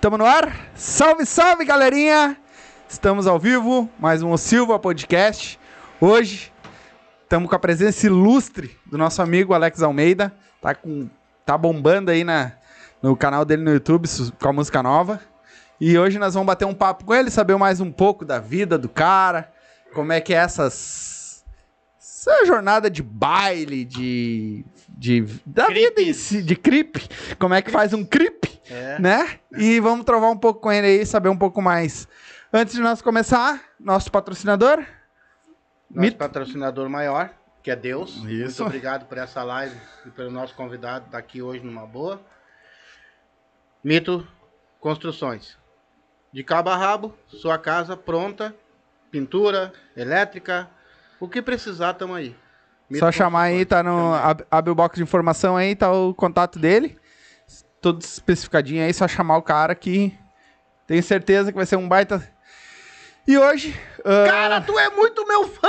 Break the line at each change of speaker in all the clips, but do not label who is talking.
Tamo no ar? Salve, salve, galerinha! Estamos ao vivo, mais um O Silva Podcast. Hoje, estamos com a presença ilustre do nosso amigo Alex Almeida. Tá, com, tá bombando aí na, no canal dele no YouTube su- com a música nova. E hoje nós vamos bater um papo com ele, saber mais um pouco da vida do cara, como é que é essas... Essa jornada de baile, de... de da vida em si, de creep. Como é que faz um creep?
É.
né? E vamos trovar um pouco com ele aí, saber um pouco mais. Antes de nós começar, nosso patrocinador.
Nosso
Mito.
patrocinador maior, que é Deus.
Isso.
Muito obrigado por essa live e pelo nosso convidado estar aqui hoje numa boa. Mito Construções. De cabo a rabo, sua casa pronta, pintura, elétrica, o que precisar, tamo aí. Mito
Só chamar aí,
Construções.
tá no. ab- Abre o box de informação aí, tá o contato dele. Tudo especificadinho aí, só chamar o cara que tenho certeza que vai ser um baita. E hoje, ah,
Cara, tu é muito meu fã!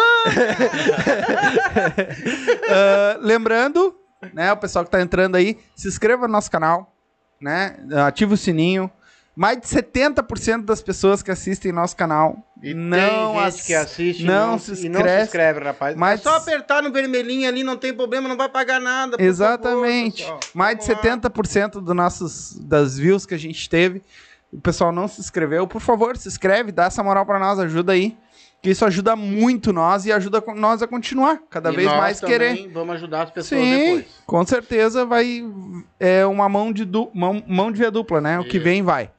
ah, lembrando, né, o pessoal que tá entrando aí, se inscreva no nosso canal, né? Ativa o sininho. Mais de 70% das pessoas que assistem nosso canal
E
não
tem gente
ass-
que assiste e
não se
e não se
inscreve.
inscreve, rapaz.
Mas-
É só apertar no vermelhinho ali, não tem problema, não vai pagar nada. por favor,
Exatamente.
pessoal.
Mais de
Vamos lá.
70% do nossos, das views que a gente teve, o pessoal não se inscreveu. Por favor, se inscreve, dá essa moral pra nós, ajuda aí. Que isso ajuda muito nós e ajuda co- nós a continuar cada
E
vez
nós
mais
também
querer.
Vamos ajudar as pessoas
Sim,
depois.
com certeza vai. É uma mão de, du, mão, mão de via dupla, né? O que
Isso.
vem, vai.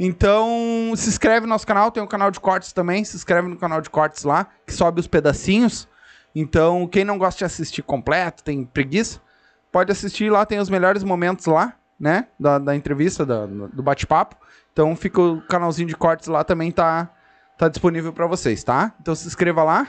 Então, se inscreve no nosso canal, tem um canal de cortes também, se inscreve no canal de cortes lá, que sobe os pedacinhos. Então, quem não gosta de assistir completo, tem preguiça, pode assistir lá, tem os melhores momentos lá, né? Da, da entrevista, da- do bate-papo. Então, fica o canalzinho de cortes lá também, tá, tá disponível pra vocês, tá? Então, se inscreva lá,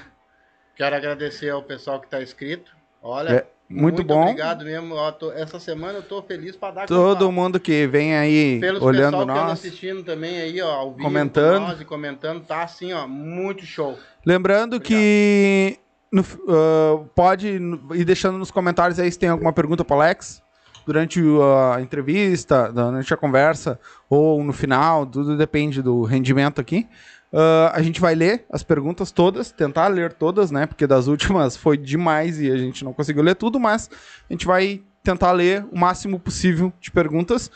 Quero agradecer ao pessoal que está inscrito. Olha,
É, muito, bom.
Obrigado mesmo. Ó, tô- essa semana eu tô feliz para dar
Todo mundo que vem aí
Pelos
olhando
pessoal que anda
nós.
assistindo também aí, ó, ao vivo,
Comentando.
com nós e comentando, tá assim, ó, muito show.
Lembrando
Obrigado.
que no f- ah, pode ir deixando nos comentários aí se tem alguma pergunta pro Alex durante o- a entrevista, durante a conversa ou no final, tudo depende do rendimento aqui. Ah, a gente vai ler as perguntas todas, tentar ler todas, né? Porque das últimas foi demais e a gente não conseguiu ler tudo, mas a gente vai tentar ler o máximo possível de perguntas,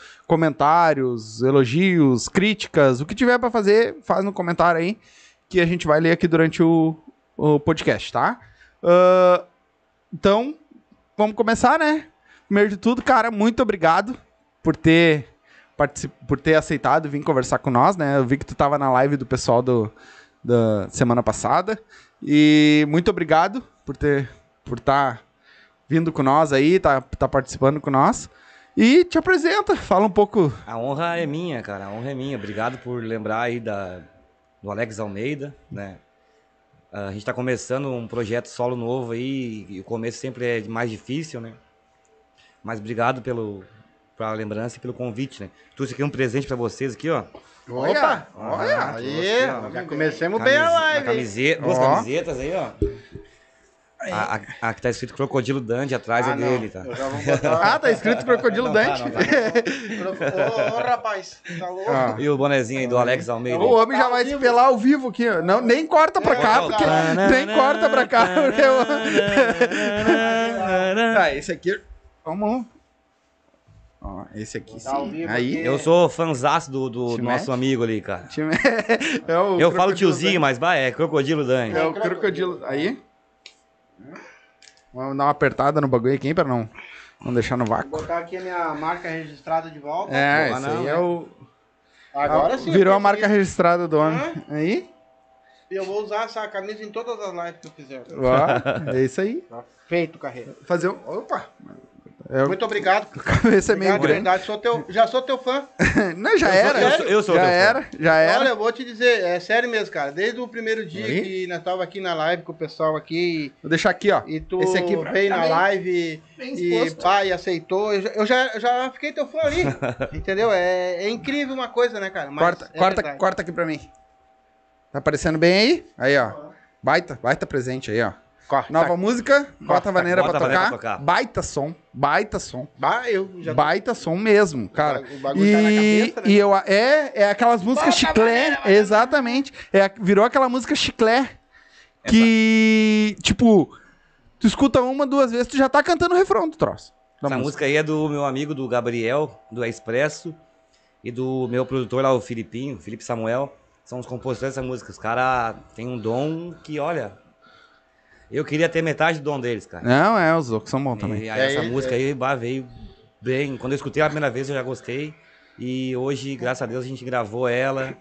comentários, elogios, críticas, o que tiver pra fazer, faz no comentário aí que a gente vai ler aqui durante o, o podcast, tá? Ah, então, vamos começar, né? Primeiro de tudo, cara, muito obrigado por ter partici- por ter aceitado vir conversar com nós, né? Eu vi que tu tava na live do pessoal do, da semana passada. E muito obrigado por ter por estar vindo com nós aí, tá, tá participando com nós. E te apresenta, fala um pouco.
A honra é minha, cara. A honra é minha. Obrigado por lembrar aí da, do Alex Almeida, né? A gente tá começando um projeto solo novo aí e o começo sempre é mais difícil, né? Mas obrigado pelo pela lembrança e pelo convite, né? Trouxe aqui um presente pra vocês aqui, ó.
Olha,
Opa!
olha,
Aí,
trouxe, ó.
já comecemos bem a
Camise- uma
live. hein?
camiseta- duas
Ó.
camisetas aí, ó. A, a- a que tá escrito Crocodilo Dante atrás é
Ah, não,
dele, tá?
eu já vou botar-
Ah, tá escrito Crocodilo
Não, tá,
Dante.
não,
Ô,
tá.
ô, rapaz, tá louco?
Ah.
E o bonezinho aí do Alex Almeida.
O homem
Tá
já vai se pelar ao vivo aqui, ó. Não, nem corta
É,
pra cá, porque.
tá.
Nem corta pra cá, porque. eu- ah, esse aqui. Vamos. Ó, esse aqui
Tá ao
sim.
vivo
Aí.
aqui.
Eu sou fanzaço do, do
Te
nosso
mete?
amigo ali, cara.
Time- é o
Eu falo
crocodilo
tiozinho, mas vai, é crocodilo
Dan-
Dante.
É o crocodilo. Aí. Vamos dar uma apertada no bagulho aqui pra não, não deixar no
Vou
vácuo.
botar aqui a minha marca registrada de volta.
É,
Boa,
esse
não,
aí é
né?
o.
Agora sim. eu
Virou a
consegui.
marca registrada do homem. Aí.
E eu vou usar essa camisa em todas as lives que eu fizer.
Ó, é isso aí.
Tá feito, carreira.
Fazer um. Opa! É, o
Muito obrigado.
cabeça é meio
Obrigado,
grande.
de verdade. Sou teu, já sou teu fã.
Não, já
Eu sou-
era.
eu sou- eu sou
já
teu fã.
era, já era.
Olha, eu vou te dizer, é sério mesmo, cara. Desde o primeiro dia
Aí?
que nós tava aqui na live com o pessoal aqui
Vou deixar aqui, ó.
e tu
Esse aqui pra
veio
ficar
na
bem-
live e pai aceitou, eu já- eu já, eu já fiquei teu fã ali, entendeu? É, é incrível uma coisa, né, cara? Mas
corta,
é
corta,
verdade.
corta aqui pra mim. Tá aparecendo bem aí? Aí, ó. Baita, baita presente aí, ó.
Corta.
Nova música, bota a vaneira
Bota
pra
a vaneira
tocar.
pra tocar.
Baita som, baita som.
Bah, eu já
Baita som mesmo, cara.
O bagulho tá na
E,
cabeça, né?
e eu, é, é aquelas músicas
Bota a
chiclé,
maneira, maneira.
exatamente. É, a- virou aquela música chiclé
É
que, tipo, tu escuta uma, duas vezes, tu já tá cantando o refrão do troço. da
Essa música aí é do meu amigo, do Gabriel, do Expresso, e do meu produtor lá, o Filipinho, Felipe Samuel. São os compositores dessa música. Os caras têm um dom que, olha, eu queria ter metade do dom deles, cara.
Não, é, os loucos são bons também.
E aí
É,
essa
é,
música aí bah, veio bem. Quando eu escutei a primeira vez, eu já gostei. E hoje, graças a Deus, a gente gravou ela.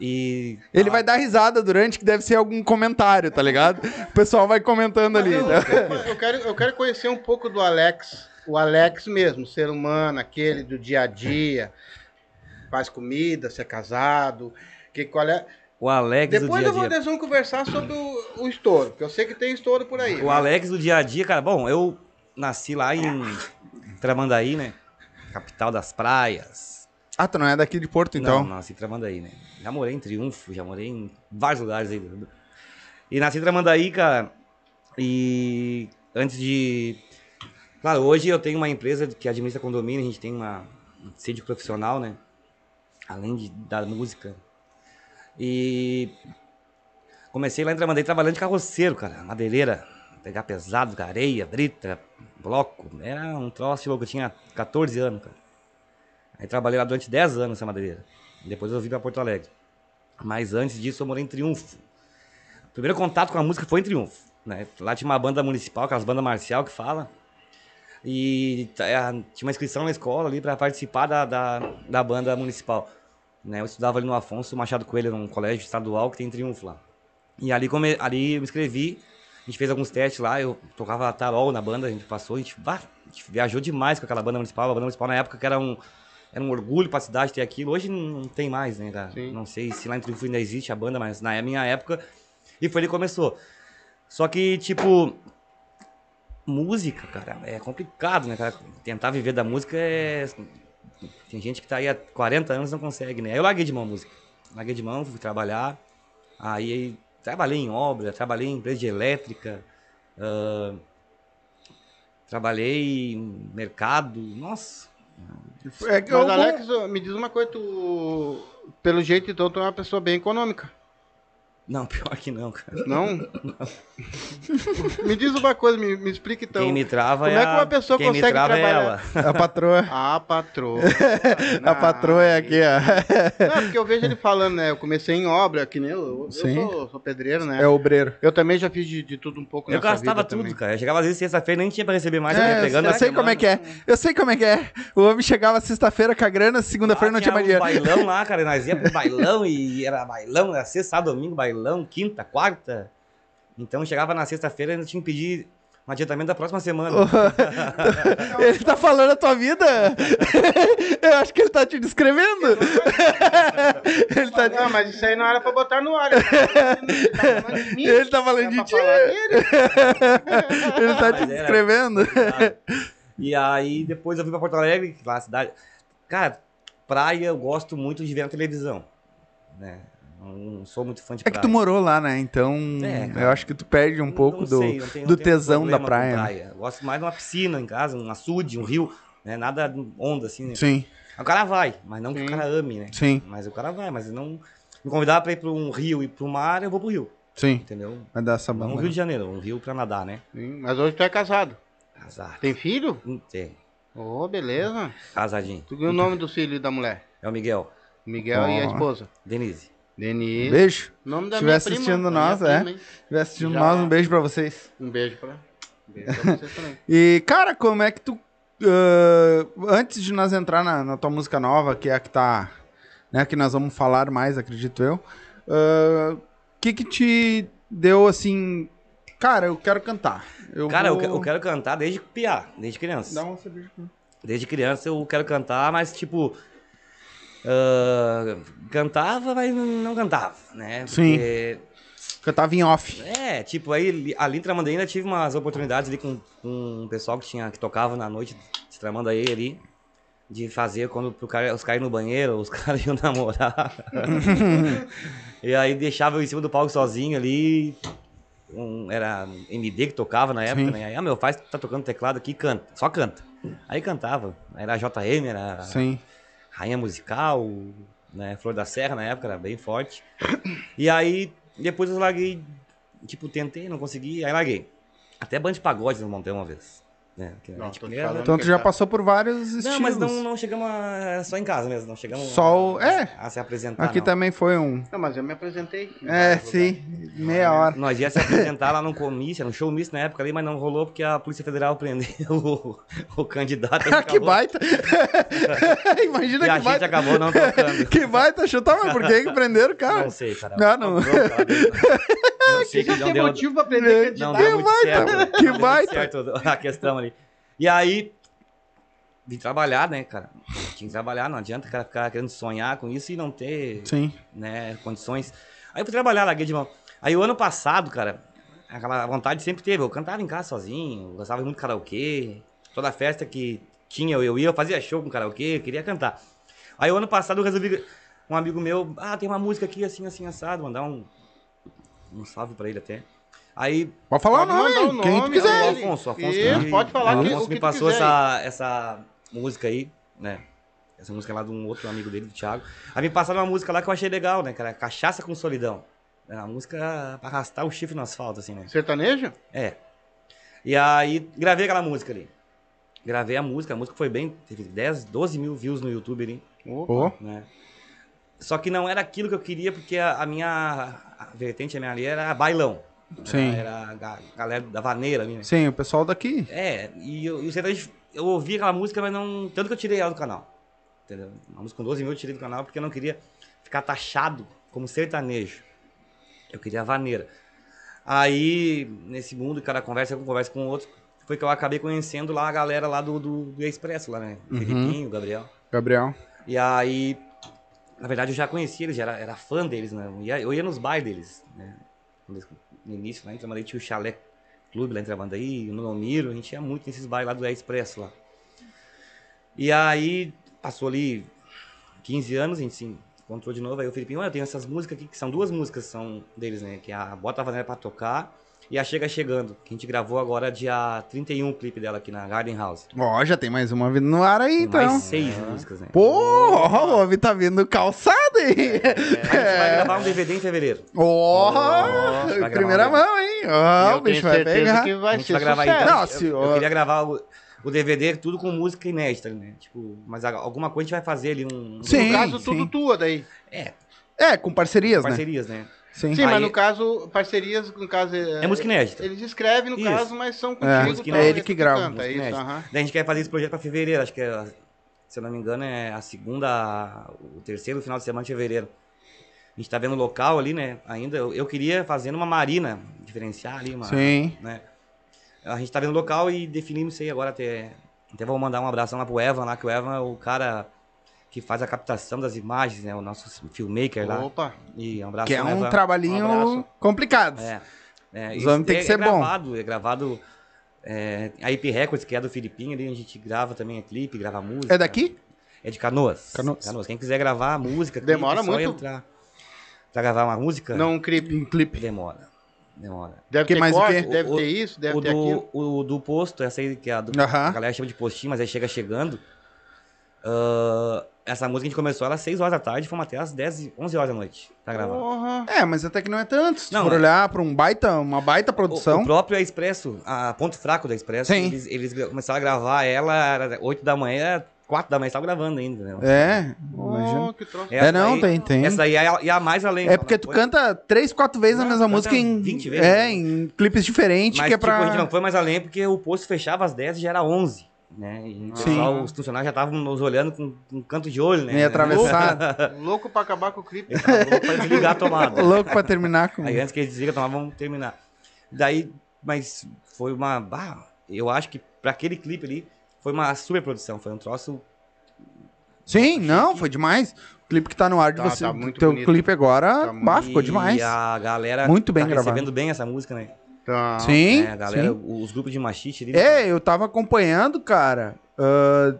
E.
Ele vai dar risada durante, que deve ser algum comentário, tá ligado? O pessoal vai comentando ali. né?
Eu quero, eu quero conhecer um pouco do Alex. O Alex mesmo, ser humano, aquele do dia a dia. Faz comida, se é casado. Que qual é...
O Alex do
Depois
dia a
eu vou,
dia.
nós vamos conversar sobre o, o estouro, porque eu sei que tem estouro por aí.
O Alex do dia a dia, cara, bom, eu nasci lá em Tramandaí, né? Capital das praias.
Ah, tu não é daqui de Porto, então?
Não, nasci em Tramandaí, né? Já morei em Triunfo, já morei em vários lugares aí. E nasci em Tramandaí, cara. E antes de. Claro, hoje eu tenho uma empresa que administra condomínio, a gente tem uma um sítio profissional, né? Além de, da música. E comecei lá em Tramandaí trabalhando de carroceiro, cara, madeireira. Pegar pesado, cara, areia, brita, bloco. Era um troço de louco, eu tinha 14 anos, cara. Aí trabalhei lá durante 10 anos essa madeireira. Depois eu vim pra Porto Alegre. Mas antes disso eu morei em Triunfo. O primeiro contato com a música foi em Triunfo. Né? Lá tinha uma banda municipal, aquelas bandas marcial que fala. E t- a- tinha uma inscrição na escola ali pra participar da, da, da banda municipal. Né? Eu estudava ali no Afonso Machado Coelho, num colégio estadual que tem em Triunfo lá. E ali, come, ali eu me inscrevi, a gente fez alguns testes lá, eu tocava tarol na banda, a gente passou, a gente, bah, a gente viajou demais com aquela banda municipal. A banda municipal na época que era um, era um orgulho pra cidade ter aquilo. Hoje não tem mais, né, cara?
Sim.
Não sei se lá em Triunfo ainda existe a banda, mas na minha época. E foi ali que começou. Só que, tipo, música, cara, é complicado, né, cara? Tentar viver da música é. Tem gente que tá aí há 40 anos e não consegue, né? Eu larguei de mão a música. Larguei de mão, fui trabalhar. Aí trabalhei em obra, trabalhei em empresa de elétrica, ah, trabalhei em mercado. Nossa,
É que eu
Mas,
vou-
Alex, ô, me diz uma coisa, tu. Pelo jeito, então, tu é uma pessoa bem econômica.
não, pior que não, cara.
Não? me diz uma coisa, me, me explica então.
quem me trava
como
é
é que
a-
uma pessoa
quem me
consegue
trava é
trabalhar?
ela.
A patroa.
A patroa.
A patroa é aqui, ó.
Não, É, porque eu vejo ele falando, né? Eu comecei em obra, que nem eu. Eu
Sim.
sou, sou pedreiro, né?
É obreiro.
Eu também já fiz de, de tudo um pouco
Eu
nessa
gastava
vida
tudo,
também.
cara. Eu chegava às vezes sexta-feira nem tinha pra receber mais, eu
É,
tava tá pegando. assim, né?
eu
na
sei como é
semana.
que é. Eu sei como é que é. O homem chegava sexta-feira com a grana, segunda-feira não tinha mais dinheiro.
um bailão lá, cara. Nós ia pro bailão e era bailão, era sexta, sábado, domingo, bailão, quinta, quarta. Então chegava na sexta-feira e ainda tinha que pedir um adiantamento da próxima semana. um
Ele tá falando a tua vida? eu acho que ele tá te descrevendo. ele, tá,
Não, mas isso aí não era pra botar no ar. Ele tá falando de mim.
ele tá falando
Era
de
pra
ti.
falar dele.
Ele tá te
Mas era-
descrevendo.
e aí depois eu vim pra Porto Alegre, que lá é a cidade. Cara, praia eu gosto muito de ver na televisão. Né? Não, não sou muito fã de
É
praia.
que tu morou lá, né? Então
É, cara.
eu acho que tu perde um pouco
Não
do,
sei, não tenho-
do
não tenho
tesão da
problema com
praia. né?
Eu Gosto mais de uma piscina em casa, um açude, um rio, né? Nada onda assim. né?
Sim,
O cara vai, mas não que
Sim.
o cara ame, né?
sim,
Mas o cara vai, mas não me convidar pra ir pra um rio e pra um mar, eu vou pro rio,
sim.
entendeu?
Vai dar essa né?
Não um
banda.
Rio de Janeiro, um rio pra nadar, né?
Sim, Mas hoje tu é casado.
Casar.
Tem filho?
Hum, Tem.
Ô, beleza.
Casadinho.
Tu ganhou o nome do filho e da mulher?
É o Miguel.
Miguel e a
Ó.
esposa.
Denise.
Denise.
Beijo.
Nome da
Se
minha
estiver
prima,
assistindo
da
nós,
minha
é.
prima, hein?
Se estiver assistindo
Já.
é.
nós, um beijo pra vocês.
Um beijo pra, um beijo pra vocês também.
E, cara, como é que tu. ah, antes de nós entrar na, na tua música nova, que é a que tá. né, que nós vamos falar mais, acredito eu. ah, O que que te deu assim. Cara, eu quero cantar. Eu
Cara, eu,
vou...
que- eu quero cantar desde piá, desde criança.
Dá uma cerveja pra mim.
Desde criança eu quero cantar, mas tipo. ah, cantava, mas não cantava, né?
Sim.
Porque
Eu tava em off.
É, tipo, aí ali- ali em Tramandaí ainda tive umas oportunidades ali com, com um pessoal que, tinha, que tocava na noite de Tramandaí ali, de fazer quando pro cara- os caras iam no banheiro, os caras iam namorar. e aí deixava eu em cima do palco sozinho ali. um- era MD que tocava na época,
Sim.
né? Aí, ah, meu pai tá tocando teclado aqui, canta, só canta. Aí cantava. Era JM, era
Sim.
Rainha Musical, né? Flor da Serra na época, era bem forte. E aí, depois eu larguei, tipo, tentei, não consegui, aí larguei. Até band de pagode nós montamos uma vez. Né? Que era,
Não,
tipo,
tô te
era-
falando.
Então tu já passou por vários estilos.
não, mas não, não chegamos a, só em casa mesmo, não chegamos
Só o-
a,
é.
a se apresentar.
Aqui
tá, não.
também foi um.
Não, mas eu me apresentei. em
É,
vários
sim. Meia hora.
Nós ia se apresentar lá num comício, era um showmício na época ali, mas não rolou porque a Polícia Federal prendeu o, o candidato. ele
Ah, que
acabou-
baita. Imagina
E a
que
gente
baita.
acabou não tocando.
Que baita chutar, tá mas por que que prenderam o cara?
Não sei, cara.
Não, não. é
Uma bronca lá dentro. Eu
lugares.
sei que
Você
não
já tem
deu,
é motivo pra aprender
não
candidato?
deu muito
baita,
certo.
que
não deu muito
baita.
certo a questão ali. E aí, vim trabalhar, né, cara? Tinha que trabalhar, não adianta o cara ficar querendo sonhar com isso e não ter
Sim.
né, condições. Aí eu fui trabalhar, larguei de mão. Aí o ano passado, cara, aquela vontade sempre teve. Eu cantava em casa sozinho, gostava muito de karaokê. Toda festa que tinha eu ia, eu fazia show com karaokê, eu queria cantar. Aí o ano passado eu resolvi, um amigo meu, ah, tem uma música aqui assim, assim, assado, mandar um, um salve pra ele até. Aí
Pode falar o nome,
mandar
hein? quem tu quiser.
dele.
o né? Afonso, o Afonso
Isso,
né? que-
é, pode falar
o
que-
Afonso
o que
me
tu
passou
quiser
essa, essa música aí, né? Essa música lá de um outro amigo dele, do Thiago. Aí me passaram uma música lá que eu achei legal, né? Que era Cachaça com Solidão. Era uma música pra arrastar o chifre no asfalto, assim, né?
Sertanejo?
É. E aí gravei aquela música ali. Gravei a música, a música foi bem, teve 10, 12 mil views no YouTube ali
Pô,
né? Só que não era aquilo que eu queria, porque a, a minha a vertente, a minha ali era bailão.
Sim.
Ah, Era, era a ga- galera da vaneira ali, né?
sim, o pessoal daqui.
É, e, eu, e o sertanejo, eu ouvi aquela música, mas não. Tanto que eu tirei ela do canal. Entendeu? Uma música com 12 mil eu tirei do canal porque eu não queria ficar taxado como sertanejo. Eu queria a vaneira. Aí, nesse mundo, cada conversa com conversa com outro, foi que eu acabei conhecendo lá a galera lá do, do, do Expresso, lá, né?
Uhum.
Felipinho, Gabriel.
Gabriel.
E aí, na verdade, eu já conhecia eles, já era, era fã deles, né? Eu ia, eu ia nos bailes deles, né? Quando eles- No início, né? lá em Tramandaí tinha o Chalé Clube, lá em Tramandaí, o Nomiro, a gente ia muito nesses bailes lá do Expresso lá. E aí, passou ali 15 anos, a gente se encontrou de novo, aí o Felipinho, olha, eu tenho essas músicas aqui, que são duas músicas são deles, né? Que é a Bota a Vaneira pra Tocar e a Chega Chegando, que a gente gravou agora dia 31, o clipe dela aqui na Garden House.
Ó, já tem mais uma vindo no ar aí, então.
Mais seis músicas, né?
Pô, ó, o homem tá vindo calçado, hein?
É.
A gente
É,
vai gravar um DVD em fevereiro.
Ó,
Ó, vai gravar
primeira
um
mão, hein? Ó,
eu
o é, bicho
tenho
vai
certeza
pegar.
que
A
vai
gente
ser
vai gravar
sucesso.
então.
Não, se-
eu, eu queria gravar o, o DVD tudo com música inédita, né? Tipo, mas a- alguma coisa a gente vai fazer ali um. um
Sim.
no caso,
sim.
tudo tua daí.
É,
É, com parcerias, né?
parcerias, né?
Sim.
Sim,
Aí-
mas no caso, parcerias, no caso...
É música inédita.
Eles escrevem, no
Isso.
caso, mas são
música
contigo.
inédita.
tá?
É ele que grava,
canta,
música
isso,
inédita.
aham.
Daí a gente quer fazer esse projeto pra fevereiro, acho que é, se eu não me engano, é a segunda, o terceiro final de semana de fevereiro. A gente tá vendo o local ali, né? Ainda, eu, eu queria fazer uma marina, diferenciar ali, uma,
Sim.
né? A gente tá vendo o local e definimos isso aí agora até. Até vou mandar um abração lá pro Evan lá, que o Evan é o cara que faz a captação das imagens, né? O nosso filmmaker lá.
Opa,
E um abraço,
Que é um
Evan.
trabalhinho
Um
complicado.
É, é,
Os
isso
homens têm
é-
que ser
é
bom.
gravado, É gravado. é, a IP Records, que é do Filipinho, ali a gente grava também a clipe, grava música.
É daqui?
É de Canoas.
Canoas.
Quem quiser gravar a música, clipe, é
Demora
só
muito.
entrar pra gravar uma música,
não um clipe.
Em clipe.
demora. Demora.
Deve
Que
ter
mais o
corte,
quê?
deve
O-
ter isso, deve
o,
ter aquilo.
do, o do posto, essa aí que é a, do,
Aham.
a galera chama de postinho, mas aí chega chegando. Ah, essa música a gente começou ela às 6 horas da tarde, fomos até às 10, e 11 horas da noite pra gravar. O-
Porra.
É, mas até que não é tanto. Se tu
Não,
for
é.
olhar pra um baita, uma baita
O,
produção.
próprio é Expresso, a ponto fraco da Expresso,
Sim.
eles, eles gra- começaram a gravar ela era 8 da manhã, era 4 da manhã, estavam gravando ainda. Né?
É, imagina.
Oh, que troço.
É,
Essa
não,
aí-
tem, tem.
Essa aí é a, e a mais além.
É
só,
porque
né?
tu
Foi-
canta três, quatro vezes a
Não,
mesma
canta
música em.
20 vezes. né?
É, em clipes diferentes,
Mas,
que é
tipo, a gente
pra.
não foi mais além porque o posto fechava às 10 e já era 11, né? E o
Sim.
pessoal, os funcionários já estavam nos olhando com, com canto de olho, né?
Meio atravessado.
Louco pra acabar com o clipe.
Ele tava louco pra desligar a tomada.
Tá Louco pra terminar com.
Aí é antes que eles desligam a tomada, vamos terminar. Daí, mas foi uma. bah, eu acho que pra aquele clipe ali, foi uma super produção. Foi um troço.
Sim, não, foi demais. O clipe que tá no ar de
Tá,
você.
tá muito
teu
bonito.
clipe agora,
Tá
bah, ficou
e
demais.
a galera
Muito bem
tá
gravado.
recebendo bem essa música, né?
Tá.
Sim.
É, a galera, né?
sim.
os grupos de machiste ali.
É, eu tava acompanhando, cara. ah,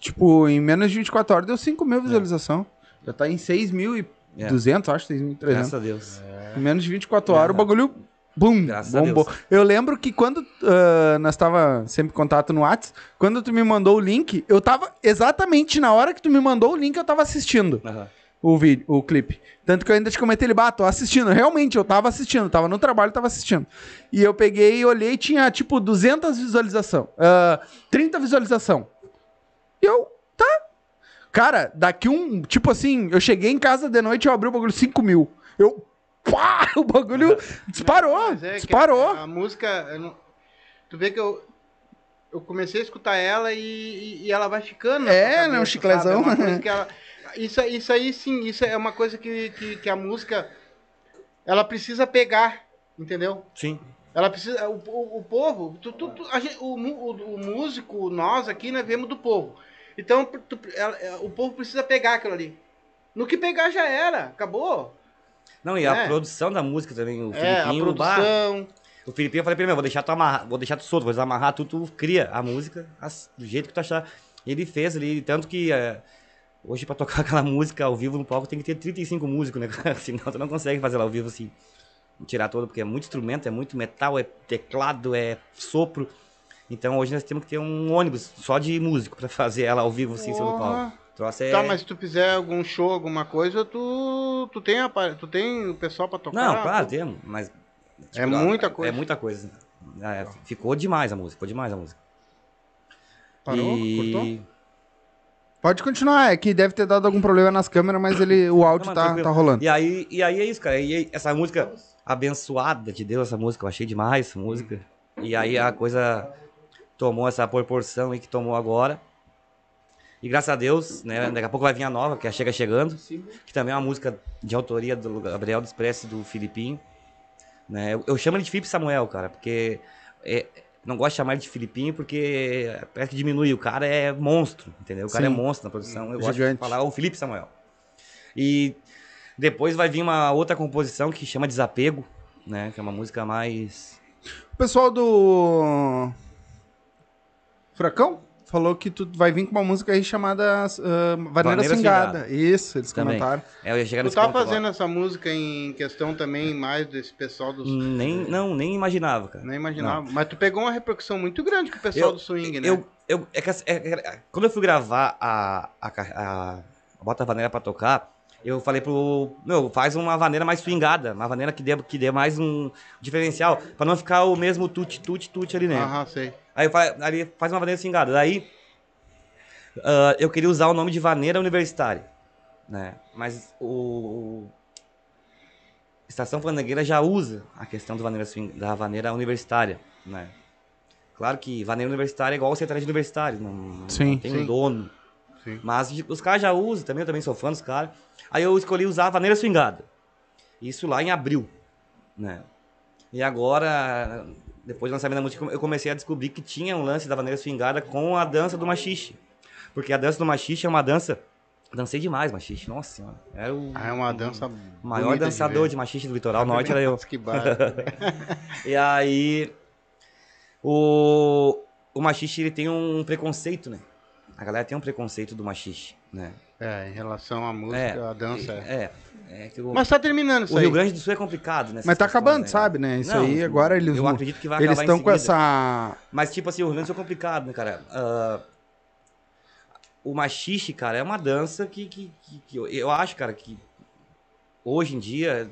tipo, em menos de 24 horas deu 5
É.
mil visualização. Já tá em 6.200, acho, 6.300.
Graças a Deus.
É.
Em menos de 24 horas, o bagulho Bum,
Graças a
bombou.
Deus.
Eu lembro que quando ah, nós tava sempre em contato no Whats, quando tu me mandou o link, eu tava exatamente na hora que tu me mandou o link, eu tava assistindo
Aham.
o vídeo, o clipe. Tanto que eu ainda te comentei, ele, bah, tô assistindo. Realmente, eu tava assistindo, tava no trabalho, tava assistindo. E eu peguei e olhei, tinha tipo 200 visualização, ah, 30 visualização. E eu, tá. Cara, daqui um, tipo assim, eu cheguei em casa de noite, eu abri o bagulho 5 mil. Eu, pá, o bagulho disparou,
Mas é que
disparou.
A, a música. eu não- Tu vê que eu. Eu comecei a escutar ela e, e- e ela vai ficando. na
É,
tua
né, um
sabe?
chiclezão.
É uma coisa que ela- isso, isso aí sim, isso é uma coisa que, que, que a música. Ela precisa pegar, entendeu?
Sim.
Ela precisa. O, o, o povo. Tu, tu- tu- a gente- o, mu- o- o músico, nós aqui, né, viemos do povo. Então, tu- ela- o povo precisa pegar aquilo ali. No que pegar já era, acabou.
Não, e a
É.
produção da música também, o
É, a
Filipinho, bah,
produção.
o Filipinho, eu falei pra ele, meu, vou deixar tu amarrar, vou deixar tu solto, vou desamarrar tu, tu cria a música as- do jeito que tu achar. E ele fez ali, tanto que é, hoje pra tocar aquela música ao vivo no palco tem que ter 35 músicos, né, cara? Senão tu não consegue fazer ela ao vivo assim, e tirar toda, porque é muito instrumento, é muito metal, é teclado, é sopro. Então hoje nós temos que ter um ônibus só de músico pra fazer ela ao vivo assim, em cima do palco.
Porra.
O Troço é...
Tá, mas se tu fizer algum show, alguma coisa, tu, tu, tem, a, pa- tu tem o pessoal pra tocar?
Não, claro, temos, mas.
É muita coisa.
É muita coisa. É, ficou demais a música, ficou demais a música.
Parou?
E-
Cortou? Pode continuar, é que deve ter dado algum problema nas câmeras, mas ele, o áudio
Não, mas
tá,
tranquilo.
tá rolando.
E aí, e aí é isso, cara. E aí, essa música abençoada de Deus, essa música, eu achei demais essa música. E aí a coisa tomou essa proporção aí que tomou agora. E graças a Deus, né? Daqui a pouco vai vir a nova, que é a Chega Chegando, que também é uma música de autoria do Gabriel dos Prestes e do Filipinho. Né? Eu, eu chamo ele de Felipe Samuel, cara, porque é, não gosto de chamar ele de Filipinho porque é, parece que diminui. O cara é monstro, entendeu? O cara
Sim.
é monstro na produção. Eu gosto
Gigante.
de falar o Felipe Samuel. E depois vai vir uma outra composição que chama Desapego, né? Que é uma música mais.
O pessoal do Furacão falou que tu vai vir com uma música aí chamada ah, Vaneira
Vaneira
Singada.
Singada.
Isso, eles
Também.
comentaram.
É, eu ia chegar
Tu
nesse
tá
ponto agora.
fazendo essa música em questão também mais desse pessoal dos...
Hum,
eh,
Nem, não, nem imaginava, cara.
Nem imaginava. Mas tu pegou uma repercussão muito grande com o pessoal
Eu-
do swing, né?
Eu, eu, é que, essa- é- é- quando eu fui gravar a, a, ca- a, a Bota a Vaneira pra tocar, eu falei pro. Meu, faz uma vaneira mais swingada, uma vaneira que dê, que dê mais um diferencial, pra não ficar o mesmo tut-tut-tut ali, né?
Aham, sei.
Aí, eu fa- aí ele faz uma vaneira cingada. Daí ah, eu queria usar o nome de vaneira universitária, né? Mas o, o- Estação Fandangueira já usa a questão do vaneira swing- da vaneira universitária, né? Claro que vaneira universitária é igual secretária de universitário, não, não
Sim,
tem
sim.
um dono.
Sim.
Mas tipo, os caras já usam também, eu também sou fã dos caras. Aí eu escolhi usar a vaneira swingada. Isso lá em abril, né? E agora, depois do lançamento da música, eu comecei a descobrir que tinha um lance da vaneira swingada com a dança do machixe. Porque a dança do machixe é uma dança... Dancei demais machixe, nossa senhora. Era o
Ah, é uma dança
Hum,
um
maior dançador de, machixe do litoral norte, era eu.
Que né? barra.
E aí, o, o machixe, ele tem um preconceito, né? A galera tem um preconceito do machixe, né?
É, em relação à música, à dança. é.
É, é que o,
Mas tá terminando isso
o
aí.
Rio Grande do Sul é complicado, né?
Mas tá acabando, sabe, né? Isso aí, agora eles
Eu
vão-
acredito que vai acabar
Eles
em
estão com
seguida.
essa.
Mas, tipo assim, o Rio Grande do Sul é complicado, né, cara? Ah, o machixe, cara, é uma dança que, que, que- que eu, eu acho, cara, que hoje em dia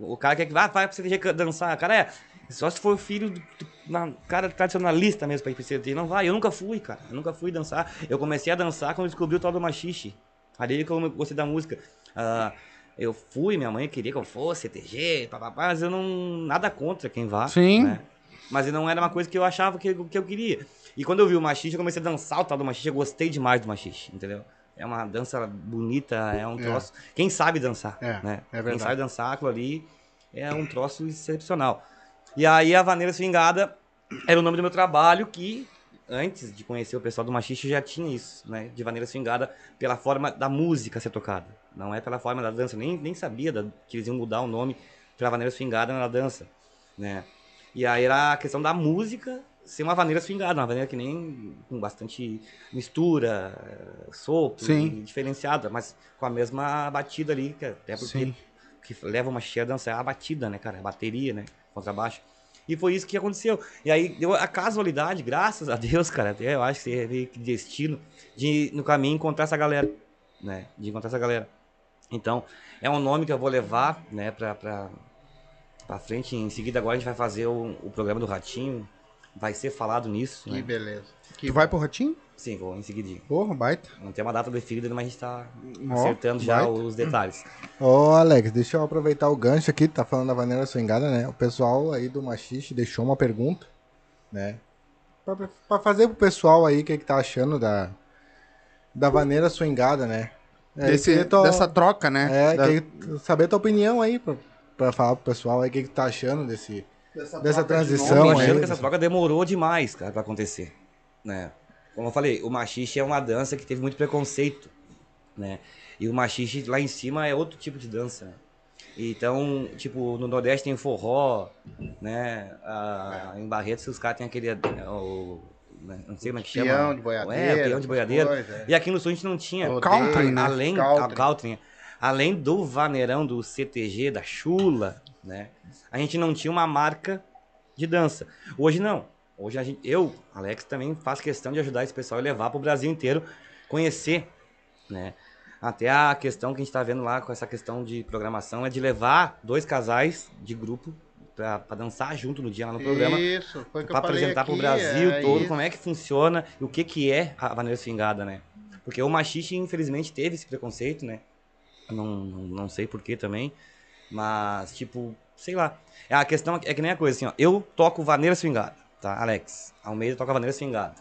o cara quer que vá, vai pra CTG can- dançar. Cara, é, só se for filho do, do- na, cara tradicionalista mesmo pra ir pra CTG. Não vai, eu nunca fui, cara. Eu nunca fui dançar. Eu comecei a dançar quando eu descobri o tal do machixe. Ali que eu gostei da música. Ah, eu fui, minha mãe queria que eu fosse CTG, papapá, mas eu não. Nada contra quem vá.
Sim.
né? Mas não era uma coisa que eu achava que, que eu queria. E quando eu vi o machixe, eu comecei a dançar o tal do machixe. Eu gostei demais do machixe, entendeu? É uma dança bonita, é um
É.
troço. Quem sabe dançar,
É,
né?
é verdade.
Quem sabe dançar aquilo ali é um troço excepcional. E aí a Vaneira Swingada era o nome do meu trabalho que antes de conhecer o pessoal do Machixe eu já tinha isso, né? De Vaneira Swingada pela forma da música ser tocada. Não é pela forma da dança. Nem, nem sabia da- que eles iam mudar o nome pra Vaneira Swingada na dança, né? E aí era a questão da música ser uma vaneira swingada, uma vaneira que nem com bastante mistura, eh, sopro,
Sim.
e diferenciada, mas com a mesma batida ali, que é até porque
Sim.
que leva uma cheia a dançar é a batida, né, cara? A bateria, né? Contrabaixo. E foi isso que aconteceu. E aí deu a casualidade, graças a Deus, cara. até Eu acho que é meio que destino de no caminho encontrar essa galera, né? De encontrar essa galera. Então, é um nome que eu vou levar, né, pra, pra, pra frente. Em seguida, agora a gente vai fazer o, o programa do Ratinho. Vai ser falado nisso,
Que
né?
beleza. Que
Tu vai pro Ratinho?
Sim, vou em seguida.
Porra, baita.
Não tem uma data definida, mas a gente tá
Ó,
acertando já
baita.
os detalhes.
Ô, Alex, deixa eu aproveitar o gancho aqui, tá falando da Vanessa Swingada, né? O pessoal aí do Machiste deixou uma pergunta, né? Pra, pra fazer pro pessoal aí o que, que tá achando da, da Vaneira Swingada, né? É,
Desse-
eu queria tua-
Dessa troca, né?
É,
Da-
queria saber tua opinião aí, pra, pra falar pro pessoal aí o que, que tá achando desse.
dessa,
dessa
troca de
transição,
nome.
Eu
Então,
tô achando
é-
que essa troca demorou demais, cara, pra acontecer, né? Como eu falei, o machixe é uma dança que teve muito preconceito, né? E o machixe lá em cima é outro tipo de dança. né? Então, tipo, no Nordeste tem o forró, né? Ah, em Barretos os caras têm aquele... ah, o- né? não sei como é que chama.
Peão de
É,
boiadeira.
peão de boiadeira.
coisa.
E aqui no Sul a gente não tinha.
Rodeio,
Country, né?
Além,
Country.
a Caltrin, além do vaneirão, do CTG, da chula, né? A gente não tinha uma marca de dança. Hoje não. Hoje a gente, eu, Alex, também faço questão de ajudar esse pessoal e levar para o Brasil inteiro conhecer, né? Até a questão que a gente está vendo lá com essa questão de programação é de levar dois casais de grupo para dançar junto no dia lá no programa
Isso, foi o que
para
eu falei
apresentar pro
aqui,
Brasil
é
todo
isso.
como é que funciona e o que que é a maneira swingada, né? Porque o machiste, infelizmente, teve esse preconceito, né? Não, não, não sei porquê também, mas, tipo, sei lá. É, A questão é que nem a coisa, assim, ó. Eu toco vaneira swingada, tá, Alex? Almeida toca vaneira swingada.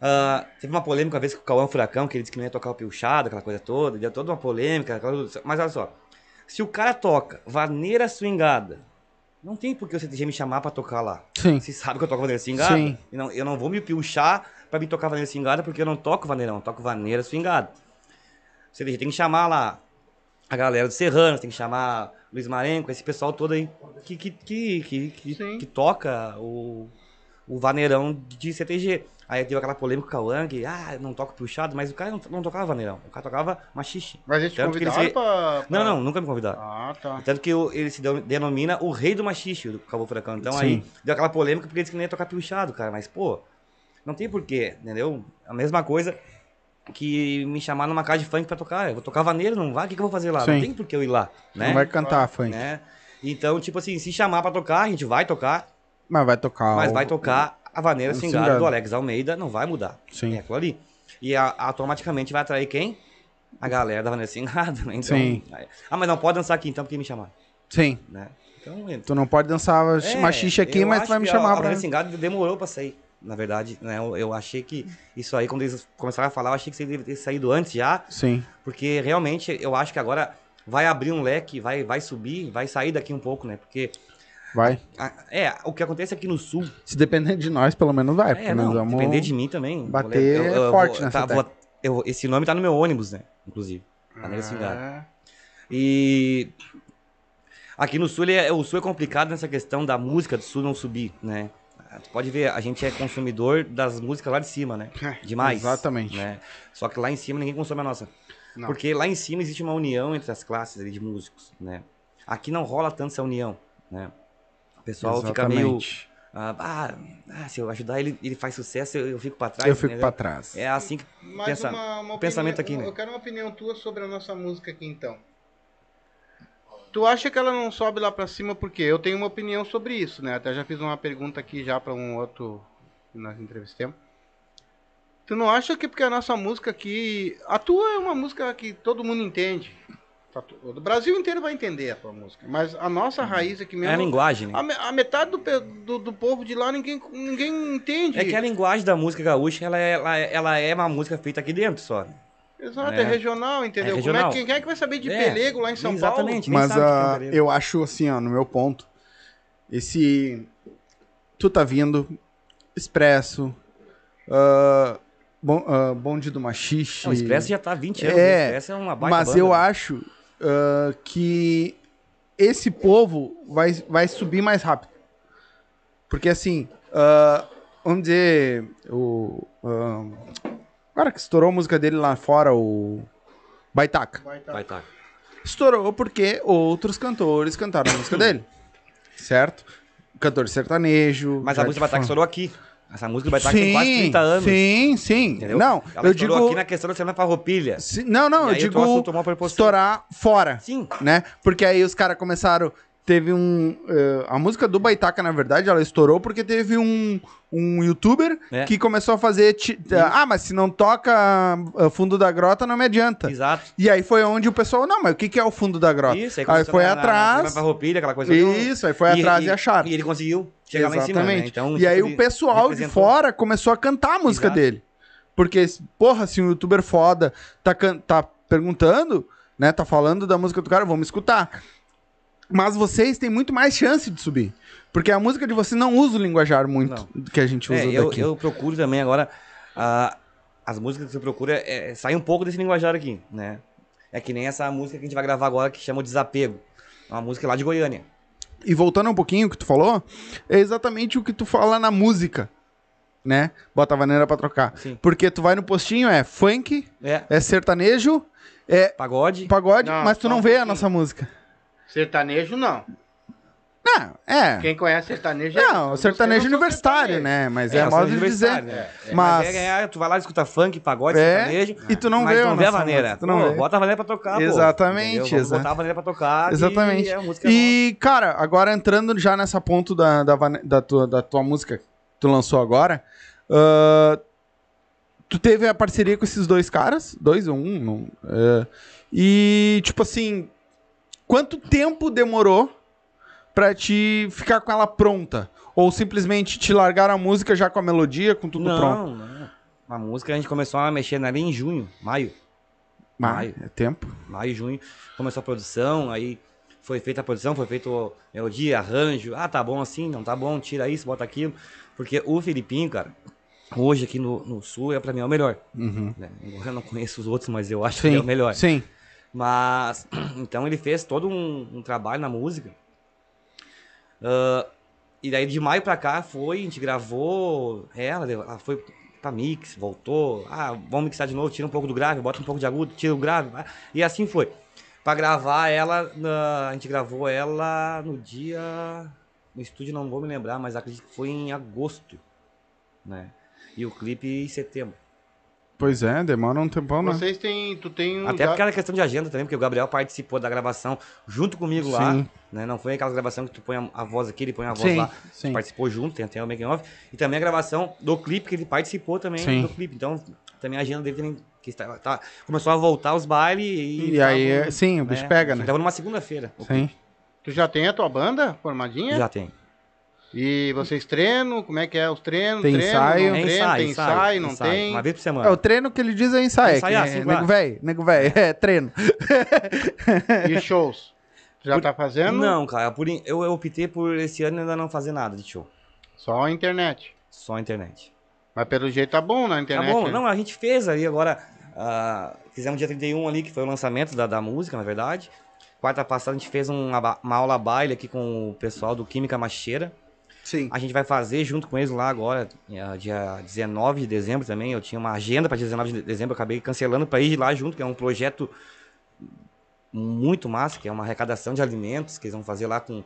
Ah, teve uma polêmica uma vez com o Cauã Furacão, que ele disse que não ia tocar o piochado, aquela coisa toda, deu toda uma polêmica, aquela coisa- mas olha só. Se o cara toca vaneira swingada, não tem por que o CTG me chamar pra tocar lá.
Sim.
Vocês sabem que eu toco vaneira swingada?
Sim.
E não, eu não vou me piochar pra me tocar vaneira swingada, porque eu não toco vaneirão, eu toco vaneira swingada. Você tem que chamar lá a galera do Serrano, tem que chamar Luiz Marenco, esse pessoal todo aí que, que, que, que, que,
Sim.
que toca o, o vaneirão de CTG. Aí deu aquela polêmica com o Cauã, que, ah, eu não toco puxado, mas o cara não, não tocava vaneirão, o cara tocava machixe.
Mas eles te
Tanto que eles
convidaram
re-
pra, pra-
Não, não, nunca me convidaram.
Ah, tá.
Tanto que o- ele se deu- denomina o rei do machixe, do Cabo Furacão. Então aí
Sim.
deu aquela polêmica porque ele disse que nem ia tocar puxado, cara. Mas, pô, não tem porquê, entendeu? A mesma coisa que me chamar numa casa de funk pra tocar. Eu vou tocar vaneiro, não vai? O que, que eu vou fazer lá?
Sim.
Não tem porquê eu ir lá, né?
Não vai cantar, funk.
né? Então, tipo assim, se chamar pra tocar, a gente vai tocar,
Mas vai tocar.
mas
Ah, o-
vai tocar a vaneira
o
singada
singado.
do Alex Almeida, não vai mudar.
Sim.
É aquilo ali. E a- automaticamente vai atrair quem? A galera da vaneira singada, né? Então,
Sim.
aí- Ah, mas não pode dançar aqui então, porque me chamar,
Sim.
né? Então, entra.
Tu não pode dançar
É,
machixe aqui,
eu
mas tu
acho
vai me
que
chamar
a,
pra.
A Singada demorou pra sair, na verdade. Né? Eu, eu achei que isso aí, quando eles começaram a falar, eu achei que você devia ter saído antes já,
Sim.
porque realmente eu acho que agora vai abrir um leque, vai, vai subir, vai sair daqui um pouco, né? Porque
Vai.
a- é, o que acontece aqui no sul.
Se depender de nós, pelo menos vai. porque
É,
nós
não,
vamos-
depender de mim também. vou
bater
le-
forte
vou-
nessa
tá, vou- eu- Esse nome tá no meu ônibus, né? Inclusive. Maneira Singada.
É.
E aqui no sul, ele é- o sul é complicado nessa questão da música do sul não subir, né? Ah, Tu pode ver, a gente é consumidor das músicas lá de cima, né? Demais.
É, Exatamente.
né? Só que lá em cima ninguém consome a nossa.
Não.
Porque lá em cima existe uma união entre as classes ali de músicos, né? Aqui não rola tanto essa união, né? O pessoal fica meio...
Exatamente.
ah, Ah, ah, se eu ajudar ele, ele faz sucesso, eu, eu fico pra trás,
Eu fico
entendeu?
pra trás.
É assim que...
Mas
Pensa-
uma, uma
pensamento aqui,
opinião-
né?
Eu quero uma opinião tua sobre a nossa música aqui, então. Tu acha que ela não sobe lá pra cima porque eu tenho uma opinião sobre isso, né? Até já fiz uma pergunta aqui já pra um outro que nós entrevistamos. Tu não acha que porque a nossa música aqui, a tua é uma música que todo mundo entende. Tá tu- O Brasil inteiro vai entender a tua música, mas a nossa raiz aqui
É a
mesmo,
linguagem, né?
a, me- a metade do, pe- do, do povo de lá ninguém, ninguém entende.
É que a linguagem da música gaúcha, ela é, ela é, ela é uma música feita aqui dentro só. né?
Exato, é,
É.
regional, entendeu?
É
Como
regional.
que- quem é que vai saber de
É,
pelego lá em São
exatamente. nem
Mas
sabe que tem um
ah,
Pereira.
eu acho assim, ó, no meu ponto, esse tu tá vindo expresso, ah, bom, ah, bonde do machixe.
Não, o Expresso já tá há 20 anos.
É,
o Expresso é uma baita
mas
banda,
eu
né?
acho ah, que esse povo vai, vai subir mais rápido. Porque assim, ah, vamos dizer, o ah, o cara que estourou a música dele lá fora, o Baitaca.
Paulo?
Vai tá.
Estourou porque outros cantores cantaram a música dele. Certo? Cantor sertanejo.
Mas a
Jade
música Bataque
Fan-
estourou aqui. Essa música Bataque tem quase 30 anos.
Sim, sim.
Entendeu?
Não,
Ela
eu
estourou
digo.
aqui na questão da semana farroupilha.
se- Não, não, eu
E aí o troço
digo
tomou uma proporção.
estourar fora.
Sim.
né? Porque aí os caras começaram. Teve um. eh, a música do Baitaca, na verdade, ela estourou porque teve um, um youtuber
É.
que começou a fazer. ti- ah, mas se não toca ah, fundo da grota, não me adianta.
Exato.
E aí foi onde o pessoal. Não, mas o que, que é o fundo da grota?
Isso,
aí
começou
foi
na- na- na Semana
atrás.
farroupilha, aquela coisa.
Isso, aí foi atrás e, acharam.
um- E ele conseguiu chegar lá em cima, né? Então,
e aí
ele
o pessoal de
representou.
fora começou a cantar a música
Exato.
dele. Porque, porra, se um youtuber foda tá, can- tá perguntando, né? Tá falando da música do cara, vamos escutar. Mas vocês têm muito mais chance de subir. Porque a música de vocês não usa o linguajar muito do que a gente usa
É, eu,
daqui.
eu procuro também agora. ah, as músicas que eu procuro é, é, saem um pouco desse linguajar aqui, né? É que nem essa música que a gente vai gravar agora que chama o Desapego. É uma música lá de Goiânia.
E voltando um pouquinho o que tu falou, é exatamente o que tu fala na música, né? Bota a vaneira pra trocar.
Sim.
Porque tu vai no postinho, é funk,
É.
é sertanejo, é
Pagode.
pagode,
Não,
mas tu
só
não
um
vê a
pouquinho.
nossa música.
Sertanejo não.
Não, é.
Quem conhece sertanejo
Não,
é.
o sertanejo
Vocês não são
universitário,
sertanejo.
né? Mas
É,
é, a
são
modo de dizer.
universitários, né?
Mas,
Mas... é, é, tu vai lá e escuta funk, pagode,
É,
sertanejo.
e tu não
mas
vê a
não vê a
nossa
maneira.
música, tu não vê.
Bota a maneira pra tocar, pô.
Exatamente,
Entendeu? Vamos
exato.
botar a maneira pra tocar. que
Exatamente.
é a música
E, cara, agora entrando já nessa ponto da, da, Vane- da tua, da tua música que tu lançou agora, ah, tu teve a parceria com esses dois caras, dois ou um, não, é, e, tipo assim, quanto tempo demorou pra te ficar com ela pronta? Ou simplesmente te largaram a música já com a melodia, com tudo
não,
pronto?
Não, A música a gente começou a mexer nela em junho, maio.
Mas, é tempo.
Maio, junho, começou a produção, aí foi feita a produção, foi feito melodia, arranjo. Ah, tá bom assim, não tá bom, tira isso, bota aquilo. Porque o Filipinho, cara, hoje aqui no, no Sul, é pra mim é o melhor.
Uhum.
né? Eu não conheço os outros, mas eu acho que
Sim,
ele é o melhor.
sim.
Mas, então ele fez todo um, um trabalho na música. Ah, e daí de maio pra cá foi, a gente gravou ela, levou- ela foi pra mix, voltou. Ah, vamos mixar de novo, tira um pouco do grave, bota um pouco de agudo, tira o grave. vai. E assim foi. Pra gravar ela, na- a gente gravou ela no dia. No estúdio não vou me lembrar, mas acredito que foi em agosto. Né? E o clipe em setembro.
Pois é, demora um tempão, né?
Vocês têm. Tu tem um.
Até porque era questão de agenda também, porque o Gabriel participou da gravação junto comigo lá.
Sim.
Né? Não foi aquela gravação que tu põe a, a voz aqui, ele põe a voz lá.
sim.
Participou junto, tem até o making off. E também a gravação do clipe, que ele participou também
Sim.
do clipe. Então, também a agenda dele também, que está, tá- começou a voltar os bailes e.
E aí,
tava-
é- sim, o bicho pega, né?
Tava numa segunda-feira.
Sim.
Tu já tem a tua banda formadinha?
Já tem.
E vocês treinam? Como é que é os treinos?
Tem
treino,
ensaio?
Não
É
treino, tem ensaio, não
ensaio.
tem.
Uma vez por
É, o
semana.
treino que ele diz é ensaio.
Ensaiar,
que é
sim,
nego
claro.
velho, nego velho, é treino.
E shows? Tu já
Por-
tá fazendo?
Não, cara, por in- eu, eu optei por esse ano ainda não fazer nada de show.
Só a internet.
Só a internet.
Mas pelo jeito tá bom na
Tá
internet.
bom,
né?
não, a gente fez ali agora. ah, fizemos dia 31 ali, que foi o lançamento da, da música, na verdade. Quarta passada a gente fez uma, ba- uma aula baile aqui com o pessoal do Química Macheira.
Sim.
A gente vai fazer junto com eles lá agora, eh, dia 19 de dezembro também. Eu tinha uma agenda para 19 de dezembro, eu acabei cancelando para ir lá junto, que é um projeto muito massa, que é uma arrecadação de alimentos que eles vão fazer lá com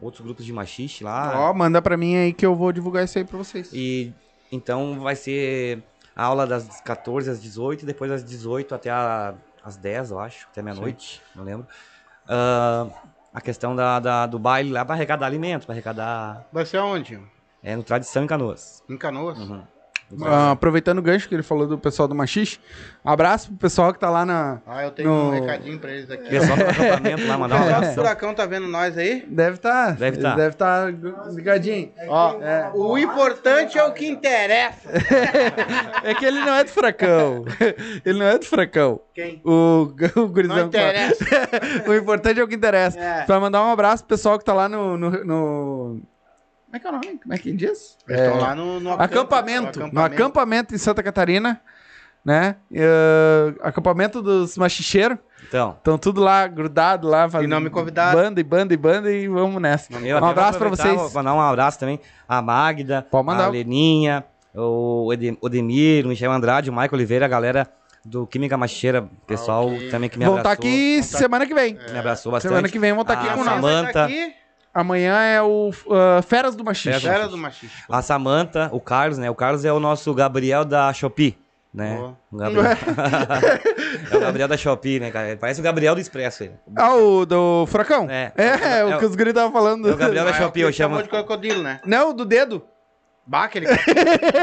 outros grupos de machiste lá.
Ó, manda pra mim aí que eu vou divulgar isso aí pra vocês.
E então vai ser a aula das 14 às 18, depois das 18 até a- às 10, eu acho, até meia-noite, não lembro. Ah, a questão da, da- do baile lá para arrecadar alimentos, para arrecadar.
Vai ser aonde?
É no Tradição em Canoas.
Em Canoas?
Uhum.
Ah, aproveitando o gancho que ele falou do pessoal do Machixe, abraço pro pessoal que tá lá na.
Ah, eu tenho
No-
um recadinho pra eles aqui.
Pessoal do acampamento lá, mandar um
Pessoal do
abraço.
Furacão tá vendo nós aí?
Deve tá.
Deve tá.
Deve tá ligadinho.
Ó,
É.
o importante é o que interessa.
É que ele não é do fracão. ele não é do fracão.
Quem?
O, o gurizão
Não
que tá-
interessa.
o importante é o que interessa.
É.
Pra mandar um abraço pro pessoal que tá lá no. no- no- Como é que é o nome? Como é que diz?
Eles estão lá no, no
Acampamento.
no
No acampamento em Santa Catarina, né? E, ah, acampamento dos machicheiros.
Então,
Estão tudo lá, grudado lá. Fazendo
não me convidaram.
Banda e banda e banda e vamos nessa.
eu até
um
vou
abraço pra
aproveitar,
vocês.
vou Mandar um abraço também a Magda,
Pode mandar.
a Leninha, o Ede- Odemir, o Michel Andrade, o Michael Oliveira, a galera do Química Macheira, pessoal
ok.
também que me
Vão
abraçou.
estar aqui
tá-
semana que vem.
Me abraçou bastante.
Semana que vem vão estar aqui
É. Ah,
com nós.
Samanta. Samantha.
Aqui,
Amanhã é o ah, Feras do Machismo.
Feras do
era do machismo.
A Samanta, o Carlos, né? O Carlos é o nosso Gabriel da Shopee, né?
Boa.
O Gabriel.
é?
é o Gabriel da Shopee, né, cara? Ele Parece o Gabriel do Expresso. Ele.
Ah, o do Furacão?
É.
É,
É
o que os guri estavam falando.
é o Gabriel da
Mas
Shopee, eu
ele chamou
chamo.
de crocodilo, né?
Não, do dedo.
Bah, aquele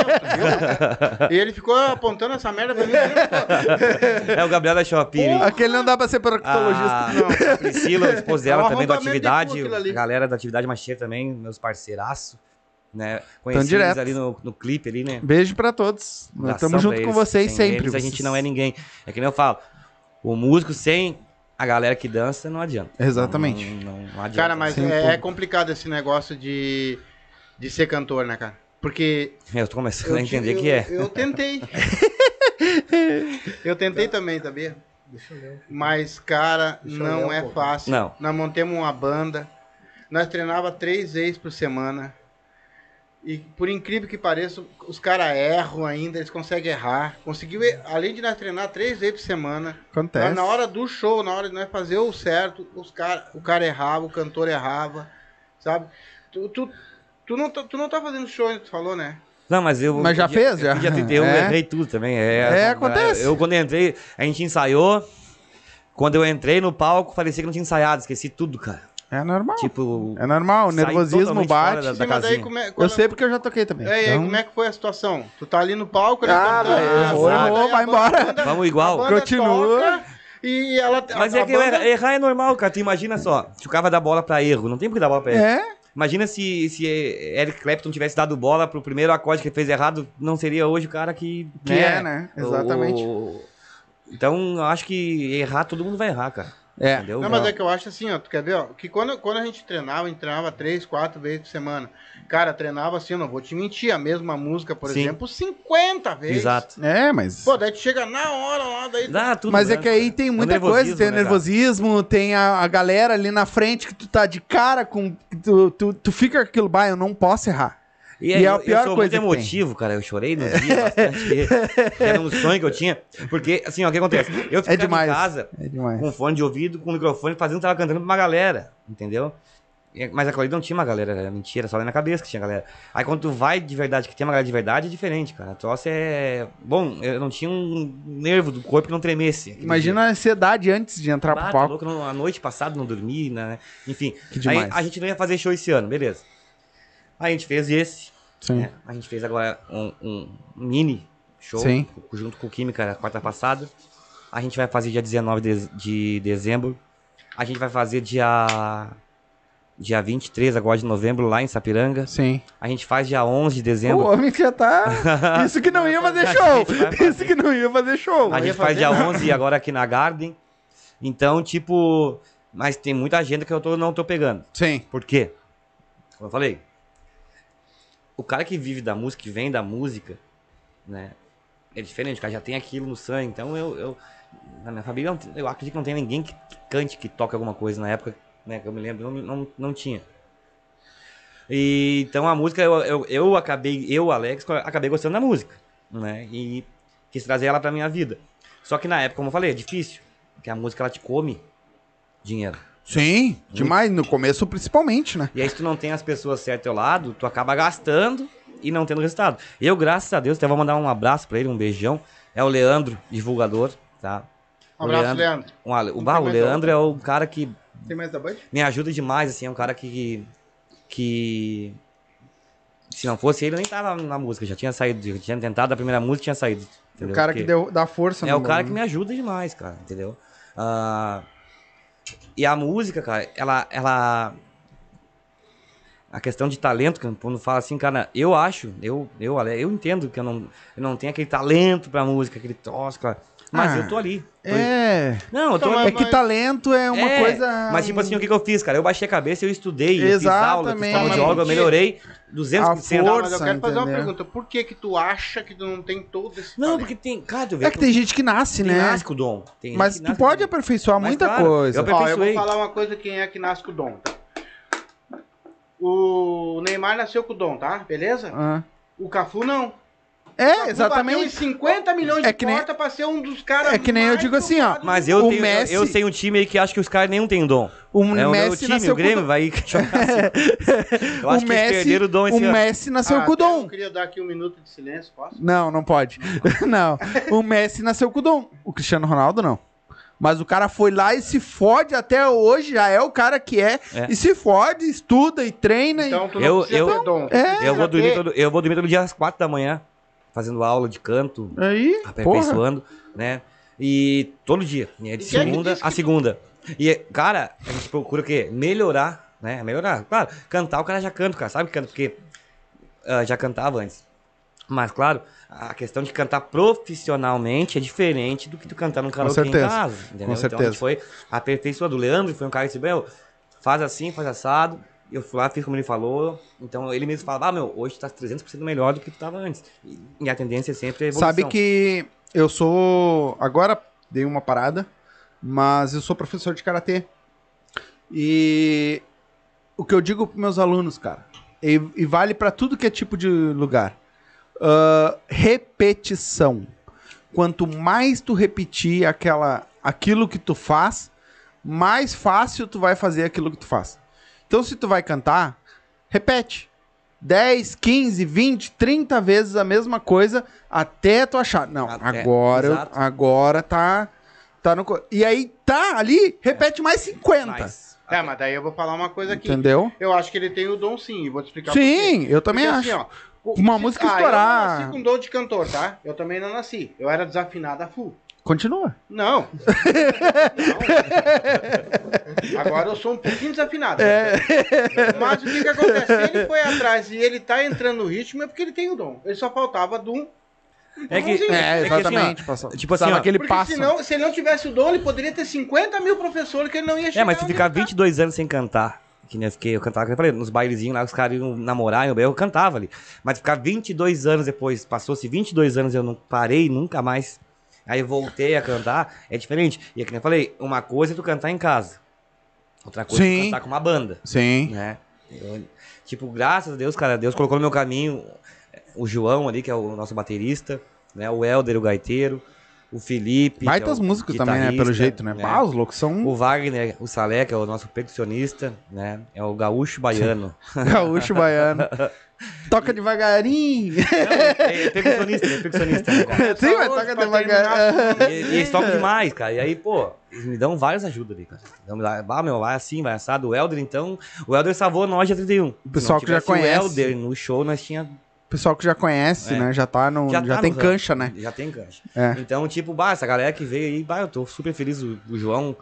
crocodilo. E ele ficou apontando essa merda pra mim.
É o Gabriel da Shopee. hein?
Aquele não dá pra ser proctologista.
A a Priscila, a
É
esposa dela
um
também da
arrombamento de cu
atividade.
aquilo
A
ali.
galera da atividade macheira também, meus parceiraços. Né? Conheci
direto.
eles ali no, no clipe ali, né?
Beijo pra todos. Nós
Abração
estamos junto
pra
com
eles.
vocês
Sem
sempre.
eles a
Vocês-
gente não é ninguém. É que nem eu falo. O músico sem a galera que dança não adianta.
Exatamente.
Não, não adianta.
Cara, mas
Sem
é,
público.
complicado esse negócio de, de ser cantor, né, cara? Porque
né? Eu tô começando a
tive-
entender que é.
Eu tentei. eu tentei também, sabia? Mas, cara,
Deixa eu ler
não
um
é
pouco.
fácil.
Não.
Nós montamos uma banda. Nós treinava três vezes por semana. E por incrível que pareça, os caras erram ainda, eles conseguem errar. Conseguiu, er- além de nós treinar três vezes por semana,
Acontece.
nós, na hora do show, na hora de nós fazer o certo, os cara, o cara errava, o cantor errava, sabe? Tu, tu, tu, não, tá, tu não tá fazendo show, né? tu falou, né?
Não, mas eu.
Mas já
eu-
fez, já?
Eu, já tentei, eu
É.
errei tudo também. É,
É, acontece.
Eu, quando entrei, a gente ensaiou. Quando eu entrei no palco, parecia que não tinha ensaiado, esqueci tudo, cara.
É normal.
Tipo,
É normal, o
Saí
nervosismo
totalmente fora
bate.
da-
Sim, mas daí
casinha.
como é,
Eu
quando-
sei porque eu já toquei também.
É, e aí,
Então,
como é que foi a situação? Tu tá ali no palco,
Ah,
cantando,
velho, errou,
sabe?
errou,
Aí a
vai
banda-
embora.
a banda-
Vamos igual.
a banda
Continua.
toca E ela.
Mas
a-
é
a
que eu
banda-
né?
erra- errar é normal, cara. Tu imagina só, se o cara vai dar bola pra erro, não tem por que dar bola pra erro.
É,
Imagina se, se Eric Clapton tivesse dado bola pro primeiro acorde que ele fez errado, não seria hoje o cara que.
que é, né? Exatamente.
O- Então, eu acho que errar, todo mundo vai errar, cara.
É.
Entendeu?
Não, mas é que eu acho assim, ó, tu quer ver, ó, que quando, quando a gente treinava, a gente treinava três, quatro vezes por semana. Cara, treinava assim, eu não vou te mentir, a mesma música, por
Sim.
exemplo, 50 vezes.
Exato.
É, mas.
Pô, daí tu chega na hora lá, daí tu
Dá tudo
Mas é
branco,
que aí
cara.
tem
É o
muita coisa,
nervosismo,
tem
né, cara?
nervosismo, tem a, a galera ali na frente que tu tá de cara com. Tu, tu, tu fica com aquilo, bah, eu não posso errar.
E,
E é
eu,
a pior
eu sou
coisa que
muito emotivo, cara. Eu chorei no dia bastante. Era um sonho que eu tinha. Porque, assim, ó, o que acontece? Eu ficava
demais.
em casa
É demais.
com fone de ouvido, com microfone, fazendo, tava cantando pra uma galera, entendeu? E- Mas aquilo ali não tinha uma galera, era mentira, só ali na cabeça que tinha galera. Aí quando tu vai de verdade, que tem uma galera de verdade, é diferente, cara. A troça é. Bom, eu não tinha um nervo do corpo que não tremesse. aquele
Imagina a ansiedade antes de entrar
Bah,
pro
Ah, tá
palco.
louco, não- a noite passada não dormi, né? Enfim.
Que demais.
Aí a gente não ia fazer show esse ano, beleza. Aí a gente fez esse.
Sim.
né? A gente fez agora um, um mini show
Sim.
co- junto com o Química na quarta passada. A gente vai fazer dia 19 de, de dezembro. A gente vai fazer dia. Dia 23 agora de novembro lá em Sapiranga.
Sim.
A gente faz dia 11 de
O
dezembro.
homem que já tá. Isso que não ia fazer
A
show!
gente vai fazer.
Isso que não ia fazer show!
A gente faz dia 11 agora aqui na Garden. Então, tipo. Mas tem muita agenda que eu tô, não tô pegando.
Sim.
Por quê? Como eu falei, o cara que vive da música, que vem da música, né? É diferente, o cara já tem aquilo no sangue. Então eu, eu na minha família, não tem- eu acredito que não tem ninguém que, que cante, que toque alguma coisa na época, né? Que eu me lembro, não, não, não tinha. E, então a música, eu, eu, eu acabei, eu, Alex, acabei gostando da música, né? E quis trazer ela pra minha vida. Só que na época, como eu falei, é difícil, porque a música ela te come dinheiro.
Sim, demais. No começo, principalmente, né?
E aí, se tu não tem as pessoas certas ao teu lado, tu acaba gastando e não tendo resultado. Eu, graças a Deus, até vou mandar um abraço pra ele, um beijão. É o Leandro, divulgador, tá?
Um abraço, Leandro.
Um ale- o, bah, o Leandro é o cara que
Tem mais da Band?
me ajuda demais, assim, é um cara que. que. Se não fosse ele, eu nem tava na música, já tinha saído, já tinha tentado a primeira música, tinha saído.
O
entendeu?
cara que
Porque-
deu, dá força
é
no
o cara
bagulho.
que me ajuda demais, cara, entendeu? Ah, e a música, cara, ela, ela. A questão de talento, que quando fala assim, cara, eu acho, eu, eu, Ale- eu entendo que eu não, eu não tenho aquele talento pra música, aquele troço, cara. Mas
Ah,
eu tô ali. Tô-
É.
Não, eu tô
Então,
ali.
É que talento é uma
É,
coisa.
Mas tipo assim, o que, que eu fiz, cara? Eu baixei a cabeça, eu estudei, eu fiz aula, eu fiz
Exatamente.
fonoaudiólogo, eu melhorei
A força.
Não, Tá, mas eu
200%.
quero fazer uma
entendeu?
pergunta. Por que que tu acha que tu não tem todo esse
Não,
talento?
porque tem. Cara, tu vê
É que tem gente que nasce,
tem
né?
nasce com o dom. Tem gente
Mas
que
tu
nasce
pode
com o dom.
aperfeiçoar
Mas,
muita
claro,
coisa.
eu-
Ó, eu vou
aperfeiçoei.
falar uma coisa quem é que nasce com o dom. tá? O Neymar nasceu com o dom, tá? Beleza?
Ah,
O Cafu não.
É,
Tem
exatamente.
50 milhões de
É que nem-
porta pra ser um dos caras
é que nem eu
mais
digo assim, ó,
topados.
Mas eu,
O
tenho,
Messi-
eu sei um time aí que acho que os caras nenhum tem dom.
O
É o meu
Um Messi
time, o
nasceu com
Grêmio
dom.
vai jogar assim. Eu acho
o
que eles
Messi,
perderam o dom esse
o
ano.
Um Messi nasceu
Ah,
com o
até
dom.
Eu queria dar aqui um minuto de silêncio, posso?
Não, não pode. não. O Messi nasceu com o dom. O Cristiano Ronaldo não. Mas o cara foi lá e se fode até hoje, já é o cara que é,
É.
e se fode, estuda e treina.
Então tu não
Eu-
precisa
eu-
ter dom.
É.
Tu
Eu vou,
precisa
dormir
ter-
todo, eu vou dormir todo dia às quatro da manhã, fazendo aula de canto,
e... Aí, porra.
aperfeiçoando, né? E todo dia, né? de
E quem é que
segunda
disse que
a
tu-
segunda. E, cara, a gente procura o quê? Melhorar, né? Melhorar. Claro, cantar o cara já canta, o cara sabe que canta, porque ah, já cantava antes. Mas, claro, a questão de cantar profissionalmente é diferente do que tu cantar num karaokê
certeza.
em casa. Entendeu? Então, a
certeza.
gente foi aperfeiçoando. O Leandro foi um cara que disse, meu, faz assim, faz assado. Eu fui lá, fiz como ele falou. Então, ele mesmo falava, ah, meu, hoje tu tá 300% melhor do que tu tava antes. E, e a tendência é sempre a evolução.
Sabe que eu sou. Agora dei uma parada, mas eu sou professor de karatê. E o que eu digo para meus alunos, cara, e, e vale para tudo que é tipo de lugar: Ah, repetição. Quanto mais tu repetir aquela, aquilo que tu faz, mais fácil tu vai fazer aquilo que tu faz. Então, se tu vai cantar, repete. 10, 15, 20, 30 vezes a mesma coisa até tu achar. Não,
Até,
agora,
exato.
agora tá, tá no. co- E aí tá ali, repete mais 50.
Mas,
É, mas daí eu vou falar uma coisa aqui.
Entendeu?
Eu acho que ele tem o dom sim, e vou te explicar por quê.
Sim, eu também
Porque,
acho.
assim, ó, o-
Uma
se-
música
ah, Eu não
estourar.
nasci com dom de cantor, tá? Eu também não nasci. Eu era desafinado a full.
Continua.
Não. Não. Agora eu sou um pouquinho desafinado.
É.
Mas o que, que acontece? Se ele foi atrás e ele tá entrando no ritmo, é porque ele tem o dom. Ele só faltava do um.
É que-
empurrãozinho.
é, que assim,
passou-
tipo assim,
precisava
ó,
aquele
Porque
passo.
senão, se ele não tivesse o dom, ele poderia ter 50 mil professores que ele não ia chegar.
É, mas se
onde
ficar
ele tá.
22 anos sem cantar, que nem eu fiquei, eu cantava, eu falei, nos bailezinhos lá, os caras iam namorar, eu, eu cantava ali. Mas ficar 22 anos depois, passou-se 22 anos, eu não parei nunca mais. Aí eu voltei a cantar, é diferente. E é que nem eu falei, uma coisa é tu cantar em casa, outra coisa é
Sim.
tu cantar com uma banda,
Sim.
né? Eu- tipo, graças a Deus, cara, Deus colocou no meu caminho o João ali, que é o nosso baterista, né? O Helder, o gaiteiro, o Felipe. que é
Baitas
o
músicos também, né? Pelo
guitarrista,
jeito, né? Bah, os loucos são
o Wagner, o Salé, que é o nosso percussionista, né? É o gaúcho baiano.
gaúcho baiano. Toca devagarinho.
é percussionista, ele é percussionista. né, cara?
Só
Sim, mas
hoje,
toca
Tá pra
devagar. é.
terminar.
E, e eles tocam demais, cara. E aí, pô, eles me dão várias ajudas ali, cara. Então, me dá- bah, meu, vai assim, vai assado. O Helder, então, o Helder salvou nós dia 31. Se não
Pessoal que já
tivesse
conhece.
O Helder no show, nós tinha
Pessoal que já conhece,
É.
né? Já tá no. Já,
tá
tem
no-
cancha, né?
Já tem cancha.
É.
Então, tipo, bah, essa galera que veio aí, bah, eu tô super feliz. O, o João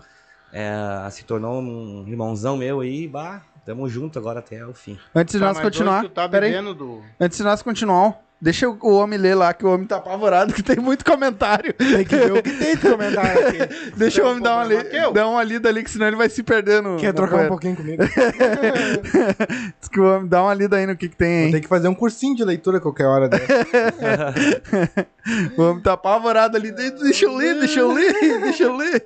é, se tornou um irmãozão meu aí, bah, tamo junto agora até o fim.
Antes de
Tá,
nós
mas hoje
continuar.
Tu tá
peraí.
bebendo do...
Antes de nós continuar. Deixa o o homem ler lá, que o homem tá apavorado, que tem muito comentário.
Tem que ver o que tem de comentário aqui.
Deixa
Então,
o homem dar uma,
problema
li-
teu.
dar uma lida ali, que senão ele vai se perder no. no
Quer trocar um
banheiro.
pouquinho comigo?
Diz que o homem dá uma lida aí no que, que tem,
Vou
hein?
ter que fazer um cursinho de leitura qualquer hora dessa.
É. O homem tá apavorado ali. de- Deixa eu ler, deixa eu ler, deixa eu ler.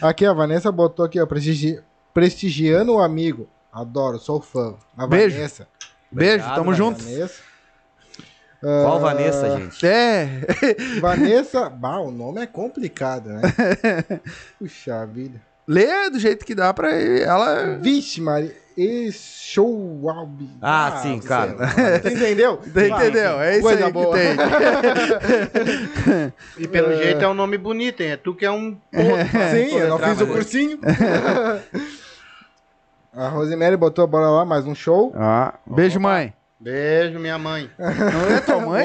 Aqui, a Vanessa botou aqui, ó, prestigi- prestigiando o amigo. Adoro, sou fã. A
Beijo.
Vanessa.
Beijo,
Obrigado,
tamo
Vanessa.
junto.
Vanessa.
Qual Vanessa, gente?
É,
Vanessa. Bah, o nome é complicado, né? Puxa vida.
lê do jeito que dá pra ela.
Vixe, Maria. Eshowab.
Ah, sim,
sei
cara.
lá. Tu entendeu?
Entendeu? É isso
Coisa
aí
boa.
que tem.
E pelo jeito é um nome bonito, hein? É tu que é um...
Sim, eu não fiz o cursinho. A Rosemary botou, bora lá, mais um show.
Ah, beijo, mãe.
Beijo, minha mãe.
Não é tua mãe?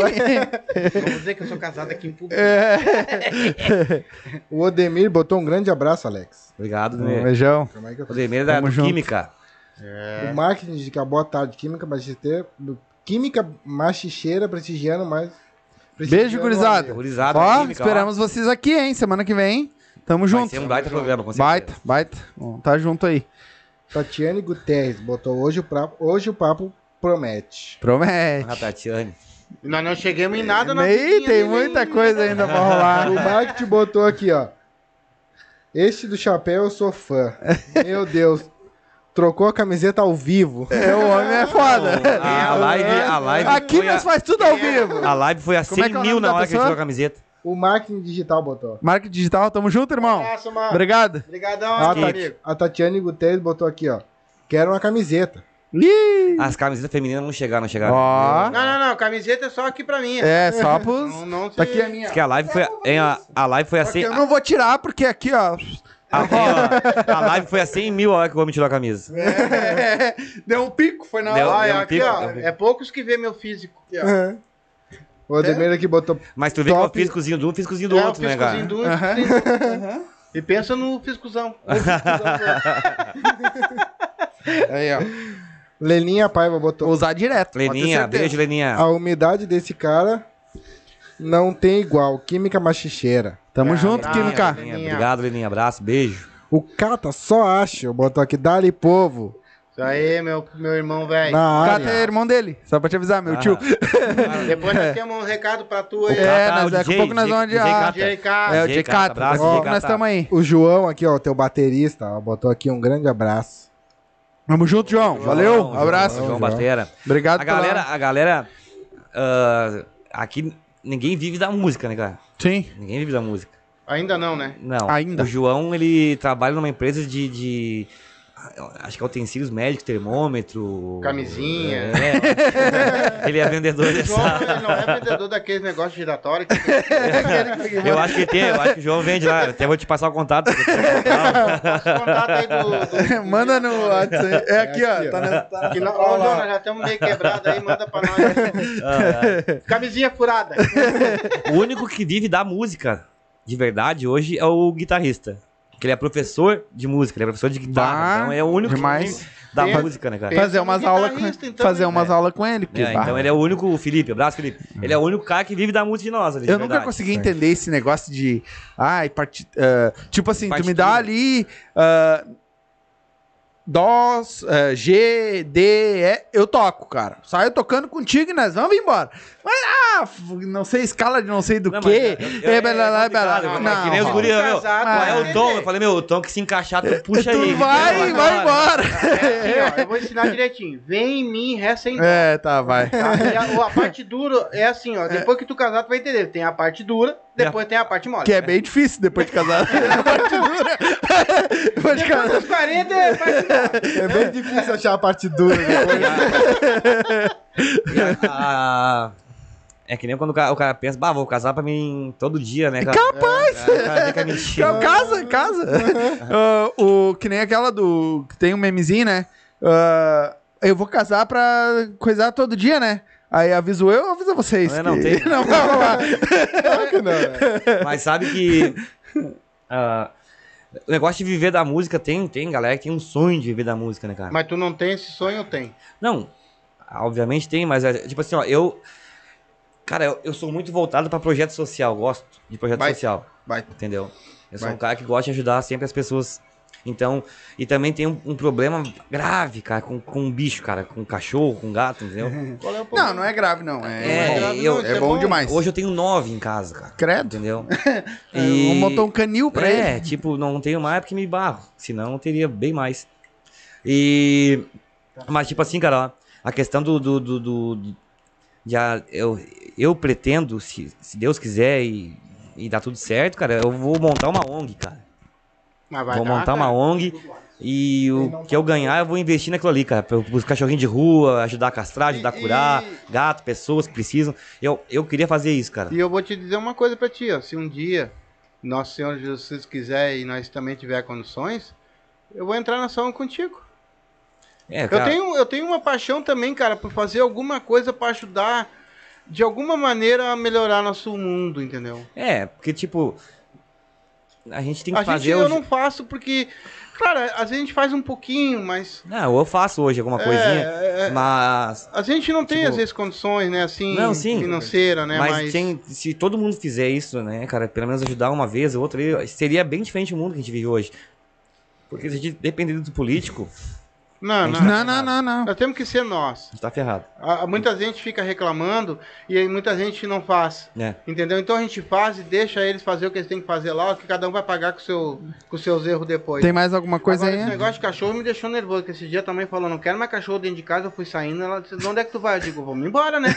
Vamos dizer que eu sou casado aqui em público.
É.
O Odemir botou um grande abraço, Alex.
Obrigado,
Um
né?
beijão.
Calma aí que eu-
O Demeira da
Tamo
do
junto.
Química.
É.
O marketing de acabou a tarde. Química machisteira. Química machicheira prestigiando mais.
Beijo, gurizada.
Gurizada da
Ó,
Química, ó.
esperamos vocês aqui, hein? Semana que vem. Tamo
Vai
junto.
ser um baita programa, com certeza.
Baita, baita. Bom, tá junto aí.
Tatiane Guterres botou hoje o, pra... hoje o papo promete.
Ah,
Promete.
Tatiane.
E Nós não chegamos em nada, não.
Ei, É. tem muita coisa ainda pra rolar.
O marketing botou aqui, ó. Este do chapéu eu sou fã. Meu Deus. Trocou a camiseta ao vivo.
É, o homem é foda.
Ah, A, a live, a live
É. Aqui
foi a,
nós faz tudo ao vivo.
a live foi a
Como
100
é que é o
mil
nome da
na hora que a gente
pessoa?
tirou a camiseta.
O marketing digital botou.
Marketing digital, tamo junto, irmão.
Abraço, mano.
Obrigado. tá.
Obrigadão,
Ah,
A,
meu
Ta-
amigo.
a Tatiane Guterres botou aqui, ó. Quero uma camiseta.
Ih!
As camisetas femininas não chegaram, não chegaram.
Ó.
Não, não, não. Camiseta é só aqui pra mim.
É, só pros.
Não, não
Tá
se-
aqui a minha.
Diz que a live foi a, hein, a, a live foi a 100
Eu não vou tirar porque aqui, ó.
a, a- a live foi a 100 mil a hora que o homem tirou a camisa.
É, deu um pico, foi na
Deu-
hora.
Olha,
um
aqui,
pico,
ó.
tá
deu um pico.
É poucos que vê meu físico.
É.
Aqui, ó.
O Ademir aqui botou.
Mas tu vê que é o
Top.
físicozinho de um, físicozinho do
É, o
outro, né, cara?
físicozinho do outro,
Aham.
sim. E pensa no fiscuzão.
Aí, ó.
Leninha Paiva botou.
Vou usar direto.
Leninha,
pode ter certeza. Ah,
beijo, Leninha.
A umidade desse cara não tem igual. Química machicheira.
Tamo
Ah,
junto,
ah,
Química.
Leninha,
Leninha.
Obrigado, Leninha. Abraço, beijo.
O Cata só acha. Botou aqui. Dali, povo.
Isso aí, meu, meu irmão, velho.
Na
O Cata
área.
é irmão dele, só pra te avisar, meu tio.
Depois nós temos um recado pra tu
Ah, O tá
aí.
É,
Cata,
nós-
o
daqui a
DJ,
pouco nós vamos
DJ
adiar.
Cata.
DJ Cata.
É, o
DJ
Jecata.
Cata, abraço, tá.
Ó,
Jecata.
nós estamos aí.
O João aqui, ó, teu baterista, ó, botou aqui um grande abraço.
Tamo junto, João. Valeu,
João,
abraço.
João, João
João.
Batera.
Obrigado
A galera, a galera ah, aqui ninguém vive da música, né, cara?
Sim.
Ninguém vive da música.
Ainda não, né?
Não.
Ainda.
O João, ele trabalha numa empresa de. de- acho que é utensílios médicos, termômetro.
Camisinha.
É. ele é vendedor
O João
dessa.
ele não é vendedor daqueles negócios giratórios. Que... é
Eu acho que tem, eu acho que o João vende lá. Até vou te passar o contato. porque tem que comprar.
Esse um contato aí do- do- do
Manda no
giratório.
WhatsApp. É aqui, ó. Tá na...
Que não, ô, João, nós já estamos meio quebrado aí, manda pra nós. Camisinha furada.
o único que vive da música, de verdade, hoje é o guitarrista. Porque ele é professor de música, ele é professor de guitarra.
Bah,
então é o único
demais.
que vive da
Pensa-
música, né, cara?
Pensa
Fazer
no
umas aulas com
guitarrista, então,
Fazer
hein?
umas aulas com ele. que
É,
bah.
então ele é o único, o Felipe, abraço Felipe. Ele é o único cara que vive da música de nós ali. de
Eu nunca
É verdade.
consegui entender esse negócio de. Ai, parti- ah, tipo assim, tu me
Partitura.
dá ali. ah, dó, ah, G, D, E. Eu toco, cara. Saio tocando contigo e nós vamos embora. Mas, ah, f- não sei, escala de não sei do
Não, mas ah,
quê.
eu- eu-
É, blá, blá, blá, blá.
complicado, mas
Não,
que nem os
não.
guri, meu.
Casado,
Qual é
vai.
o tom? Eu falei, meu, o tom que se encaixar, tu puxa aí.
Tu vai,
Entendeu?
vai embora.
É assim, ó, eu vou ensinar direitinho. Vem em mim, recém.
É, tá, vai.
Tá? E a, ou a parte dura é assim, ó. Depois que tu casar, tu vai entender. Tem a parte dura, depois tem a parte mole.
Que é bem difícil depois de casar. Partidura. Depois de
Depois
casar.
dos 40 é parte mole.
É bem difícil achar a parte dura. Né?
E a- a- É que nem quando o cara, o cara pensa, bah, vou casar pra mim todo dia, né? Cara?
Capaz.
É, o cara fica mentindo.
Ca- Casa, casa. Ah, o, que nem aquela do. Que tem um memezinho, né? Ah, eu vou casar pra coisar todo dia, né? Aí aviso eu, aviso vocês.
Não é, não,
que-
tem.
Não, vai rolar.
Claro que não, né?
Mas sabe que. ah, o negócio de viver da música tem, tem galera que tem um sonho de viver da música, né, cara?
Mas tu não tem esse sonho, eu tenho.
Não, obviamente tem, mas é tipo assim, ó, eu. Cara, eu, eu sou muito voltado pra projeto social, gosto de projeto
Vai.
social.
Vai.
Entendeu? Eu sou
Vai.
um cara que gosta de ajudar sempre as pessoas. Então, e também tem um, um problema grave, cara, com, com um bicho, cara, com um cachorro, com um gato, entendeu?
Qual é o
não,
problema?
não é grave, não. É,
É,
bom.
grave, eu-
é bom demais.
Hoje eu tenho nove em casa, cara.
Credo.
Entendeu?
É,
E... Montou um canil pra ele.
É, tipo, não tenho mais porque me barro. Senão eu teria bem mais. E. Mas, tipo assim, cara, a questão do. do, do, do- do- de a- eu, eu pretendo, se, se Deus quiser e, e dar tudo certo, cara, eu vou montar uma ONG, cara.
Mas vai
vou
dar,
montar uma
cara.
ONG e o que eu ganhar, eu vou investir naquilo ali, cara. Pra, os cachorrinhos de rua, ajudar a castrar, ajudar a
E-
curar,
e-
gato, pessoas que precisam. Eu, eu queria fazer isso, cara.
E eu vou te dizer uma coisa pra ti, ó. Se um dia Nosso Senhor Jesus quiser e nós também tiver condições, eu vou entrar na ação contigo.
É,
Eu
cara.
tenho, eu tenho uma paixão também, cara, por fazer alguma coisa pra ajudar de alguma maneira a melhorar nosso mundo, entendeu?
É, porque, tipo. A gente tem que
A
fazer.
gente eu
hoje-
não faço porque, claro, às vezes a gente faz um pouquinho, mas
Não, eu faço hoje alguma coisinha,
É, é,
mas,
a gente não tem
Tipo-
às vezes condições, né, assim,
Não, sim.
financeira, né,
mas,
mas,
tem- se todo mundo fizer isso, né, cara, pelo menos ajudar uma vez ou outra, aí, seria bem diferente o mundo que a gente vive hoje. Porque se a gente depender do político,
Não, não.
Não, não, não, não.
Nós temos que ser nós.
A gente tá ferrado.
A- a- Muita gente fica reclamando e aí muita gente não faz.
né?
Entendeu? Então a gente faz e deixa eles fazer o que eles têm que fazer lá, que cada um vai pagar com, seu, com seus erros depois.
Tem mais alguma coisa
Agora,
aí? é
Esse negócio de cachorro me deixou nervoso, que esse dia também falou, não quero mais cachorro dentro de casa, eu fui saindo, ela disse, de onde é que tu vai? Eu digo, vamos embora, né?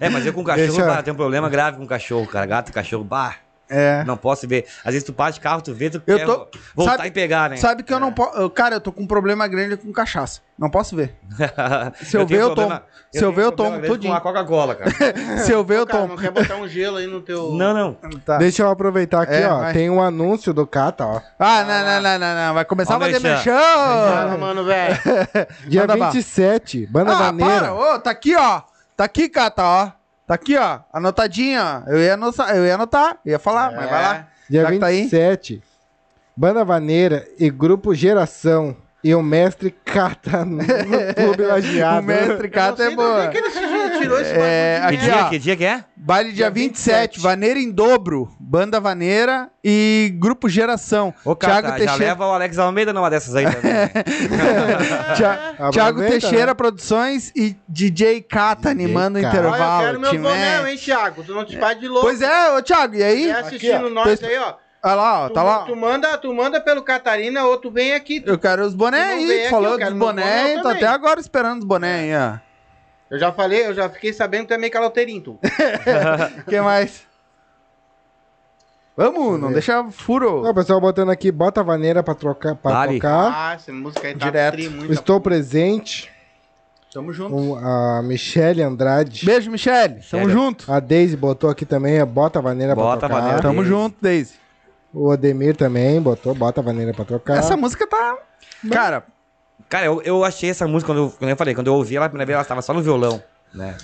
É, mas eu com cachorro,
Deixa-
cara, tem um problema grave com cachorro, cara. Gato, cachorro, bah.
É.
Não posso ver. Às vezes tu passa de carro, tu vê, tu
Eu
quer
tô-
voltar
sabe-
e pegar, né?
Sabe que eu não posso. Cara, eu tô com um problema grande com cachaça. Não posso ver. Se eu
tenho
ver, eu
problema-
tomo. Se eu ver, eu
tenho problema
tomo
grande
todinho.
Com a Coca-Cola, cara.
Se eu ver, eu
Cara,
tomo.
não quer botar um gelo aí no teu...
não, não.
Tá.
Deixa eu aproveitar aqui,
É,
ó.
vai.
Tem um anúncio do Cata, ó.
Ah, não, não, não, não, não. Vai começar a
Ó,
fazer
merchan.
Fala,
merchan.
mano, velho.
É,
Dia
Manda bala.
27, Banda
Ah, para.
Vaneira.
Ô, tá aqui, ó. Tá aqui, Cata, ó. Tá aqui, ó. Anotadinha, ó. Eu ia anotar, eu ia, anotar, ia falar, mas vai lá.
Dia
Já que tá aí.
27, Banda Vaneira e Grupo Geração e o Mestre Cata no É. Clube Lajeado.
o mestre Cata é boa.
boa. que ele se- tirou esse
É,
bagulho
Que
aqui,
de merda.
ó.
dia, que dia que é?
Baile dia
Dia
27, Vaneira em dobro, Banda Vaneira e Grupo Geração.
Ô, cara,
Thiago
já
Teixeira,
leva o Alex Almeida numa dessas aí também. né?
Aproveita,
Thia- Thiago
né?
Teixeira Produções e DJ Cata
DJ
animando o
Cata.
Ó, eu
intervalo.
quero meu voo
time. é.
mesmo, hein, Thiago? Tu não te faz de louco.
né? Pois é, ô Thiago, e aí?
Vem assistindo
Aqui, ó.
nós
Tô-
aí, ó.
Olha lá, ó,
Tu-
tá lá.
Tu manda, tu manda pelo Catarina ou tu vem aqui.
Eu quero os boné
Tu não veio
aí, tu
aqui,
falou
eu quero
dos
meu boné
boné, tô
também.
até agora esperando os boné aí,
Eu já falei, eu já fiquei sabendo que tu é meio caloteirinho, tu.
ó. que mais? Vamos, não
ver. Tá
deixa
Ó,
furo.
o pessoal botando aqui, bota a vaneira pra trocar. Pra
Vale.
tocar.
Ah, essa música aí tá
Direto.
tri, muito
Estou presente
Tamo junto.
com a Michele Andrade.
Beijo, Michele. Tamo
Michele.
junto.
A Daisy botou aqui também, é bota a vaneira
Bota
pra
a
tocar.
vaneira.
Tamo
Deise.
junto, Daisy.
O Ademir também botou, bota a vaneira pra tocar.
Essa música tá. Cara,
Cara, eu, eu achei essa música, quando eu, quando eu falei, quando eu ouvi ela a primeira vez, ela tava só no violão, né?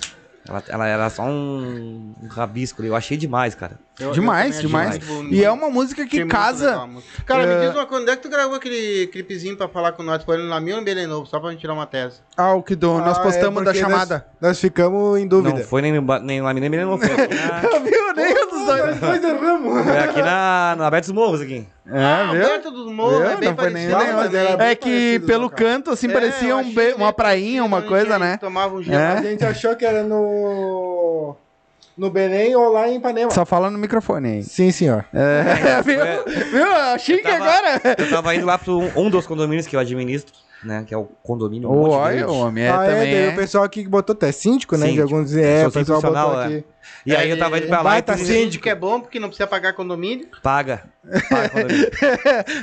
Ela, ela era só um um rabisco ali, eu achei demais, cara.
Eu- eu
demais,
também
demais.
achei muito
E é
bonito.
uma música
Achei
que
muito legal a
casa.
música. Cara, me
É.
diz uma coisa, onde é que tu gravou aquele clipezinho pra falar com nós? Foi no Lamil ou em Belém Novo, só pra gente tirar uma tese.
Ah, o que do, nós
Ah, é
postamos da
porque nós-
chamada.
Nós, ficamos em
Não
dúvida.
foi nem nem nem nem, nem, nem não foi. Aqui na,
Viu? Nem eu dos dois.
dois erramos.
foi aqui na, na Aberto dos Morros aqui.
É,
Ah,
viu?
Ah, Alberto dos Morros,
Viu?
é bem
Não foi nem-
parecido
nem-
também.
era-
É que
parecido,
pelo
né, cara?
canto, assim,
É,
parecia
eu
um
achei
be-
bem
uma prainha,
parecido,
uma
onde
coisa,
eles
né?
Tomavam um gelo.
É.
A gente achou que era no. No Belém ou lá em Ipanema.
Só fala no microfone aí.
Sim, senhor.
É, viu? Viu? Achei que
tava-
agora.
Eu tava indo lá pro um, um dos condomínios que eu administro, né? Que é o condomínio
Ô,
Monte
Olha,
Verde.
o homem é
ah, é,
também.
teve o
é.
pessoal aqui que botou até síndico, né? de
Síndico.
alguns. É,
Sou
o pessoal
institucional,
botou
é.
aqui.
E aí eu
É,
tava indo pra lá e
baita
tu
Esse
síndico.
síndico é bom porque não precisa pagar condomínio.
paga. Paga condomínio.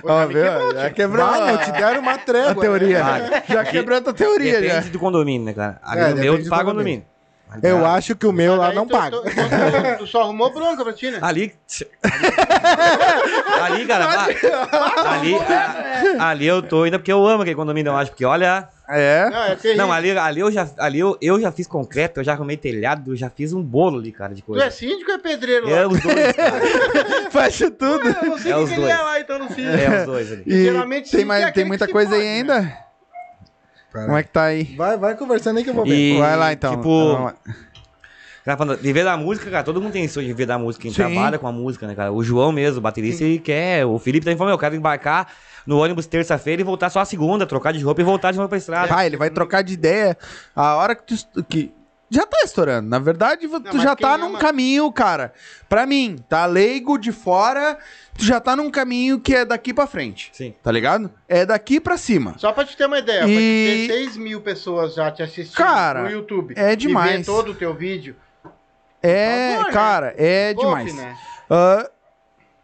Ó, viu? Já quebrou.
Ah, não, te deram uma trégua.
a teoria.
Ah,
né? Já quebrou a tua teoria,
Depende
já.
do condomínio, né, cara? Aqui
É,
no meu
depende
tu
do
paga o
condomínio.
condomínio. né?
Eu acho que o meu lá
Aí
não
tu-
paga.
Tu, tu- tu só arrumou bronca pra
Ah.
ti, né?
Ali. ali, cara. lá- ali, a- ali eu tô ainda porque eu amo aquele condomínio, eu acho. Porque olha.
É.
Não, é terrível.
Não, ali, ali, eu, já, ali eu, eu já fiz concreto, eu já arrumei telhado, eu já fiz um bolo ali, cara, de
Tu é
coisa.
síndico ou é pedreiro lá? Ah,
É os dois, cara.
É.
Faz de tudo.
Eu não sei
É
o
os
que ele
dois.
é lá então no síndico.
É os dois ali.
E
Geralmente
tem,
sim,
mais-
é aquele
tem
que
muita
se
coisa aí
fode, né?
ainda? Como é que tá aí?
Vai, vai conversando aí que eu vou ver.
E,
Vai lá então.
Tipo, cara, falando, viver da música, cara, todo mundo tem sonho de viver da música, quem
Sim.
trabalha com a música, né, cara? O João mesmo, baterista, ele quer. O Felipe também falou, meu, eu quero embarcar no ônibus terça-feira e voltar só a segunda, trocar de roupa e voltar de novo pra estrada.
Ah, ele vai trocar de ideia a hora que tu. est- Que já tá estourando. Na verdade, vo- tu
mas
já
quem é
tá num
ama-
caminho, cara. Pra mim, tá leigo de fora, tu já tá num caminho que é daqui pra frente.
Sim.
Tá ligado? É daqui pra cima.
Só pra te ter uma ideia, foi
E-
16 mil pessoas já te assistindo
Cara,
no YouTube.
é
E ver
demais.
todo o teu vídeo.
É,
favor, né?
cara, é
Poupe,
demais.
né?
Ah,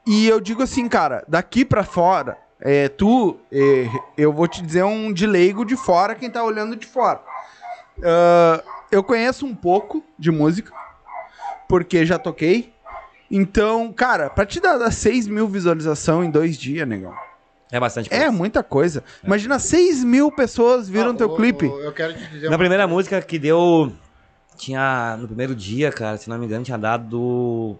e eu digo assim, cara, daqui pra fora, é, tu, é, eu vou te dizer um de leigo de fora, quem tá olhando de fora. Ah, eu conheço um pouco de música, porque já toquei. Então, cara, pra te dar 6 mil visualizações em dois dias, negão,
É bastante coisa.
é muita coisa. Imagina, 6 mil pessoas viram
Ó,
teu
o-
clipe.
o- Ah, Eu quero te dizer
Na
uma
primeira música que deu. Tinha. No primeiro dia, cara, se não me engano, tinha dado.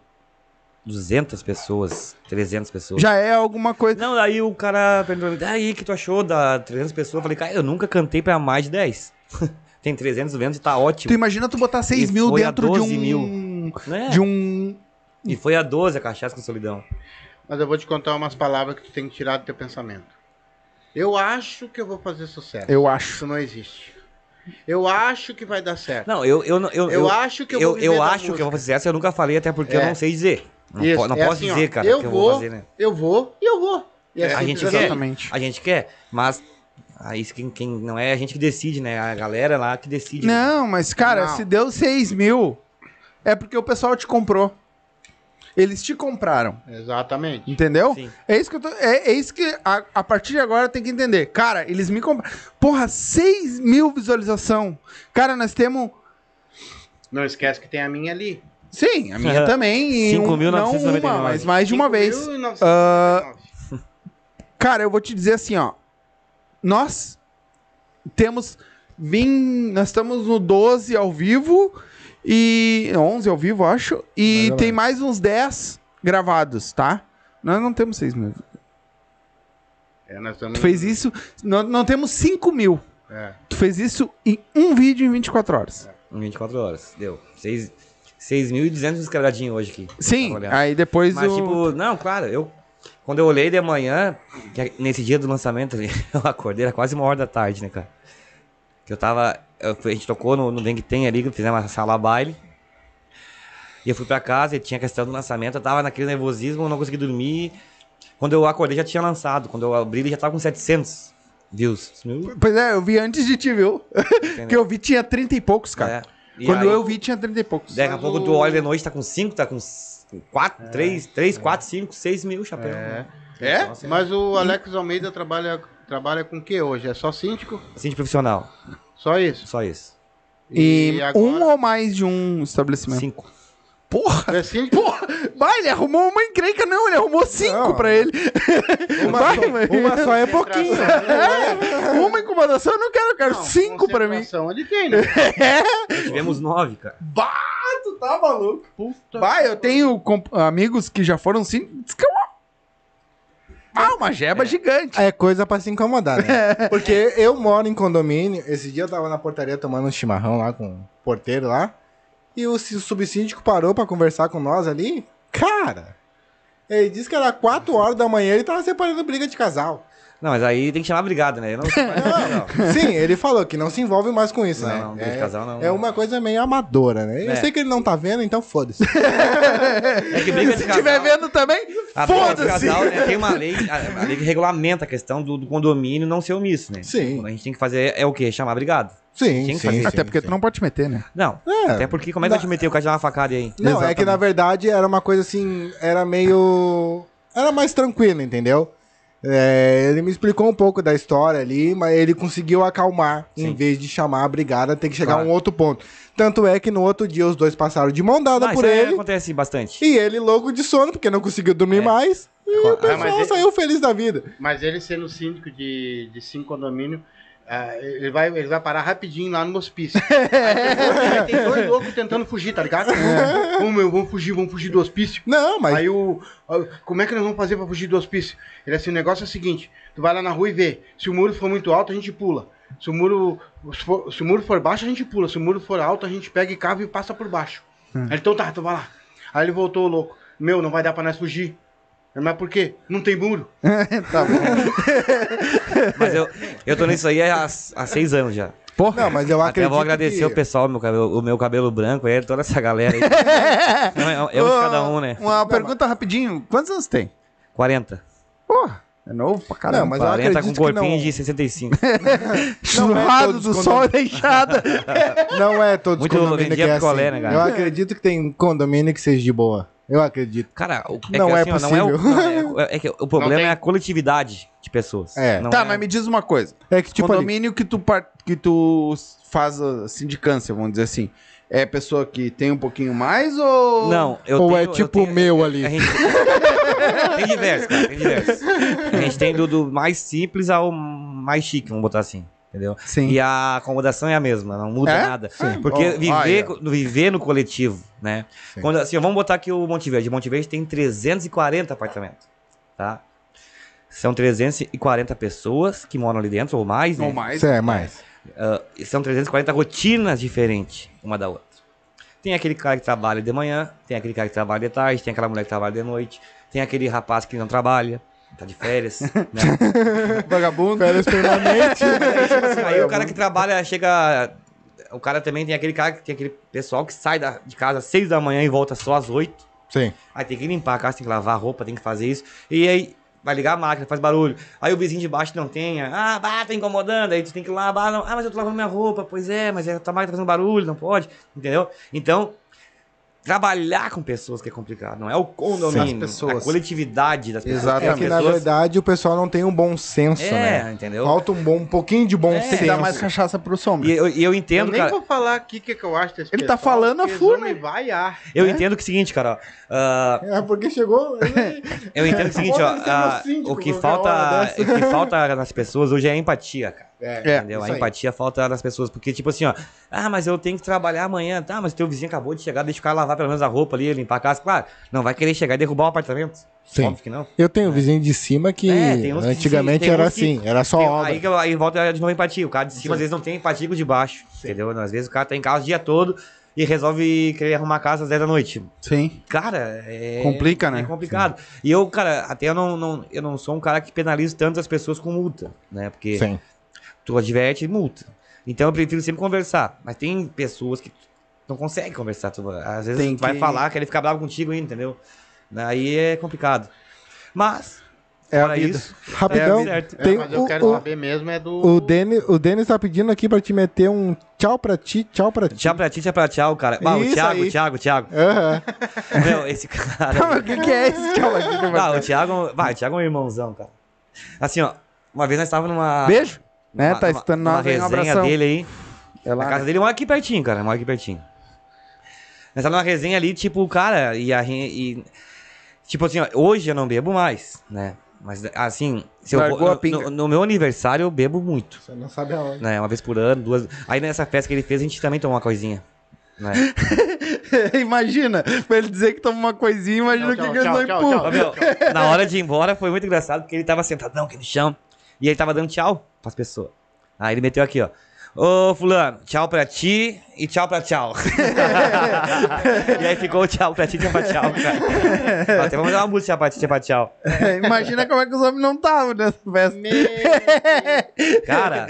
200 pessoas, 300 pessoas.
Já é alguma coisa.
Não, daí o cara perguntou: daí que tu achou da 300 pessoas? Eu falei: cara, eu nunca cantei pra mais de 10. Tem 300 vendas e tá
Tu
ótimo.
imagina tu botar 6
E
mil
foi a
dentro de
12
um.
Né?
De um
E foi a 12 a cachaça com solidão.
Mas eu vou te contar umas palavras que tu tem que tirar do teu pensamento. Eu acho que eu vou fazer sucesso.
Eu acho.
Isso não existe. Eu acho que vai dar certo.
Não, eu, eu, não- eu,
eu,
eu,
acho que eu,
eu,
vou
eu
viver da
acho que eu vou fazer essa, eu nunca falei, até porque eu
É.
não sei dizer. Não,
Isso,
po- não
é
posso
assim, ó,
dizer, cara,
eu
que
vou-
fazer, né?
Eu vou e eu vou. E
a
simples
gente é? quer.
assim.
Exatamente.
A gente quer, mas aí quem, quem não é, a gente que decide, né? A galera lá que decide. né?
Não, mas cara,
Não.
se deu 6 mil, é porque o pessoal te comprou. Eles te compraram,
Exatamente.
entendeu?
Sim.
É isso que eu tô. É, é isso que a, a partir de agora tem que entender. Cara, eles me compraram. Porra, 6 mil visualização. Cara, nós temos.
Não esquece que tem a minha ali.
Sim, a minha também. e
Cinco
um-
mil
não
novecentos e noventa e
uma,
nove.
mas mais de uma vez.
5.999.
Cara, eu vou te dizer assim, ó. Nós temos 20, nós estamos no 12 ao vivo e 11 ao vivo, acho, e
Mais ou
tem mais uns 10 gravados, tá? Nós não temos 6 mil.
É, nós
Tu
estamos.
fez isso, nós não temos 5 mil.
É.
Tu fez isso em um vídeo em 24 horas.
Em 24 horas. Deu. Seis- 6.200 quebradinho hoje aqui.
Sim,
Tava olhando.
aí depois
Mas,
o...
tipo, não, claro, eu. Quando eu olhei de manhã, que é nesse dia do lançamento, ali, eu acordei, era quase uma hora da tarde, né, cara? Que eu tava. eu fui- a gente tocou no, no Dengue Tem ali, fizemos uma sala baile. E eu fui pra casa e tinha questão do lançamento, eu tava naquele nervosismo, eu não consegui dormir. Quando eu acordei, já tinha lançado. Quando eu abri, ele já tava com 700 views. Meu,
Pois é, eu vi antes de ti, viu?
entendeu?
que eu vi tinha 30 e poucos, cara.
É. E
Quando
aí-
eu vi tinha 30 e poucos.
Daqui a pouco tu olha de noite, tá com 5, tá com 4, 3, 3, 4, 5, 6 mil chapéu.
É. É?
Então, Nossa,
Mas o Alex Almeida trabalha, trabalha com o que hoje? É só síndico?
Assim de profissional,
Só isso?
só isso.
E, um
agora-
ou mais de um estabelecimento.
5.
Porra!
É síndico?
Bah, ele arrumou uma encrenca, não, ele arrumou cinco
Não.
pra ele.
Uma,
Vai,
só,
mas-
uma só é pouquinho.
uma incomodação eu não quero, eu quero
Não,
cinco pra mim.
concentração Ele tem, né?
Tivemos 9, cara.
Bah, tu tá maluco. Bah, eu tenho comp- amigos que já foram cinco. Diz que é uma- Ah, uma jeba gigante.
É coisa pra se incomodar, né? Porque eu moro em condomínio. Esse dia eu tava na portaria tomando um chimarrão lá com o porteiro lá. E o si- subsíndico parou pra conversar com nós ali. Cara, ele disse que era 4 horas da manhã e ele tava separando briga de casal.
Não, mas aí tem que chamar a brigada, né? Eu não, não, não.
Sim, ele falou que não se envolve mais com isso,
Não,
né?
não, briga de
é,
casal não.
é uma coisa meio amadora, né? Eu
É.
sei que ele não tá vendo, então foda-se.
É que briga de
Se
casal.
tiver vendo também,
a briga de
foda-se.
Ah, casal, né? Tem uma lei, a, a lei que regulamenta a questão do, do condomínio não ser omisso, né?
Sim.
A gente tem que fazer é o quê? Chamar a brigada.
Sim,
Tem
sim,
que fazer
sim.
isso. né?
Até porque tu não pode te meter, né?
Não.
É.
Até porque como é que a gente meteu o cara de uma facada aí?
Não, é que na verdade era uma coisa assim, era meio. Era mais tranquilo, entendeu? É, ele me explicou um pouco da história ali, mas ele conseguiu acalmar, em
Sim.
vez de chamar a brigada, tem que chegar a um
Claro.
outro ponto. Tanto é que no outro dia os dois passaram de mão dada
Não,
por
isso aí
ele,
acontece bastante.
e ele louco de sono, porque não conseguiu dormir
É.
mais, e
Ah,
o pessoal
mas ele-
saiu feliz da vida.
Mas ele sendo síndico de, de cinco condomínio, ah, ele, vai, ele vai parar rapidinho lá no hospício. Aí tem dois loucos tentando fugir, tá ligado?
É.
Um, meu, vamos fugir, vamos fugir do hospício.
Não, mas.
Aí o. ah, Como é que nós vamos fazer pra fugir do hospício? Ele assim, o negócio é o seguinte: tu vai lá na rua e vê. Se o muro for muito alto, a gente pula. Se o muro. Se, for- se o muro for baixo, a gente pula. Se o muro for alto, a gente pega e cava e passa por baixo. Aí ele, então tá, então vai lá. Aí ele voltou, o louco. Meu, não vai dar pra nós fugir. Eu, Mas por quê? Não tem muro.
Tá bom.
Mas eu, eu tô nisso aí há, há seis anos já.
Porra.
Não, mas eu
Até
acredito.
vou agradecer
que-
o pessoal, meu cabelo, o meu cabelo branco, aí, toda essa galera aí. Não, é um- é um de cada um, né?
Uma pergunta rapidinho. Quantos anos tem?
40.
Porra, é novo pra caramba.
Não, mas eu
40 com
acredito que
corpinho
não-
de 65.
Churrado
todos
do
quando-
sol da enxada.
Não é todos os
Muito
condomínios que
vendia
é
picolé,
assim.
né, cara?
Eu acredito que tem condomínio que seja de boa. Eu acredito.
Cara, o, é
Não
que,
é
assim, ó, não é o,
possível.
não, é- é que o problema
tem.
é a coletividade de pessoas.
É.
Não
tá,
é-
mas me diz uma coisa.
É que tipo. ali-
condomínio que tu, par- que tu faz a sindicância, vamos dizer assim. É pessoa que tem um pouquinho mais ou.
Não, eu
Ou
tenho-
é
eu
tipo o
tenho-
meu ali?
A gente... tem diversos, cara, tem diversos. A gente tem do, do mais simples ao mais chique, vamos botar assim, entendeu?
Sim.
E a acomodação é a mesma, não muda
É?
nada.
Sim.
Porque
Ó,
viver,
olha.
co- no- viver no coletivo, né?
Sim.
Quando, assim, ó, vamos botar aqui o Monte Verde. Monte Verde tem 340 apartamentos, tá? São 340 pessoas que moram ali dentro, ou mais, né?
Ou mais.
Isso é mais.
Ah, e são 340 rotinas diferentes uma da outra. Tem aquele cara que trabalha de manhã, tem aquele cara que trabalha de tarde, tem aquela mulher que trabalha de noite, tem aquele rapaz que não trabalha, tá de férias. né? Tipo assim,
Vagabundo.
Férias permanente.
Aí o cara que trabalha chega. O cara também tem aquele cara que tem aquele pessoal que sai da- de casa às seis da manhã e volta só às oito.
Sim.
Aí tem que limpar a casa, tem que lavar a roupa, tem que fazer isso. E aí vai ligar a máquina, faz barulho. Aí o vizinho de baixo não tem. Ah, bah, tá incomodando. Aí tu tem que lavar. Não. Ah, mas eu tô lavando minha roupa. Pois é, mas a tua máquina tá fazendo barulho, não pode. Entendeu? Então, trabalhar com pessoas que é complicado. Não é o
Sim,
condomínio,
as pessoas.
a coletividade das pessoas.
Exatamente.
É
As
que na
pessoas-
verdade o pessoal não tem um bom senso,
É,
né?
entendeu?
Falta um bom, um pouquinho de bom
É.
Tem que dar mais
senso.
cachaça pro sombra.
E eu, e eu entendo,
eu nem
cara.
vou falar aqui o que, que eu acho desse
Ele tá
pessoal,
falando a
porque
full,
esse homem
né?
Vai ar.
Eu entendo que é o seguinte, cara. ó, ah,
É porque chegou. né?
eu entendo que é o seguinte, ó.
Pode ser meu
ah,
síndico
o que
qualquer hora
falta,
dessa.
o que falta nas pessoas hoje é a empatia, cara.
É.
É,
entendeu?
isso
A
aí.
empatia falta nas pessoas, porque tipo assim, ó, ah, mas eu tenho que trabalhar amanhã, tá? Mas teu vizinho acabou de chegar, deixa o cara lavar pelo menos a roupa ali, limpar a casa, claro. Não vai querer chegar e derrubar o apartamento?
Sim.
Óbvio que não.
Eu tenho um vizinho de cima que
É, tem uns que-
antigamente
tem
era
uns que-
assim, era só
Tem-
obra.
aí, que- aí volta de novo a empatia. O cara de cima às vezes não tem empatia com o de baixo, entendeu? Às vezes o cara tá em casa o dia todo e resolve querer arrumar a casa às 10 da noite.
Sim.
Cara, é.
Complica,
É
né?
complicado. E eu, cara, até eu não, não- eu não sou um cara que penaliza tanto as pessoas com multa, né? Porque
Sim.
tu adverte e multa. Então eu prefiro sempre conversar. Mas tem pessoas que não conseguem conversar. Tu, às vezes
Tem
tu vai
que-
falar, quer ele ficar bravo contigo ainda, entendeu? Aí é complicado. Mas,
É a
fora
vida.
isso,
Rapidão,
É, certo.
tem
É, mas eu
o-
quero
o-
saber mesmo é do.
O Denis, o Denis tá pedindo aqui pra te meter um tchau pra ti, tchau pra ti.
tchau pra ti, tchau pra tchau, cara. Ah, o
Isso
Thiago,
aí.
o Thiago, o Thiago.
Aham.
Meu, esse cara.
Tá, mas o que, que é esse cara? aqui que vai-
Ah, o Thiago. Vai, o Thiago é um irmãozão, cara. Assim, ó. Uma vez nós estávamos numa.
Beijo. Né?
numa-
Tá
numa-
escutando
numa
nós aí, um
resenha
abração.
dele aí.
É lá,
A casa
né?
dele mora aqui pertinho, cara. Mora aqui pertinho. Nós tava numa resenha ali, tipo, o cara, e a gen- e- Tipo assim, ó, hoje eu não bebo mais, né? Mas assim, se eu
Largou
vou,
a
no-
pinga.
no, no meu aniversário eu bebo muito,
Você não sabe aonde.
né? Uma vez por ano, duas. Aí nessa festa que ele fez, a gente também tomou uma coisinha. Né?
imagina, pra ele dizer que toma uma coisinha, imagina o
Tchau,
que,
tchau,
que ele não
tchau, tchau,
empurra.
Ô, meu, na hora de ir embora foi muito engraçado, porque ele tava assim, sentadão aqui no chão e ele tava dando tchau pras pessoas. Aí ele meteu aqui, ó. Ô, fulano, tchau pra ti e tchau pra tchau. e aí ficou o tchau pra ti e tchau pra tchau, cara. Até vamos dar uma música tchau pra ti, tchau pra tchau.
imagina como é que os homens não estavam nessa festa.
Cara,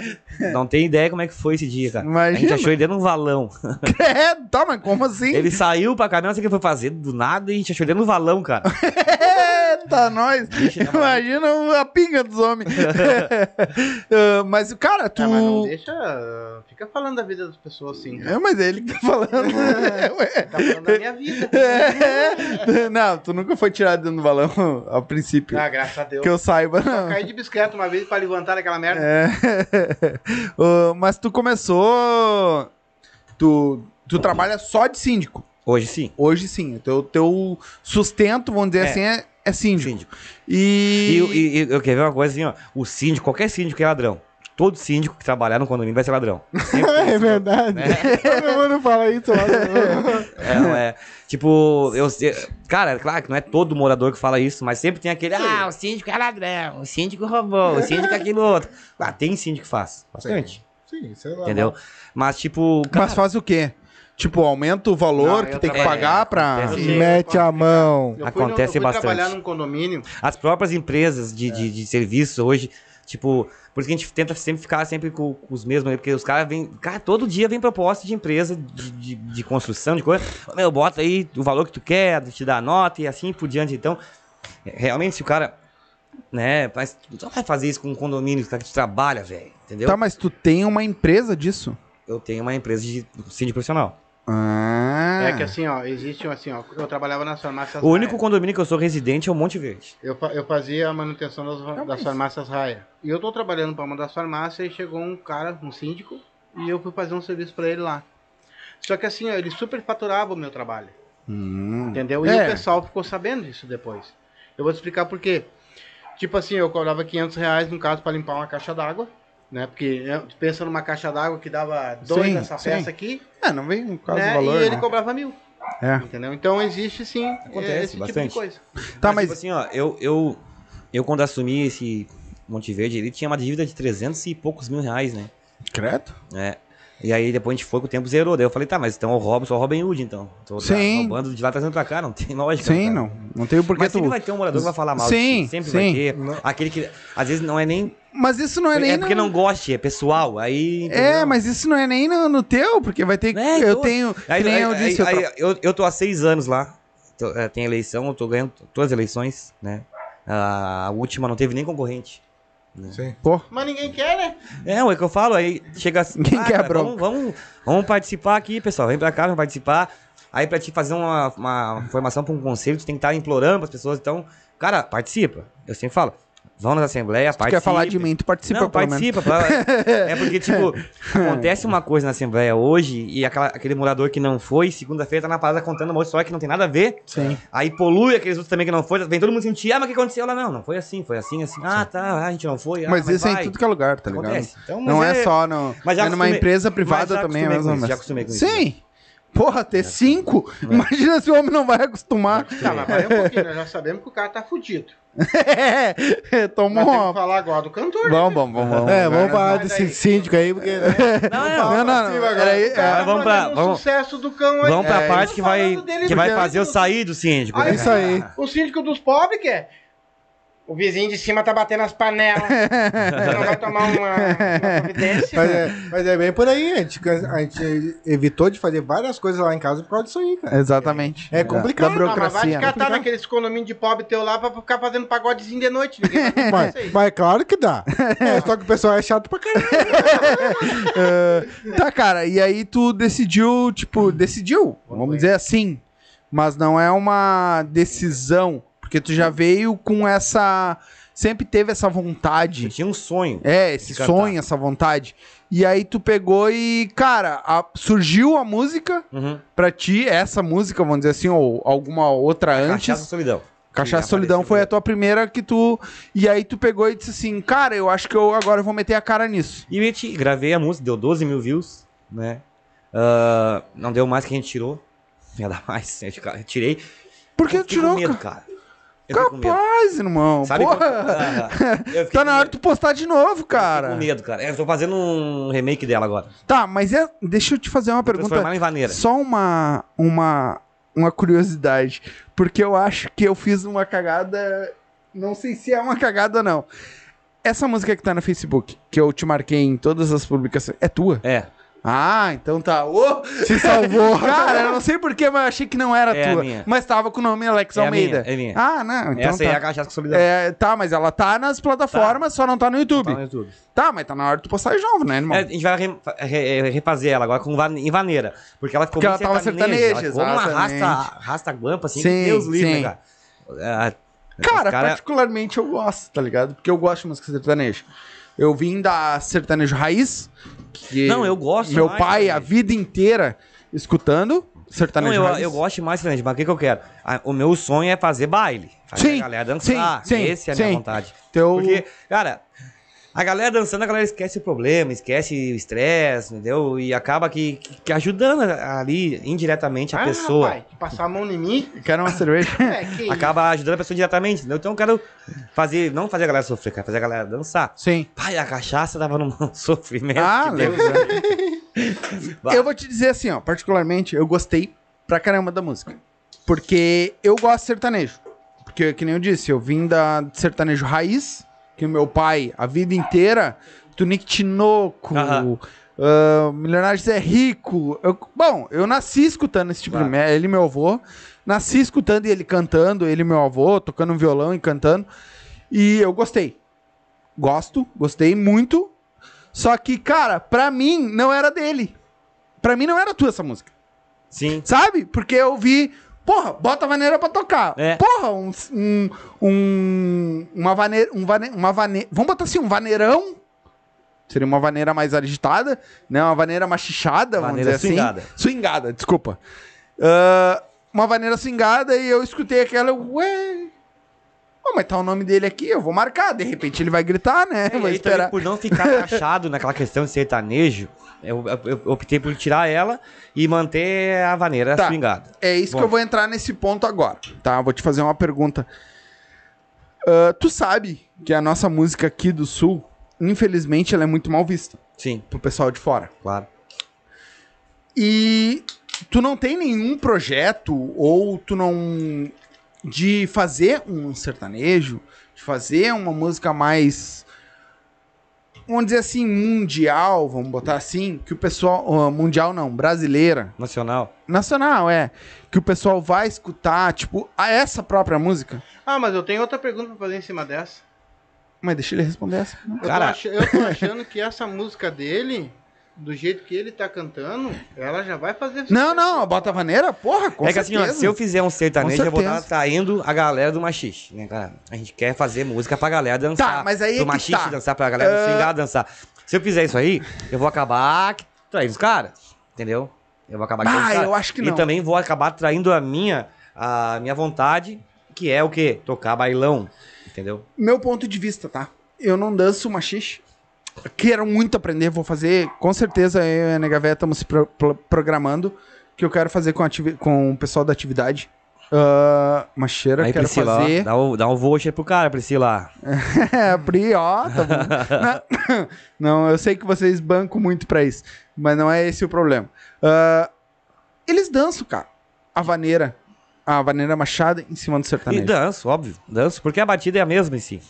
não tem ideia como é que foi esse dia, cara. A gente
Imagina.
achou ele dentro de um valão.
É, tá, mas como assim?
Ele saiu pra cá, não sei o que ele foi fazer do nada e a gente achou ele dentro de um valão, cara.
Eita, nós!
tá
Imagina a pinga dos homens. Ah, mas, cara, tu.
Ah, mas não deixa. Fica falando da vida das pessoas assim.
É, mas é ele que tá falando. Ué.
Tá falando da minha vida.
É. Não, tu nunca foi tirado dentro do balão a princípio.
Ah, graças a Deus.
que eu saiba, não.
Caí de bicicleta uma vez pra levantar daquela merda.
É. Ah, mas tu começou. Tu, tu trabalha só de síndico.
Hoje sim.
Hoje sim. O teu, teu sustento, vamos dizer
É.
assim, é, é síndico.
Síndico. E,
E.
e- e eu quero ver uma coisa assim, ó. O síndico, qualquer síndico é ladrão. Todo síndico que trabalhar no condomínio vai ser ladrão.
É verdade. Todo mundo fala isso. Lá.
né? É, não é. Tipo, eu sei- Cara, claro que não é todo morador que fala isso, mas sempre tem aquele. Ah, o síndico é ladrão, o síndico roubou, o síndico é aquilo outro. Ah, tem síndico que faz. Bastante.
Sim, sei lá.
Entendeu? Mas, tipo.
Mas faz o quê? Tipo, aumenta o valor
Não,
que
eu
tem que
trabalho-
pagar
é,
pra.
acontece.
Sim.
Mete a mão.
Eu
Acontece
fui, no- eu fui
bastante.
trabalhar num condomínio.
As próprias empresas de, de, de serviço hoje, tipo, por isso que a gente tenta sempre ficar sempre com, com os mesmos, né? porque os caras vêm, cara, todo dia vem proposta de empresa, de, de, de construção, de coisa. Meu, bota aí o valor que tu quer, te dá a nota e assim por diante. Então, realmente, se o cara, né, mas tu não vai fazer isso com um condomínio, cara, que tu trabalha, velho, entendeu?
Tá, mas tu tem uma empresa disso?
Eu tenho uma empresa de síndico profissional.
Ah.
É que assim, ó, existe um assim, ó. Eu trabalhava nas farmácias.
O único
Raia.
condomínio que eu sou residente é o Monte Verde.
Eu, fa- eu fazia a manutenção das, das farmácias raia. E eu tô trabalhando pra uma das farmácias e chegou um cara, um síndico, e eu fui fazer um serviço pra ele lá. Só que assim, ó, ele superfaturava o meu trabalho.
Hum.
Entendeu? E
É.
o pessoal ficou sabendo disso depois. Eu vou te explicar por quê. Tipo assim, eu cobrava 500 reais, no caso, pra limpar uma caixa d'água. Né? Porque né, tu pensa numa caixa d'água que dava dois
Sim,
nessa
sim.
peça aqui,
É, não vem no caso do
né?
valor.
e ele
né?
cobrava mil.
É.
Entendeu? Então existe sim
Acontece
esse tipo
bastante.
de coisa.
Tá,
mas,
mas.
tipo assim, ó, eu, eu, eu quando assumi esse Monte Verde, ele tinha uma dívida de 300 e poucos mil reais, né?
Credo?
É. E aí depois a gente foi que o tempo zerou. Daí eu falei, tá, mas então o Robson, o Robin Hood, então. Tô
Sim.
roubando de lá trazendo pra cá, não tem lógica.
Sim,
cara.
não. Não tem o porquê
Então tá. Mas
tu.
sempre vai ter um morador que vai falar mal. de
Sim,
ti, sempre
sim.
vai ter. Aquele que. Às vezes não é nem.
Mas isso não é,
É,
nem.
porque
na-
não goste, é pessoal.
É,
Aí. entendeu?
mas isso não é nem no, no teu, porque vai ter.
É,
eu
tô-
tenho.
Aí,
que nem
aí-
eu disse.
aí-
eu
aí eu, eu tô há seis anos lá. Tô- é, tem eleição, eu tô ganhando todas as eleições, né? A última não teve nem concorrente.
Sim.
tô- Pô,
Mas ninguém quer, né?
É, o que eu falo, aí chega assim.
Ninguém quer
cara,
bronca.
vamos, vamos, vamos participar aqui, pessoal. Vem pra cá, vamos participar. Aí pra te fazer uma, uma formação pra um conselho, tu tem que estar implorando pras pessoas. Então, cara, participa. Eu sempre falo. Vão nas assembleias,
tu
participa.
quer falar de mim, tu participa
não,
pelo menos.
participa. pra- É porque, tipo, acontece uma coisa na Assembleia hoje e aquela- aquele morador que não foi, segunda-feira tá na parada contando uma outra história que não tem nada a ver.
Sim.
Aí polui aqueles outros também que não foi. Vem todo mundo sentir, ah, mas o que aconteceu lá? Não, não foi assim, foi assim, assim. Ah, tá, ah, a gente não foi. ah,
mas isso é
vai.
em tudo que é lugar, tá ligado?
Acontece. Então, mas
Não é, só no,
mas
é numa
já acostumei-
empresa
mas
privada
já
também. É
acostumei
mesmo,
com isso,
mas...
já acostumei com isso, né?
Sim. Porra, ter cinco?
É.
Imagina se o homem não vai acostumar.
Tá, mas para um pouquinho, nós já sabemos que o cara tá fudido.
É, Toma
Mas tem
uma...
que falar agora do cantor. né?
Vamos, vamos, vamos. vamos,
É,
vai,
vamos falar
Mas
desse
aí-
síndico aí, porque. né?
Não,
Não,
é,
não, não.
Vamos pra
era aí-
Tá
é,
Mas vamos pra-
fazendo O
vamos-
sucesso do cão aí.
vamos pra
É,
parte que vai,
falando dele,
que vai
porque-
fazer eu sair do síndico.
Aí
né?
É isso aí.
O síndico dos pobres quer. O vizinho de cima tá batendo as panelas. não vai tomar uma, uma providência.
Mas é, mas é bem por aí. A gente, a gente evitou de fazer várias coisas lá em casa por causa disso aí, cara.
Exatamente.
É complicado.
Da
Ah, mas vai te
burocracia. né?
catar naqueles condomínios de pobre teu lá pra ficar fazendo pagodezinho de noite. Ninguém vai
É,
fazer
Mas,
isso aí.
mas claro que dá. É, só que o pessoal é chato pra caralho.
Tá, cara, e aí tu decidiu, tipo, decidiu, vamos dizer assim, mas não é uma decisão, porque tu já veio com essa, sempre teve essa
Eu
vontade,
tinha um sonho.
é, esse
De cantar.
sonho, essa vontade, e aí tu pegou e, cara, a- surgiu a música
Uhum.
pra ti, essa música, vamos dizer assim, ou alguma outra
Cachaça
antes,
Solidão.
Cachaça
Sim,
Solidão
apareceu.
foi a tua primeira que tu, e aí tu pegou e disse assim, cara, eu acho que eu agora vou meter a cara nisso.
E meti, gravei a música, deu 12 mil views, né? Ah, não deu mais que a gente tirou. Ia dar mais, eu te- eu tirei.
Por que
Eu
tu
fiquei
tirou,
com
cara?
medo, cara? Eu fiquei com medo.
Capaz, irmão.
Sabe
Porra.
quando- Ah, eu fiquei
Tá na
com
hora de
medo.
tu postar de novo,
Eu fiquei
cara.
com medo, cara. Eu tô fazendo um remake dela agora.
Tá, mas é- deixa eu te fazer uma pergunta.
Transformar em vaneira.
Só uma, uma, uma curiosidade. Porque eu acho que eu fiz uma cagada. Não sei se é uma cagada ou não. Essa música que tá no Facebook, que eu te marquei em todas as publicações, é tua?
É,
Ah, então tá. Ô,
Se salvou.
cara, eu não sei porquê, mas eu achei que não era
É a
tua.
minha.
Mas tava com o nome Alex
é a minha,
Almeida.
é a minha.
Ah, não. Então
Essa
tá.
aí é a Cachaça Solidão.
É, tá, mas ela tá nas plataformas, só não tá no YouTube.
Tá no YouTube.
Tá, mas tá na hora de tu postar de novo, né, irmão?
É, a gente vai re- re- refazer ela agora com va- em vaneira. Porque ela ficou
Porque
muito
ela tava
Ela
sertaneja,
ficou uma
exatamente.
rasta, rasta guampa, assim,
Sim,
que Deus livre,
sim.
né, cara? Ah,
cara, tá
os cara-
particularmente eu gosto, tá ligado? Porque eu gosto de música sertaneja. Eu vim da sertanejo raiz, que
Não, eu gosto
meu
mais,
pai a
cara.
vida inteira escutando
Não,
sertanejo
eu,
raiz.
eu gosto mais sertanejo, mas o que, que eu quero? Ah, o meu sonho é fazer baile. Fazer
Sim,
a galera dançar.
sim, sim,
Esse é a minha
sim.
vontade.
Teu-
Porque, cara, a galera dançando, a galera esquece o problema, esquece o estresse, entendeu? E acaba que, que ajudando ali indiretamente a
Ah,
pessoa.
rapaz, passar a mão em mim?
Quero uma cerveja.
É, que
Acaba ajudando a pessoa diretamente, entendeu? Então eu quero fazer, não fazer a galera sofrer, cara, fazer a galera dançar.
Sim.
Pai, a cachaça tava num sofrimento.
Ah,
É, que né? Deus-
legal.
Vai.
Eu vou te dizer assim, ó, particularmente, eu gostei pra caramba da música. Porque eu gosto de sertanejo. Porque, que nem eu disse, eu vim da de sertanejo raiz, que o meu pai, a vida inteira, Tunique Tinoco,
Aham.
ah, Milionários é Rico. Eu- bom, eu nasci escutando esse tipo de
Claro.
merda. Ele, e meu avô, nasci escutando ele cantando, ele, e meu avô, tocando um violão e cantando. E eu gostei. Gosto, gostei muito. Só que, cara, pra mim não era dele. Pra mim não era tua essa música.
Sim.
Sabe? Porque eu vi. Porra, bota a vaneira pra tocar.
É.
Porra, um. um, um- uma vaneira. Um vane, uma vane, vamos botar assim, um vaneirão. Seria uma vaneira mais agitada, né? Uma vaneira machichada, vamos
Vaneira
dizer
swingada.
assim. Swingada, desculpa. Ah, uma vaneira swingada e eu escutei aquela. Ué. Oh, mas tá o nome dele aqui, eu vou marcar. De repente ele vai gritar, né?
É, e
vou
aí
esperar.
também, por não ficar taxado naquela questão de sertanejo, eu, eu- eu optei por tirar ela e manter a vaneira
Tá.
swingada.
É isso
Bom.
que eu vou entrar nesse ponto agora, tá? Eu Vou te fazer uma pergunta. Ah, tu sabe que a nossa música aqui do Sul, infelizmente, ela é muito mal vista
Sim,
pro pessoal de fora.
claro.
E tu não tem nenhum projeto ou tu não de fazer um sertanejo, de fazer uma música mais vamos dizer assim mundial, vamos botar assim, que o pessoal ah, mundial não, brasileira,
Nacional.
nacional é, que o pessoal vai escutar, tipo, a essa própria música.
Ah, mas eu tenho outra pergunta pra fazer em cima dessa.
Mas deixa ele responder essa. né?
Eu,
Cara.
tô ach- eu tô achando que essa música dele, do jeito que ele tá cantando, ela já vai fazer.
Não, não, a bota vaneira, porra, com
é que
certeza.
assim, ó, se eu fizer um sertanejo,
Com
eu vou estar
certeza.
atraindo a galera do machiste, né, cara? A gente quer fazer música pra galera dançar.
Tá, mas aí é
pro
que
machiste
tá.
dançar, pra galera do swingado dançar. Se eu fizer isso aí, eu vou acabar que- traindo os caras, entendeu? Eu vou acabar
Ah,
traindo os caras.
eu acho que não.
E também vou acabar traindo a minha, a minha vontade, que é o quê? Tocar bailão, entendeu?
meu ponto de vista, tá? Eu não danço machixe. Quero muito aprender, vou fazer. Com certeza eu e a Nega Véia estamos se pro- pro- programando. Que eu quero fazer com, ativi- com o pessoal da atividade. Ah, macheira,
aí
quero
Priscila, ó,
fazer.
dá, um, dá um voucher pro cara, Priscila.
É, Pri, ó, tá bom. não, não, eu sei que vocês bancam muito pra isso, mas não é esse o problema. Ah, eles dançam, cara. A vaneira. A vaneira machada em cima do
E
sertanejo.
danço, óbvio, danço, porque a batida é a mesma em si,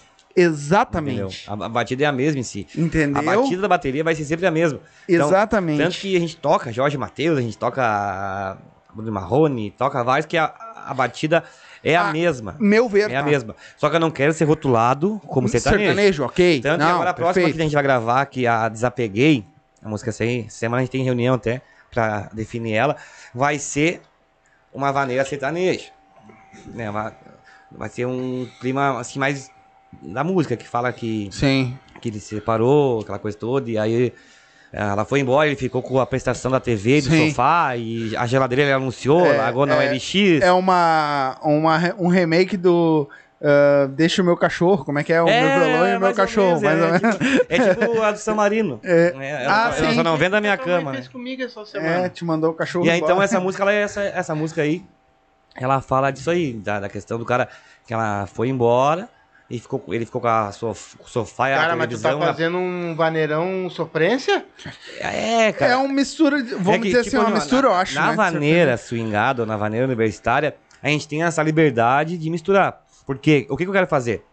entendeu?
Exatamente.
A, a batida é a mesma em si.
Entendeu?
A batida da bateria vai ser sempre a mesma. então,
Exatamente.
Tanto que a gente toca Jorge Matheus, a gente toca Bruno Marrone, toca vários, que a, a batida é a
Ah,
mesma.
Meu ver,
É a
tá?
mesma. Só que eu não quero ser rotulado como sertanejo.
ok.
Tanto que
Hum, Não,
agora a próxima
perfeito.
que a gente vai gravar, que é a Desapeguei, a música essa aí, semana a gente tem reunião até pra definir ela, vai ser uma vaneira sertaneja. Né? Vai, vai ser um clima assim mais da música, que fala que
Sim.
que ele se separou, aquela coisa toda, e aí eh, ela foi embora, ele ficou com a prestação da TV, do
Sim.
sofá, e a geladeira ele anunciou,
É,
largou na
é,
OLX.
É uma, uma, re- um remake do ah, Deixa o Meu Cachorro. Como é que é? O meu violão e o meu
mais ou
cachorro.
menos,
mais ou
é,
menos.
Tipo, é tipo a do San Marino.
É.
né?
Ah,
ela, só- ela
sim.
só não vende a minha
Tua mãe
cama, né?
fez comigo essa semana.
É, te mandou o cachorro.
E aí, então
embora.
essa música, ela é essa, essa música aí, ela fala disso aí, da, da questão do cara que ela foi embora e ficou, ele ficou com a sof- com o sofá e a
Cara, mas tu tá
televisão. na-
fazendo um vaneirão sofrência?
É, cara.
É uma mistura, de- vamos
É que,
dizer
tipo,
assim, uma
na-
mistura, eu acho.
Na
né?
vaneira swingada ou na vaneira universitária, a gente tem essa liberdade de misturar. Porque o que, que eu quero fazer?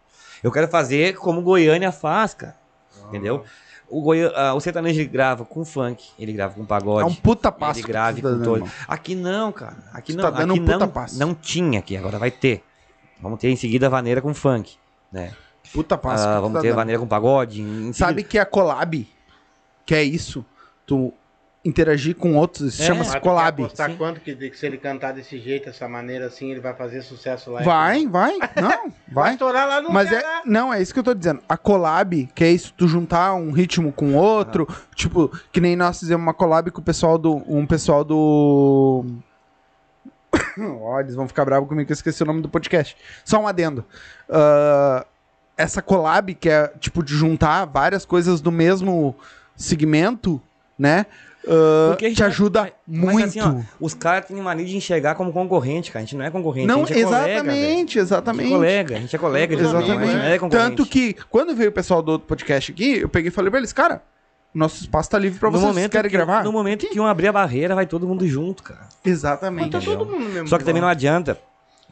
Eu quero fazer como Goiânia faz, cara. Entendeu? O, Goi... ah, o sertanejo ele grava com funk, ele grava com pagode.
É um puta passo.
Ele
que
grave
tu tá
com
dando,
todo.
irmão.
Aqui não, cara. Aqui
Tu
não.
tá dando
aqui
um puta
não,
passo.
não tinha aqui, agora vai ter. Vamos ter em seguida a vaneira com funk, né?
Puta passo. que
Ah,
tu
vamos
tá
ter
dando.
vaneira com pagode. Em em seguida.
Sabe que a collab, que é isso, tu interagir com outros, isso
É.
Mas
chama-se
tu
collab.
quer apostar
Sim.
quanto que, de- que se ele cantar desse jeito, dessa maneira assim, ele vai fazer sucesso lá?
Vai, vai. Não,
Vai
vai.
estourar lá no
Mas é,
Ceará.
não, é isso que eu tô dizendo. A collab, que é isso, tu juntar um ritmo com outro, tipo, que nem nós fizemos uma collab com o pessoal do um pessoal do Ó, eles vão ficar bravos comigo que eu esqueci o nome do podcast. Só um adendo. Ah, essa collab, que é tipo de juntar várias coisas do mesmo segmento, né? ah,
Porque a gente
te
vai-
ajuda
vai-
muito.
Mas assim, ó, os caras têm mania de enxergar como concorrente, cara. A gente não é concorrente,
não,
a gente é colega, velho.
exatamente, exatamente.
A gente é colega, a gente é colega, eles não, a gente não é
Exatamente.
concorrente.
Tanto que, quando veio o pessoal do outro podcast aqui, eu peguei e falei pra eles, cara, nosso espaço tá livre pra vocês, vocês querem
que,
gravar?
No momento que um abrir a barreira, vai todo mundo junto, cara.
Mas
Exatamente.
tá todo mundo
É
mesmo.
Só que também não é adianta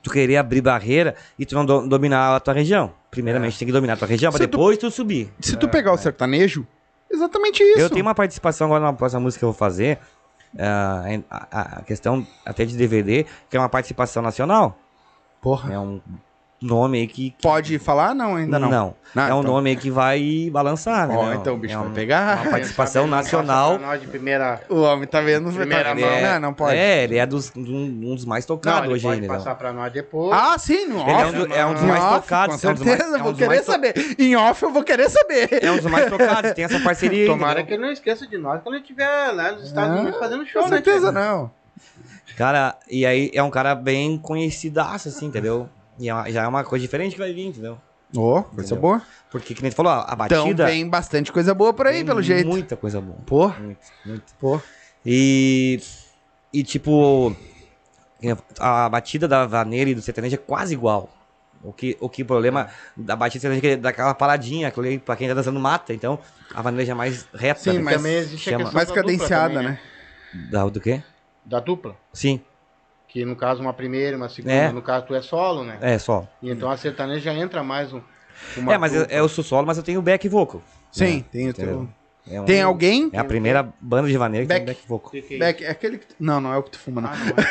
tu querer abrir barreira e tu não do- dominar a tua região. Primeiramente, tem que dominar a tua região, pra
Se É. tu-
depois tu subir.
Se tu pegar o sertanejo, exatamente isso.
Eu tenho uma participação agora na próxima música que eu vou fazer. ah, em- a, a questão até de DVD, que é uma participação nacional.
Porra.
É um nome aí que. que-
Pode falar? Não, ainda não. Não,
é um
então.
nome aí que vai balançar, né?
Ó,
não?
então o bicho
é
vai
um-
pegar.
uma participação nacional.
Nós de primeira.
O homem tá vendo.
Primeira
tá vendo.
mão.
Não, não pode.
É, ele é dos, um, um dos mais tocados
Não, ele
hoje
pode
ainda.
passar pra nós depois.
Ah, sim, no
Ele é um,
off.
do- é um dos
Em
mais
off,
tocados.
Com
é um dos mais-
certeza,
é um
vou
dos
querer
mais to-
saber. Em off eu vou querer saber.
É um dos mais tocados, tem essa parceria aí.
Tomara
entendeu?
que ele não esqueça de nós quando ele estiver lá nos Estados
Ah,
Unidos fazendo show,
Com
né?
certeza
cara?
não.
Cara, e aí é um cara bem conhecidaço, assim, entendeu? E é uma- já é uma coisa diferente que vai vir, entendeu?
Ô, coisa
Entendeu?
boa.
Porque, que nem tu falou, a a batida...
Então tem bastante coisa boa por aí,
tem
pelo jeito.
Muita coisa boa.
Porra,
Muito, muito.
porra.
E... E, tipo... A batida da vaneira e do sertanejo é quase igual. O que, o que o problema da batida do sertanejo é que ele dá aquela paradinha, aquele ali, pra quem tá dançando mata, então a vaneira já é mais reta.
Sim,
né?
mas-
também existe a
chama-
questão
Mais
da dupla
cadenciada,
também,
né?
Da, do quê?
Da dupla.
Sim,
Que no caso uma primeira, uma segunda,
É.
no caso tu é solo, né?
é só.
E então a sertaneja já entra mais um.
é, mas eu, eu sou solo, mas eu tenho back vocal.
Sim, tem, o
entendeu?
teu-
É um-
tem alguém.
É a primeira banda de vaneira que
Back.
tem back vocal.
Beck.
Beck, é aquele que... tu- Não, não é o que tu fuma, não.
Ah, não.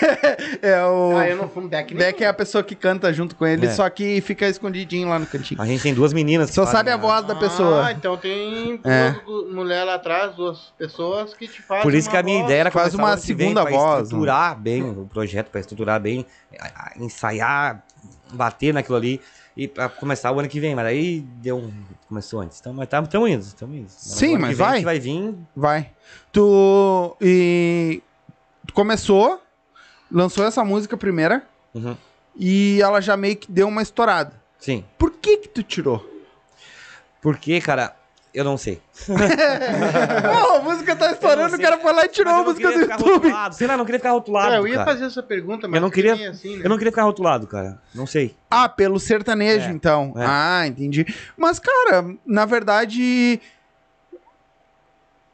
É o.
Ah, eu não fumo Beck nem.
Beck é a pessoa que canta junto com ele,
É.
só que fica escondidinho lá no cantinho.
A gente tem duas meninas. que
Só
fazem
sabe a voz da pessoa.
Ah, então tem
É.
duas mulher lá atrás, duas pessoas que te fazem.
Por isso
uma
que a minha
voz.
ideia era
Faz
começar o
uma
ano que vem
segunda
pra
voz, né?
estruturar bem o projeto, para estruturar bem, a- a- ensaiar, bater naquilo ali e para começar o ano que vem. Mas aí deu um... começou antes. Então, mas estamos indo, estamos indo.
Sim,
o ano
mas
que vem
vai.
a gente vai vir
Vai. Tu. E. Tu começou, lançou essa música primeira
Uhum.
e ela já meio que deu uma estourada.
Sim.
Por que que tu tirou?
Porque, cara, eu não sei.
Pô, a música tá estourando,
sei,
o cara foi lá e tirou a
Mas eu não
música
queria
do
ficar
YouTube.
Rotulado. Sei lá, eu não queria ficar rotulado.
É, eu ia
cara.
fazer essa pergunta, mas
Eu não queria-
tinha assim, né?
Eu não queria ficar rotulado, cara. Não sei.
Ah, pelo sertanejo,
É,
então.
é.
Ah, entendi. Mas, cara, na verdade.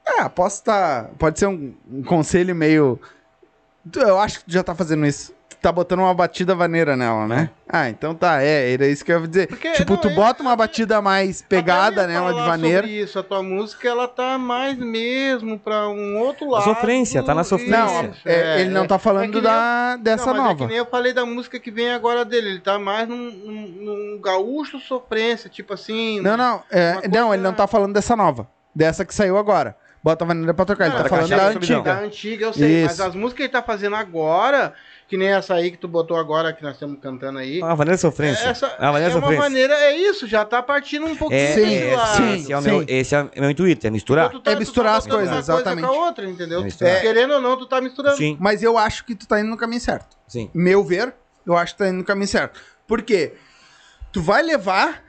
É, posso estar. Pode ser um, um conselho meio. Tu- Eu acho que tu já tá fazendo isso. Tu tá botando uma batida vaneira nela, né? Ah, então tá, é, era isso que eu ia dizer.
Porque,
tipo,
não,
tu
eu-
bota uma batida mais pegada
Até eu
né,
ia
nela de
falar
vaneira.
sobre Isso, a tua música ela tá mais mesmo pra um outro
A
lado.
sofrência, tá na sofrência.
Não, é, ele não tá
é
falando
que nem
da, dessa
Não, mas É
nova.
que nem eu falei da música que vem agora dele. Ele tá mais num, num- num gaúcho sofrência, tipo assim.
Não, não, é,
Uma
não,
coisa-
ele não tá falando dessa nova. Dessa que saiu agora. Bota a vaneira pra tocar, ele
Não,
tá
é
da
falando da
Cachaça e
antiga.
Solidão.
Da antiga, eu sei. Mas
Isso.
as músicas que ele tá fazendo agora, que nem essa aí que tu botou agora, que nós estamos cantando aí.
A É maneira sofrência.
Essa,
a maneira
é uma
sofrência.
maneira, é isso, já tá partindo um pouquinho
É,
Sim,
desse lado.
é, esse, é o meu,
sim.
esse é o meu intuito, é misturar.
Então, tu
É misturar as
botando
coisas,
uma
exatamente.
com a outra, entendeu?
É misturar.
Querendo ou não, tu tá misturando.
Sim,
Mas eu acho que tu tá indo no caminho certo.
sim.
Meu ver, eu acho que tá indo no caminho certo. Por quê? Tu vai levar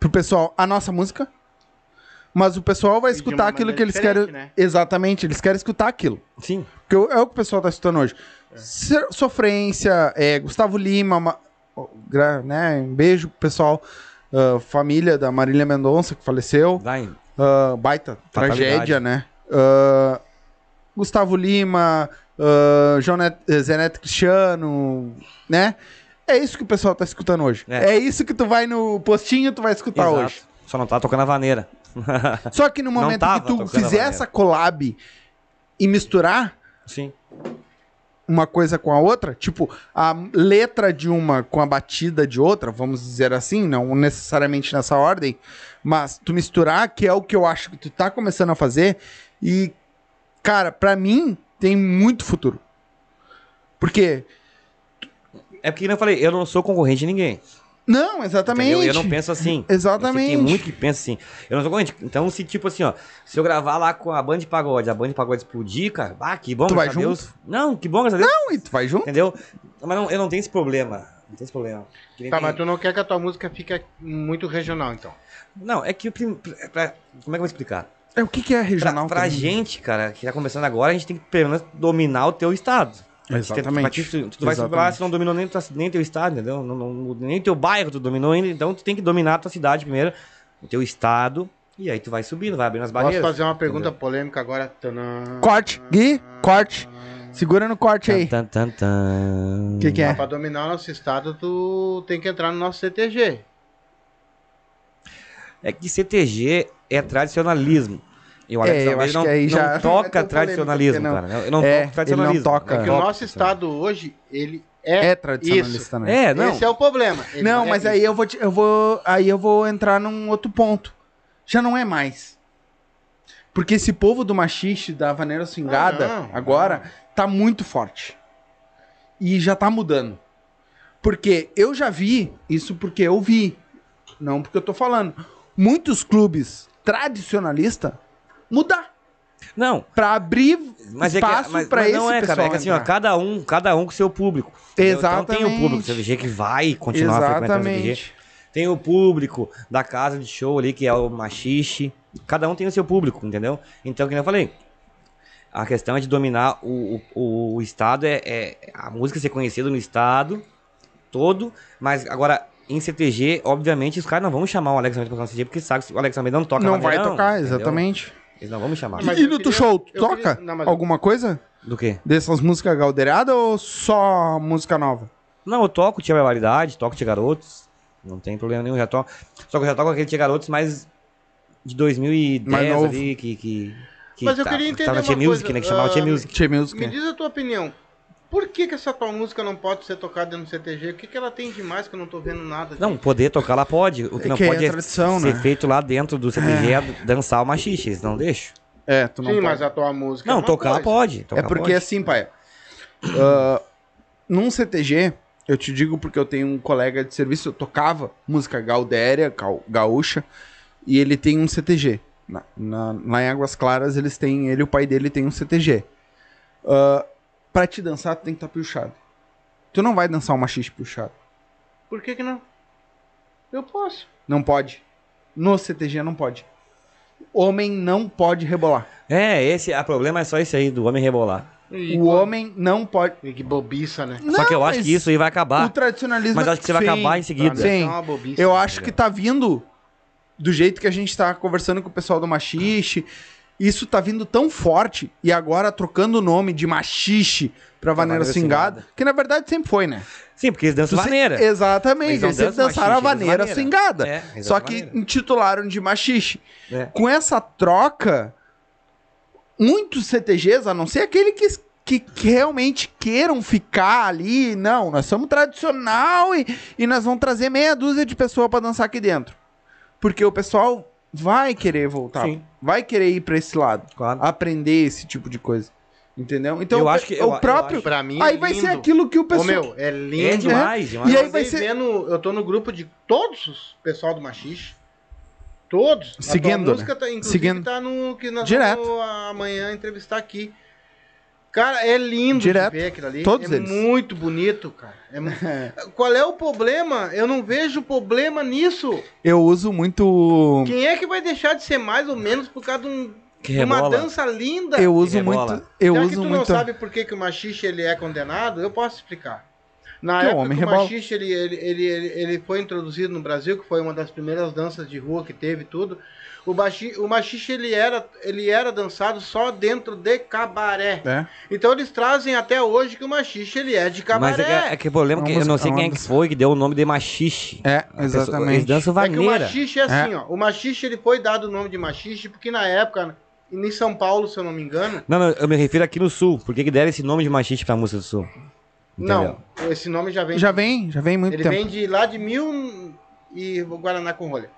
pro pessoal a nossa música, mas o pessoal vai
E de uma
escutar aquilo
maneira
que eles
diferente,
querem.
né?
Exatamente, eles querem escutar aquilo.
Sim.
Porque é o que o pessoal tá escutando hoje.
É.
Se- Sofrência, é, Gustavo Lima, ma- ó, gra- né, um beijo pro pessoal, ah, família da Marília Mendonça, que faleceu.
Vai.
Ah, baita
Fatalidade.
tragédia, né? Ah, Gustavo Lima, ah, Jonet- eh, Zeneto Cristiano, né? É isso que o pessoal tá escutando hoje. É,
É.
isso que tu vai no postinho, tu vai escutar
Exato.
hoje.
Só não tá tocando a vaneira.
Só que no
Não
momento
tava
que tu
tocando a
fizer
maneira.
essa collab e misturar
Sim.
uma coisa com a outra, tipo, a letra de uma com a batida de outra, vamos dizer assim, não necessariamente nessa ordem, mas tu misturar, que é o que eu acho que tu tá começando a fazer, e, cara, pra mim, tem muito futuro. Porque.
É porque, como eu falei, eu não sou concorrente de ninguém.
Não, exatamente.
Entendeu? Eu não penso assim.
Exatamente.
Tem muito que pensa assim. Eu não sou concorrente. Então, se tipo assim, ó, se eu gravar lá com a banda de pagode, a banda de pagode explodir, cara, ah, que bom,
Tu vai
graças a Deus. Não, que bom, graças a Deus.
Não, e tu vai junto?
Entendeu? Mas não, eu não tenho esse problema. Não tenho esse problema. Que nem
Tá,
tem-
mas tu não quer que a tua música fique muito regional, então.
Não, é que o prim- pra- pra- Como é que eu vou explicar?
É o que, que é
Pra,
regional?
pra
também?
gente, cara, que tá começando agora, a gente tem que pelo menos dominar o teu estado. Pra
Exatamente.
ti, tu, tu vai
Exatamente.
pra lá, se não dominou nem, tua- nem teu estado, entendeu? Não, não- nem teu bairro tu dominou ainda, então tu tem que dominar a tua cidade primeiro, o teu estado, e aí tu vai subindo, vai abrindo as
Posso
barreiras.
fazer uma pergunta polêmica agora? Tanã.
Corte, Gui, corte. Segura no corte aí.
Tan, tan, tan, tan.
O que, que é?
Pra dominar o nosso estado, tu tem que entrar no nosso CTG.
É que CTG é tradicionalismo. E o Alex
É, eu
Almeida
acho
não,
que aí
não
já- não é
toca
tão
tradicionalismo,
polêmica,
cara. né? Eu não
É,
toco tradicionalismo.
ele não toca.
É
Ah,
que o nosso estado hoje, ele é.
É tradicionalista
Isso.
também.
É, não.
Esse é o problema. Ele
Não,
é
mas
isso.
aí eu vou, te- eu vou, aí eu vou entrar num outro ponto. Já não é mais. Porque esse povo do machiste, da vaneira swingada,
Ah, não,
agora, tá muito forte. E já tá mudando. Porque eu já vi, isso porque eu vi, não porque eu tô falando, muitos clubes tradicionalistas mudar
Não,
pra abrir
mas é
é espaço
que, mas,
pra
mas
esse
não é, cara.
pessoal
É que assim, ó,
entrar.
cada um, cada um com seu público. entendeu? Então tem o público do
Exatamente.
CTG que vai continuar frequentando o CTG.
Exatamente.
Tem o público da casa de show ali, que é o machixe. Cada um tem o seu público, entendeu? Então, que nem eu falei, a questão é de dominar o, o, o estado, é, é a música ser conhecida no estado todo, mas agora. Em CTG, obviamente, os caras não vão chamar o Alex Almeida pra tocar no CTG, porque sabe que o Alex Almeida não toca
Não vai
vaneirão,
tocar,
entendeu?
exatamente.
Eles não vão me chamar.
Mas
e
eu
no teu
queria-
show, tu
eu queria-
toca
não, mas eu-
alguma coisa
Do quê?
dessas músicas galdeiradas ou só música nova?
Não, eu toco Tia Barbaridade, toco Tia Garotos. Não tem problema nenhum, já toco. Só que eu já toco aquele Tia Garotos mais de 2010
Mais novo.
ali, que, que, que
Mas eu
tá-
queria
que
entender
Tá na
uma
Tia Music,
coisa,
né? Que chamava
ah,
Tia Music.
Tia Music.
Me diz a tua opinião. Por que, que essa tua música não pode ser tocada no CTG? O que, que ela tem de mais que eu não tô vendo nada?
Não, poder tocar lá pode. O que
É
não
que é
pode é
tradição,
ser
né?
feito lá dentro do CTG é dançar o machixe, eles não deixam.
É, tu não
Sim,
pode.
mas a tua música. é
Não,
uma
tocar
coisa.
pode.
É
tocar
porque
pode.
assim, pai. ah, num CTG, eu te digo porque eu tenho um colega de serviço, eu tocava música gaudéria, cau- gaúcha, e ele tem um CTG. Na, na, lá em Águas Claras, eles têm. Ele e o pai dele tem um CTG. Ah, pra te dançar, tu tem que estar puxado. Tu não vai dançar um machiste puxado.
Por que, que não? Eu posso.
Não pode. No CTG não pode. Homem não pode rebolar.
É, esse, a problema é só isso aí do homem rebolar.
E,
o homem não pode.
e que bobiça, né?
só que eu
Não,
acho
mas
que isso aí
O
vai acabar.
tradicionalismo.
Mas acho que você vai
Sim.
acabar em seguida.
Sim.
É uma bobiça.
Eu acho que tá vindo do jeito que a gente tá conversando com o pessoal do machixe. Isso tá vindo tão forte e agora trocando o nome de machixe pra vaneira
vaneira
swingada, que na verdade sempre foi, né?
Sim, porque eles dançam
Tu se-
maneira.
Exatamente,
É. Eles não
eles sempre
dançam
dançaram a
machixe, eles
vaneira
vaneira.
swingada.
É, eles
só
dançam
que
maneira.
intitularam de machixe.
É.
Com essa troca, muitos CTGs, a não ser aquele que, que, que realmente queiram ficar ali, não, nós somos tradicional e, e nós vamos trazer meia dúzia de pessoa pra dançar aqui dentro. Porque o pessoal vai querer voltar,
Sim.
vai querer ir pra esse lado,
Claro.
aprender esse tipo de coisa. Entendeu? Então,
Eu
o, pe-
acho que-
o
eu- eu
próprio.
acho-
Pra mim.
Aí
é
vai ser
lindo.
aquilo que o
Ô,
pessoal.
meu, é lindo.
É demais, demais.
E
E
aí
aí
vai ser-
Vendo, eu tô no grupo de todos os pessoal do Machixe. Todos. A
Seguindo, né?
tua música tá, inclusive,
Seguindo.
tá no. Que nós
Direto.
vamos amanhã entrevistar aqui. Cara, é lindo
Direto.
de ver aquilo ali.
Todos
é
eles.
muito bonito, cara. É mu- Qual é o problema? Eu não vejo problema nisso.
Eu uso muito.
Quem é que vai deixar de ser mais ou menos por causa de um-
Que
de uma
rebola.
dança linda?
É,
Eu uso
rebola.
muito. Eu
Já que
uso
tu não
muito.
sabe por que, que o machixe ele é condenado, eu posso explicar. Na
Que o
época
homem
que o
rebola.
machixe ele, ele, ele, ele, ele foi introduzido no Brasil, que foi uma das primeiras danças de rua que teve e tudo, o, bachi, o machixe ele era, ele era dançado só dentro de cabaré.
É.
Então eles trazem até hoje que o machixe ele é de
Mas é
cabaré.
que, é que o problema é que eu não sei
Vamos-
quem é que foi que deu o nome de machixe.
É,
A pessoa- Eles
exatamente.
dançam
É que o
vaneira.
machixe é assim, ó. O machixe ele foi dado o nome de machixe porque na época, em São Paulo, se eu não me engano,
Não, não, eu me refiro aqui no sul. Por que, que deram esse nome de machixe pra música do sul? Entendeu?
não, esse nome já vem
Já vem, já vem há muito
Ele
tempo.
vem de lá de mil e o Guaraná com rolha.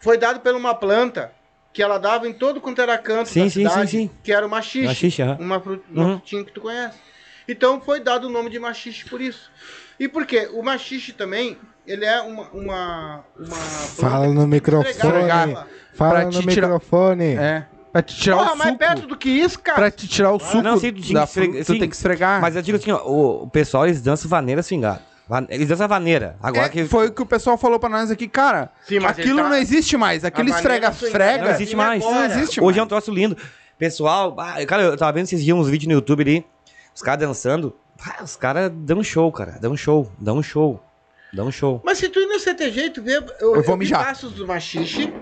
Foi dado por uma planta que ela dava em todo quanto era canto
Sim,
da
sim,
cidade,
sim, sim.
que era o machixe,
Machixe, aham.
uma, fru- uma
Uhum.
frutinha que tu conhece. Então foi dado o nome de machixe por isso. E por quê? O machixe também, ele é uma... uma, uma
Fala
planta
no
que entregava-
microfone. Fala
Pra
no
te tirar-
microfone.
É. Pra te tirar
Porra,
o
mais
suco.
perto do que isso, cara.
Pra te tirar o suco
Ah, não, sim, tu tinha
da
que esfre-
fruta, tu
sim.
tem que esfregar.
Mas eu digo assim, ó, o, o pessoal eles dançam vaneira swingada. Van- Eles dançam vaneira. Agora
É,
que.
Foi o que o pessoal falou pra nós aqui, cara.
Sim, mas ele
aquilo
tá-
não existe mais. Aquele
A maneira
esfrega-frega.
Não
é,
existe
Agora.
mais.
Não existe
Hoje
mais.
é um troço lindo. Pessoal, ah, cara, eu tava vendo esses dias uns vídeos no YouTube ali, os caras dançando. Ah, os caras dão show, cara. Dão um show, dão show, dão um show.
Mas se tu ir no CTG e tu vê
Eu
eu,
vou
vi
mijar.
passos do machixe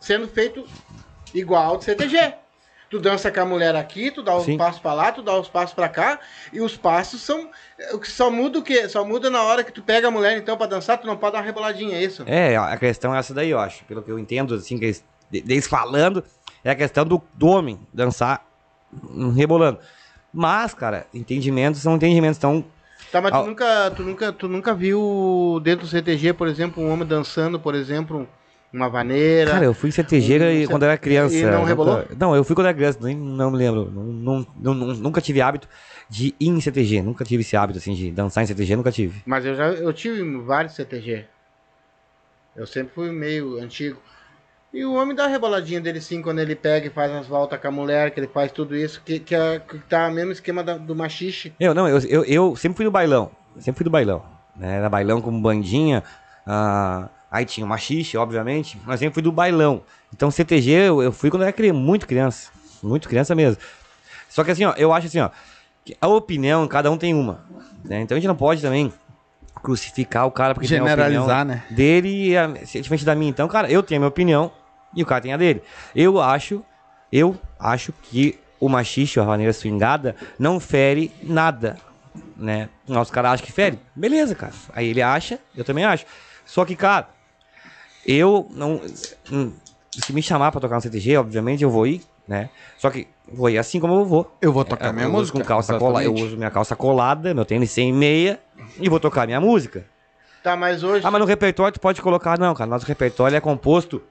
sendo feito igual ao do CTG. Tu dança com a mulher aqui, tu dá os
Sim.
passos pra lá, tu dá os passos pra cá, e os passos são. é, o que Só muda o quê? Só muda na hora que tu pega a mulher, então, pra dançar, tu não pode dar uma reboladinha, é isso?
É, a questão é essa daí, eu acho. Pelo que eu entendo, assim, que eles, de- deles falando, é a questão do, do homem dançar hum, rebolando. Mas, cara, entendimentos são entendimentos. Então,
Tá, mas
Ah.
tu nunca, tu nunca, tu nunca viu dentro do CTG, por exemplo, um homem dançando, por exemplo, uma vaneira.
Cara, eu fui CTG
É, E
e-
você-
quando era criança.
e não
Nunca-
rebolou?
Não, eu fui quando era criança, nem, não me lembro. Não, não- não- nunca tive hábito de ir em CTG. Nunca tive esse hábito, assim, de dançar em CTG, nunca tive.
Mas eu já eu tive em vários CTG. Eu sempre fui meio antigo. E o homem dá a reboladinha dele sim quando ele pega e faz as voltas com a mulher, que ele faz tudo isso, que, que, é, que tá no mesmo esquema da- do machixe.
Eu, não, eu, eu, eu sempre fui do bailão. Sempre fui do bailão. Né? Era bailão como bandinha. ah, aí tinha o machixe, obviamente. Mas sempre fui do bailão. Então, CTG, eu, eu fui quando era criança, muito criança. Muito criança mesmo. Só que assim, ó, eu acho assim, ó. que A opinião, cada um tem uma. né? Então a gente não pode também crucificar o cara porque tem a opinião
Generalizar, né?
dele, e a- se- diferente da minha. Então, cara, eu tenho a minha opinião, E o cara tem a dele. Eu acho, eu acho que o machiste, a maneira swingada, não fere nada, né? Os caras acham que fere. Beleza, cara. Aí ele acha, eu também acho. Só que, cara, eu não... hum, Se me chamar pra tocar no CTG, obviamente eu vou ir, né? Só que vou ir assim como eu vou.
Eu vou tocar
É,
minha
eu
música.
Uso com calça cola, eu
exatamente.
uso minha calça colada, meu tênis sem meia e vou tocar minha música.
Tá, mas hoje.
Ah, mas no repertório tu pode colocar, não, cara. Nosso repertório é composto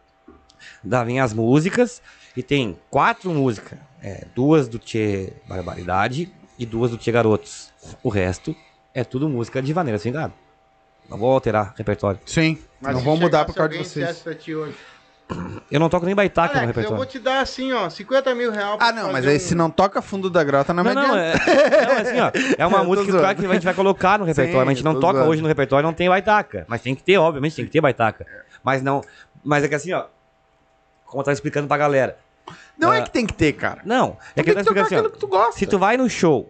da minhas músicas e tem quatro músicas. É, duas do Tchê Barbaridade e duas do Tchê Garotos. O resto é tudo música de maneira swingada. Não vou alterar o repertório.
Sim.
mas
não
se
vou
chegar,
mudar por
se
causa de
alguém
vocês.
dissesse pra ti hoje,
Eu não toco nem baitaca no
Alex, eu vou
repertório.
te dar assim, ó, 50 mil reais. pra
Ah, não, mas
fazer
aí
um-
se não toca fundo da grota, não,
Não,
me
não,
adianta.
é, não, é assim, ó. É uma
Eu tô
música que, o cara que a gente vai colocar no repertório.
Sim,
mas a gente não
eu tô
toca
zoando.
hoje no repertório, não tem baitaca. Mas tem que ter, obviamente, tem que ter baitaca. Mas não. Mas é que assim, ó. Como eu tava explicando pra galera.
Não é
Ah.
que tem que ter, cara.
Não, é
Tem
que
que
eu tô
tocar
explicando assim, ó.
aquilo que tu gosta.
Se tu vai no show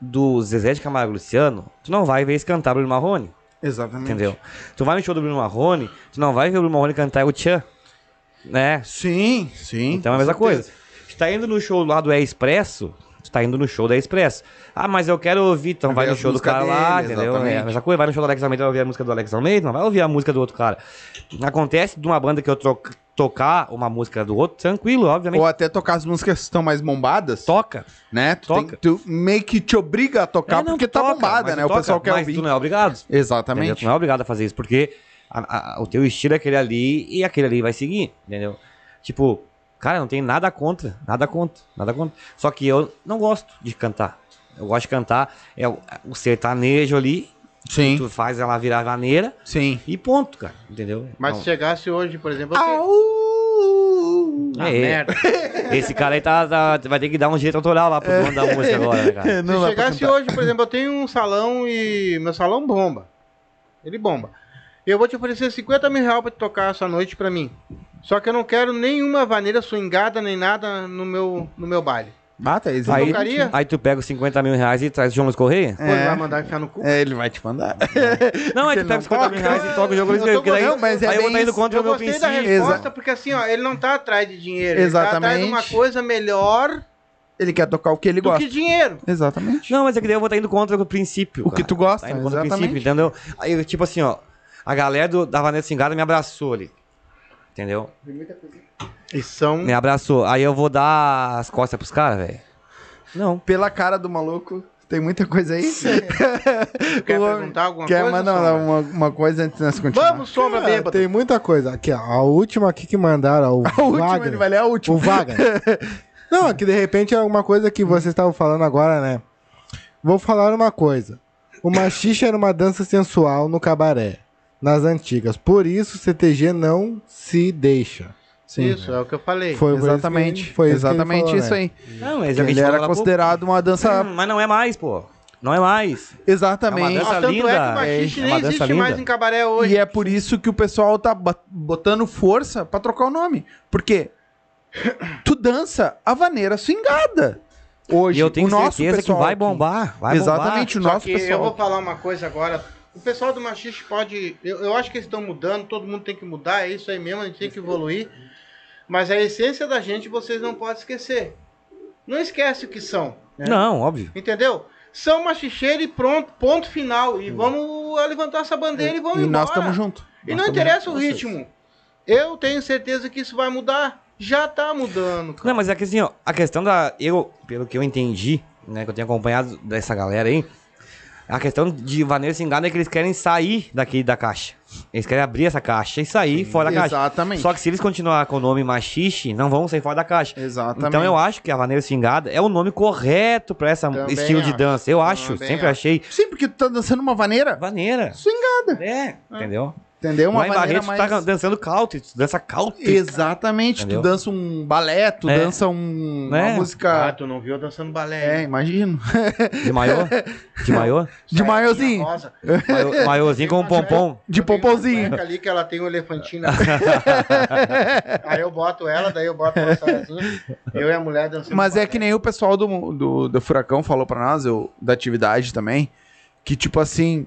do Zezé de Camargo e Luciano, tu não vai ver eles cantar Bruno Marrone,
Exatamente.
entendeu? Tu vai no show do Bruno Marrone, tu não vai ver o Bruno Marrone cantar o Tchan, né?
Sim, sim.
Então é a
com
mesma
certeza.
coisa. Tu tá indo no show lá do É Expresso, tu tá indo no show da Expresso. Ah, mas eu quero ouvir, então
Vai
vai
ver
no
as
show do
músicas
cara lá,
dele,
entendeu? É a
exatamente.
mesma coisa, vai no show do Alex Almeida, vai ouvir a música do Alex Almeida, não vai ouvir a música do outro cara. Acontece de uma banda que eu tro- tocar uma música do outro, tranquilo, obviamente.
Ou até tocar as músicas que estão mais bombadas,
Toca.
né? Tu, tem-
toca.
tu meio que te obriga a tocar
É, não,
porque
tu
tá
toca,
bombada,
mas
né?
tu
O pessoal
toca,
quer
mas
ouvir.
Tu não é obrigado. Entendeu? Tu
Exatamente.
não é obrigado a fazer isso, porque a- a- o teu estilo é aquele ali e aquele ali vai seguir, entendeu? Tipo, cara, não tem nada contra, nada contra, nada contra. Só que eu não gosto de cantar. Eu gosto de cantar é o, o sertanejo ali,
Sim,
tu faz ela virar vaneira
sim.
e ponto, cara, entendeu?
Mas
Não.
se chegasse hoje, por exemplo.
Ah,
Você...
Au!
Ah,
É, é.
merda.
Esse cara aí tá, tá- vai ter que dar um jeito autoral lá pro dono da
É.
música agora, né, cara.
Não dá
se
pra
chegasse
cantar.
hoje, por exemplo, eu tenho um salão e meu salão bomba. Ele bomba. Eu vou te oferecer 50 mil reais pra te tocar essa noite pra mim. Só que eu não quero nenhuma vaneira swingada nem nada no meu, no meu baile.
Ah, Thaís,
Aí-
então-
tocaria?
aí tu pega os 50 mil reais e traz o João Luiz Correia?
Pô, ele vai mandar enfiar no cu.
É, ele vai te mandar.
Não, é aí
Porque
tu pega
não
os 50
toca.
mil reais e toca o jogo
Eu
Luiz Correia,
tô
porque daí,
gostando, mas é
aí eu vou
bem
tá indo
isso.
contra
Eu
o meu
gostei da
princípio.
resposta,
Exa-
porque assim, ó, ele não tá atrás de dinheiro. Ele tá atrás de uma
Exatamente.
coisa melhor
Ele quer tocar o que ele
do
gosta.
que dinheiro.
Exatamente.
Não, mas é que daí eu vou estar indo contra o princípio.
O que tu gosta,
tá indo contra o
exatamente.
princípio, entendeu? Aí, eu, tipo assim, ó, a galera do, da Vanessa Singada me abraçou ali. Entendeu?
E são.
Me abraçou. Aí eu vou dar as costas pros caras, velho. Não.
Pela cara do maluco, tem muita coisa aí.
Quer
O homem
perguntar alguma
quer
coisa?
mandar
Sombra?
uma, Ah, uma coisa antes de nós continuar?
Vamos, sombra
Cara,
bêbado.
tem muita coisa. Aqui, ó, a última aqui que mandaram, o
A última,
Wagner.
ele vai ler a última.
O Wagner. Não, é que de repente é alguma coisa que vocês estavam falando agora, né? Vou falar uma coisa. O machixe era uma dança sensual no cabaré, nas antigas. Por isso, CTG não se deixa.
Isso, é o que eu falei.
Foi por isso que-
Exatamente.
foi isso que ele
exatamente
falou,
isso
né?
aí.
Não, mas
Ele era considerado uma dança.
Mas não é mais, pô. Não é mais.
Exatamente.
É uma
Ó, tanto é que
linda,
o machiste
é
nem
uma dança
existe
linda.
mais em cabaré hoje.
E é por isso que o pessoal tá ba- botando força pra trocar o nome. Porque tu dança a vaneira swingada. Hoje,
e eu tenho
o nosso
certeza que
pessoal
vai
aqui-
bombar. Vai
Exatamente, o
Só
nosso
que
pessoal.
eu vou falar uma coisa agora. O pessoal do machiste pode. Eu, eu acho que eles estão mudando, todo mundo tem que mudar, é isso aí mesmo, a gente tem que evoluir. Mas a essência da gente vocês não podem esquecer. Não esquece o que são. né?
bombar. Não, óbvio.
Entendeu? São machicheiro e pronto, ponto final. E vamos ah, levantar essa bandeira e vamos
E
embora.
nós estamos juntos.
E não interessa o ritmo. Eu tenho certeza que isso vai mudar. Já tá mudando. cara.
Não, mas é que assim, ó, a questão da. Eu, pelo que eu entendi, né, que eu tenho acompanhado dessa galera aí, a questão de Vanessa Singada é que eles querem sair daqui da caixa. Eles querem abrir essa caixa e sair fora da caixa.
Exatamente.
Só que se eles continuar com o nome machixe, não vão sair fora da caixa.
Exatamente.
Então eu acho que a Vaneira Singada é o nome correto pra esse
Também
estilo de
acho.
dança. Eu acho,
Também
sempre
acho.
achei.
Sim, porque tu tá dançando uma vaneira.
Vaneira.
Swingada.
É, entendeu?
Entendeu? Uma
Lá em
vaneira
Barreto
mais.
tu tá dançando country, tu dança country.
Exatamente.
Entendeu?
Tu dança um balé, tu
É.
dança um-
Né?
uma
Ah,
música.
tu não viu eu dançando
É,
balé. hein?
imagino.
De maiô? De maiô?
De maiozinho.
Rosa.
Maiô- Maiôzinho com um pompom.
De
Eu tenho uma
popozinho.
cueca ali que ela tem um elefantinho. na frente. aí eu boto ela, daí eu boto ela sozinha. Eu e a mulher dançando.
Mas é
balé.
que nem o pessoal do, do, do Furacão falou pra nós, eu, da atividade também, que tipo assim,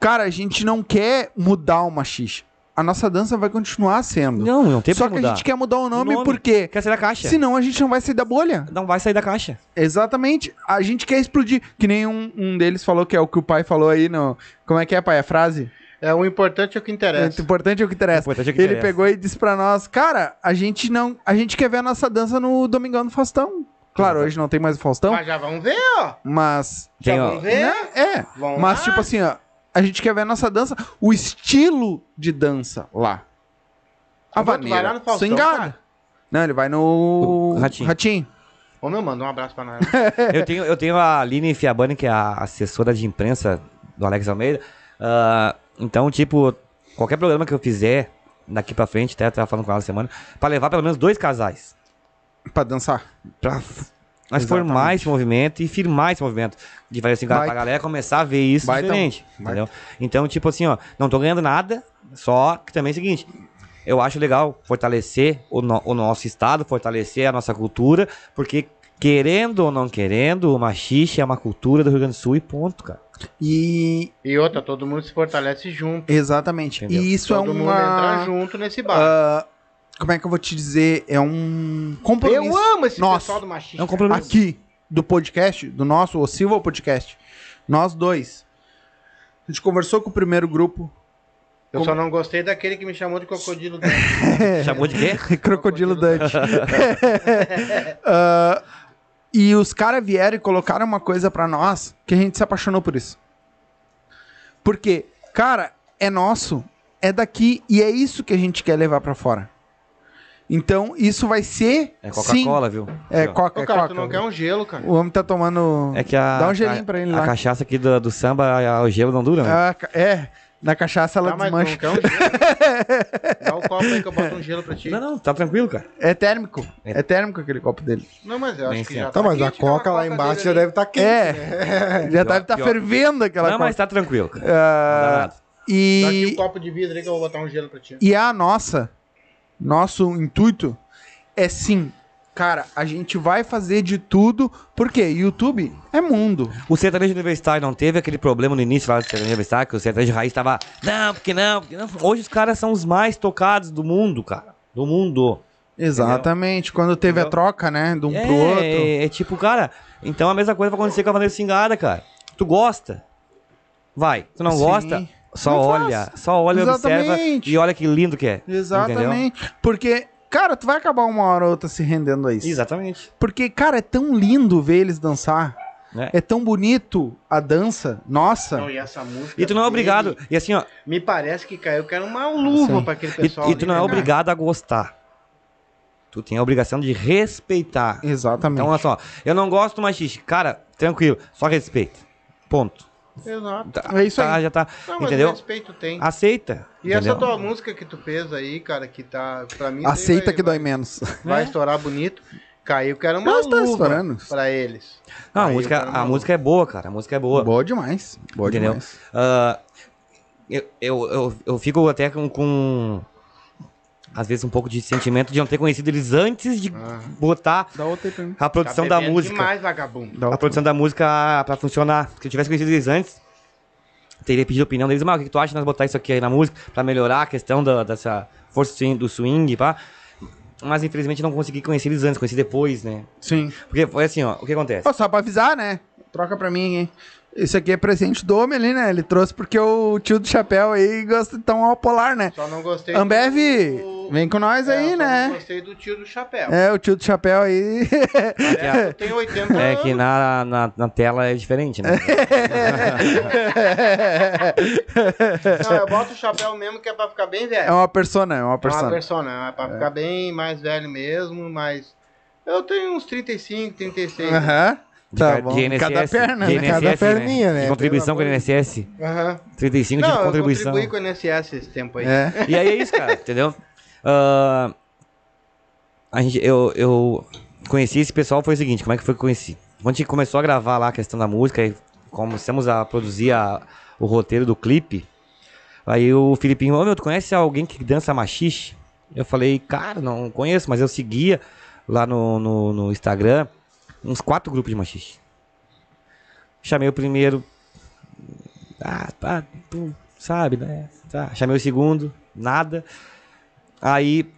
cara, a gente não quer mudar o machixe. a nossa dança vai continuar sendo.
Não, não tem
Só
pra
que
mudar.
a gente quer mudar o nome,
nome.
porque
Quer sair da caixa?
senão a gente não vai sair da bolha.
Não vai sair da caixa.
Exatamente. A gente quer explodir. Que nem um, um deles falou, que é o que o pai falou aí no. Como é que é, pai? A frase?
É, o importante é o que
O
interessa.
importante é o que
O
interessa.
importante é que
Ele
interessa.
pegou e disse pra nós, cara, a gente não. A gente quer ver a nossa dança no Domingão do Faustão. Claro, hoje não tem mais o Faustão,
Mas já vamos ver, ó.
mas.
Tem,
já
ó,
vamos ver.
Né? É.
Vamos
Mas,
lá.
tipo assim, ó, a gente quer ver a nossa dança, o estilo de dança lá. A
Então, tu vai lá
vaneira.
no Faustão,
Swingada.
cara?
Não, ele vai no.
O Ratinho.
Ô, meu, manda um abraço pra nós.
Eu tenho, eu tenho a Aline Fiabani, que é a assessora de imprensa do Alex Almeida. Ah, então, tipo, qualquer programa que eu fizer daqui pra frente, até eu tava falando com ela essa semana, pra levar pelo menos dois casais.
Pra dançar.
Pra f- nós formar esse movimento e firmar esse movimento. De fazer assim, pra
Baita.
galera começar a ver isso
Baita.
diferente. Entendeu? Então, tipo assim, ó, não tô ganhando nada, só que também é o seguinte. Eu acho legal fortalecer o, no- o nosso estado, fortalecer a nossa cultura, porque querendo ou não querendo, o machixe é uma cultura do Rio Grande do Sul e ponto, cara.
E.
E outra, todo mundo se fortalece junto.
Exatamente.
Entendeu?
E isso
todo
é uma.
mundo entra junto nesse
Ah,
bar.
Como é que eu vou te dizer? É um
eu
compromisso.
amo esse
Nossa.
pessoal do machismo.
É um compromisso.
aqui do podcast, do nosso, o Silva Podcast, nós dois. A gente conversou com o primeiro grupo.
Eu só não gostei daquele que me chamou de crocodilo. Dante.
Chamou de quê?
É
Crocodilo Dante. Ah, e os caras vieram e colocaram uma coisa pra nós que a gente se apaixonou por isso. Porque, cara, é nosso, é daqui e é isso que a gente quer levar pra fora. Então, isso vai ser.
É
sim,
Coca-Cola, viu?
É
Aqui, ó.
Coca,
Ô,
é
cara,
Coca.
tu não quer um gelo, cara.
O homem tá tomando.
É que a,
Dá um gelinho pra ele
a,
lá.
a cachaça aqui do, do samba, a, o gelo não dura, né?
Ah, ca- é, na cachaça ela
Tá, mas tu
desmancha.
não quer um gelo? Dá o copo aí que eu boto um gelo pra ti.
Não, não, tá tranquilo, cara.
um.
É térmico.
É.
É térmico aquele copo dele.
Não, mas eu
Nem
acho que
sei.
já
Tá, mas a
quente, né, uma
coca lá embaixo
dele
já
ali.
deve estar quente.
É. Já
Pior-
deve estar
pior.
fervendo aquela
não,
copa.
mas tá tranquilo, cara. Não dá
Ah,
nada.
Dá aqui um
e,
copo de vidro aí que eu vou botar um gelo pra ti.
e a nossa, nosso intuito é sim, cara, a gente vai fazer de tudo, porque YouTube é mundo.
O sertanejo universitário não teve aquele problema no início lá do sertanejo universitário, que o sertanejo raiz tava, não, porque não, porque não. Hoje os caras são os mais tocados do mundo, cara. Do mundo.
Exatamente, quando teve a
Entendeu?
troca, né, de um
é,
pro outro.
É, é tipo, cara, então a mesma coisa vai acontecer com a Vanessa Singada, cara. Tu gosta? Vai. Tu não
Sim.
gosta? Só
Não
olha. Só olha, observa
Exatamente.
e olha que lindo que é.
Exatamente, porque, cara, tu vai acabar uma hora ou outra se rendendo a isso.
Entendeu? Exatamente.
Porque, cara, é tão lindo ver eles dançar.
Né?
É tão bonito a dança. Nossa.
Não, e essa música.
E tu não é
dele,
obrigado. E assim, ó,
Me parece que caiu, que era uma luva
Sim.
pra aquele
e,
pessoal.
e
ali,
tu não é
né, cara?
obrigado a gostar. Tu tem a obrigação de respeitar.
Exatamente.
Então, olha só, eu não gosto do machiste. Cara, tranquilo, só respeito. Ponto.
Exato.
Tá-
É isso
tá,
aí.
Já tá,
Não, mas
entendeu?
respeito tem.
Aceita.
E essa
entendeu?
tua música que tu fez aí, cara, que tá. Pra mim. isso aí
Aceita
vai-
que dói
vai-
menos.
Vai
É?
estourar bonito. Caiu que era uma
Não,
tá
está
luva
estourando.
pra eles.
Não, a
Caiu
música,
que era uma
a
luva.
música é boa, cara. A música é boa.
Boa demais. Boa
Entendeu?
demais.
Ah, eu, eu, eu, eu fico até com, com, Às vezes um pouco de sentimento de não ter conhecido eles antes de
Ah.
botar
Dá outra aí pra mim.
a produção
Tá
da
bebendo
música.
Demais, vagabundo.
Dá
A
outra.
produção da música pra funcionar. Se eu tivesse conhecido eles antes, teria pedido a opinião deles. Mas o que que tu acha de nós botar isso aqui aí na música pra melhorar a questão da, dessa força do swing- do swing, pá? Mas infelizmente não consegui conhecer eles antes, conheci depois, né?
Sim.
Porque foi assim, ó, o que acontece?
Ó, só pra avisar, né? Troca pra mim, hein? Esse aqui é presente do homem ali, né? Ele trouxe porque o tio do chapéu aí gosta de tomar o polar, né?
Só não gostei.
Ambev,
do-
vem com nós
É, eu
aí,
só Não
né?
gostei do tio do chapéu.
É, o tio do chapéu aí.
Parece que eu tenho 80
É
anos.
que na, na, na tela é diferente, né?
Não, eu boto o chapéu mesmo que é pra ficar bem velho.
É uma persona, é uma
É uma
persona.
persona, é pra ficar bem mais velho mesmo, mas. Eu tenho uns 35, 36. né?
Aham.
De
Tá
ca-
bom.
de INSS,
Cada perna,
de
né?
INSS,
Cada perninha, né?
De contribuição com o
Pelo amor
INSS.
Aham.
35 de
Não, eu
contribuição.
contribuí com o INSS esse tempo aí.
É.
E aí é isso, cara, entendeu? Ah, a gente, eu, eu conheci esse pessoal, foi o seguinte, como é que foi que eu conheci? Quando a gente começou a gravar lá a questão da música e começamos a produzir a- o roteiro do clipe, aí o Filipinho, ô meu, tu conhece alguém que dança machixe? Eu falei, cara, não conheço, mas eu seguia lá no, no, no Instagram uns quatro grupos de machixe. Chamei o primeiro, ah, pá, tu tá, sabe, né? tá, chamei o segundo, nada. Aí,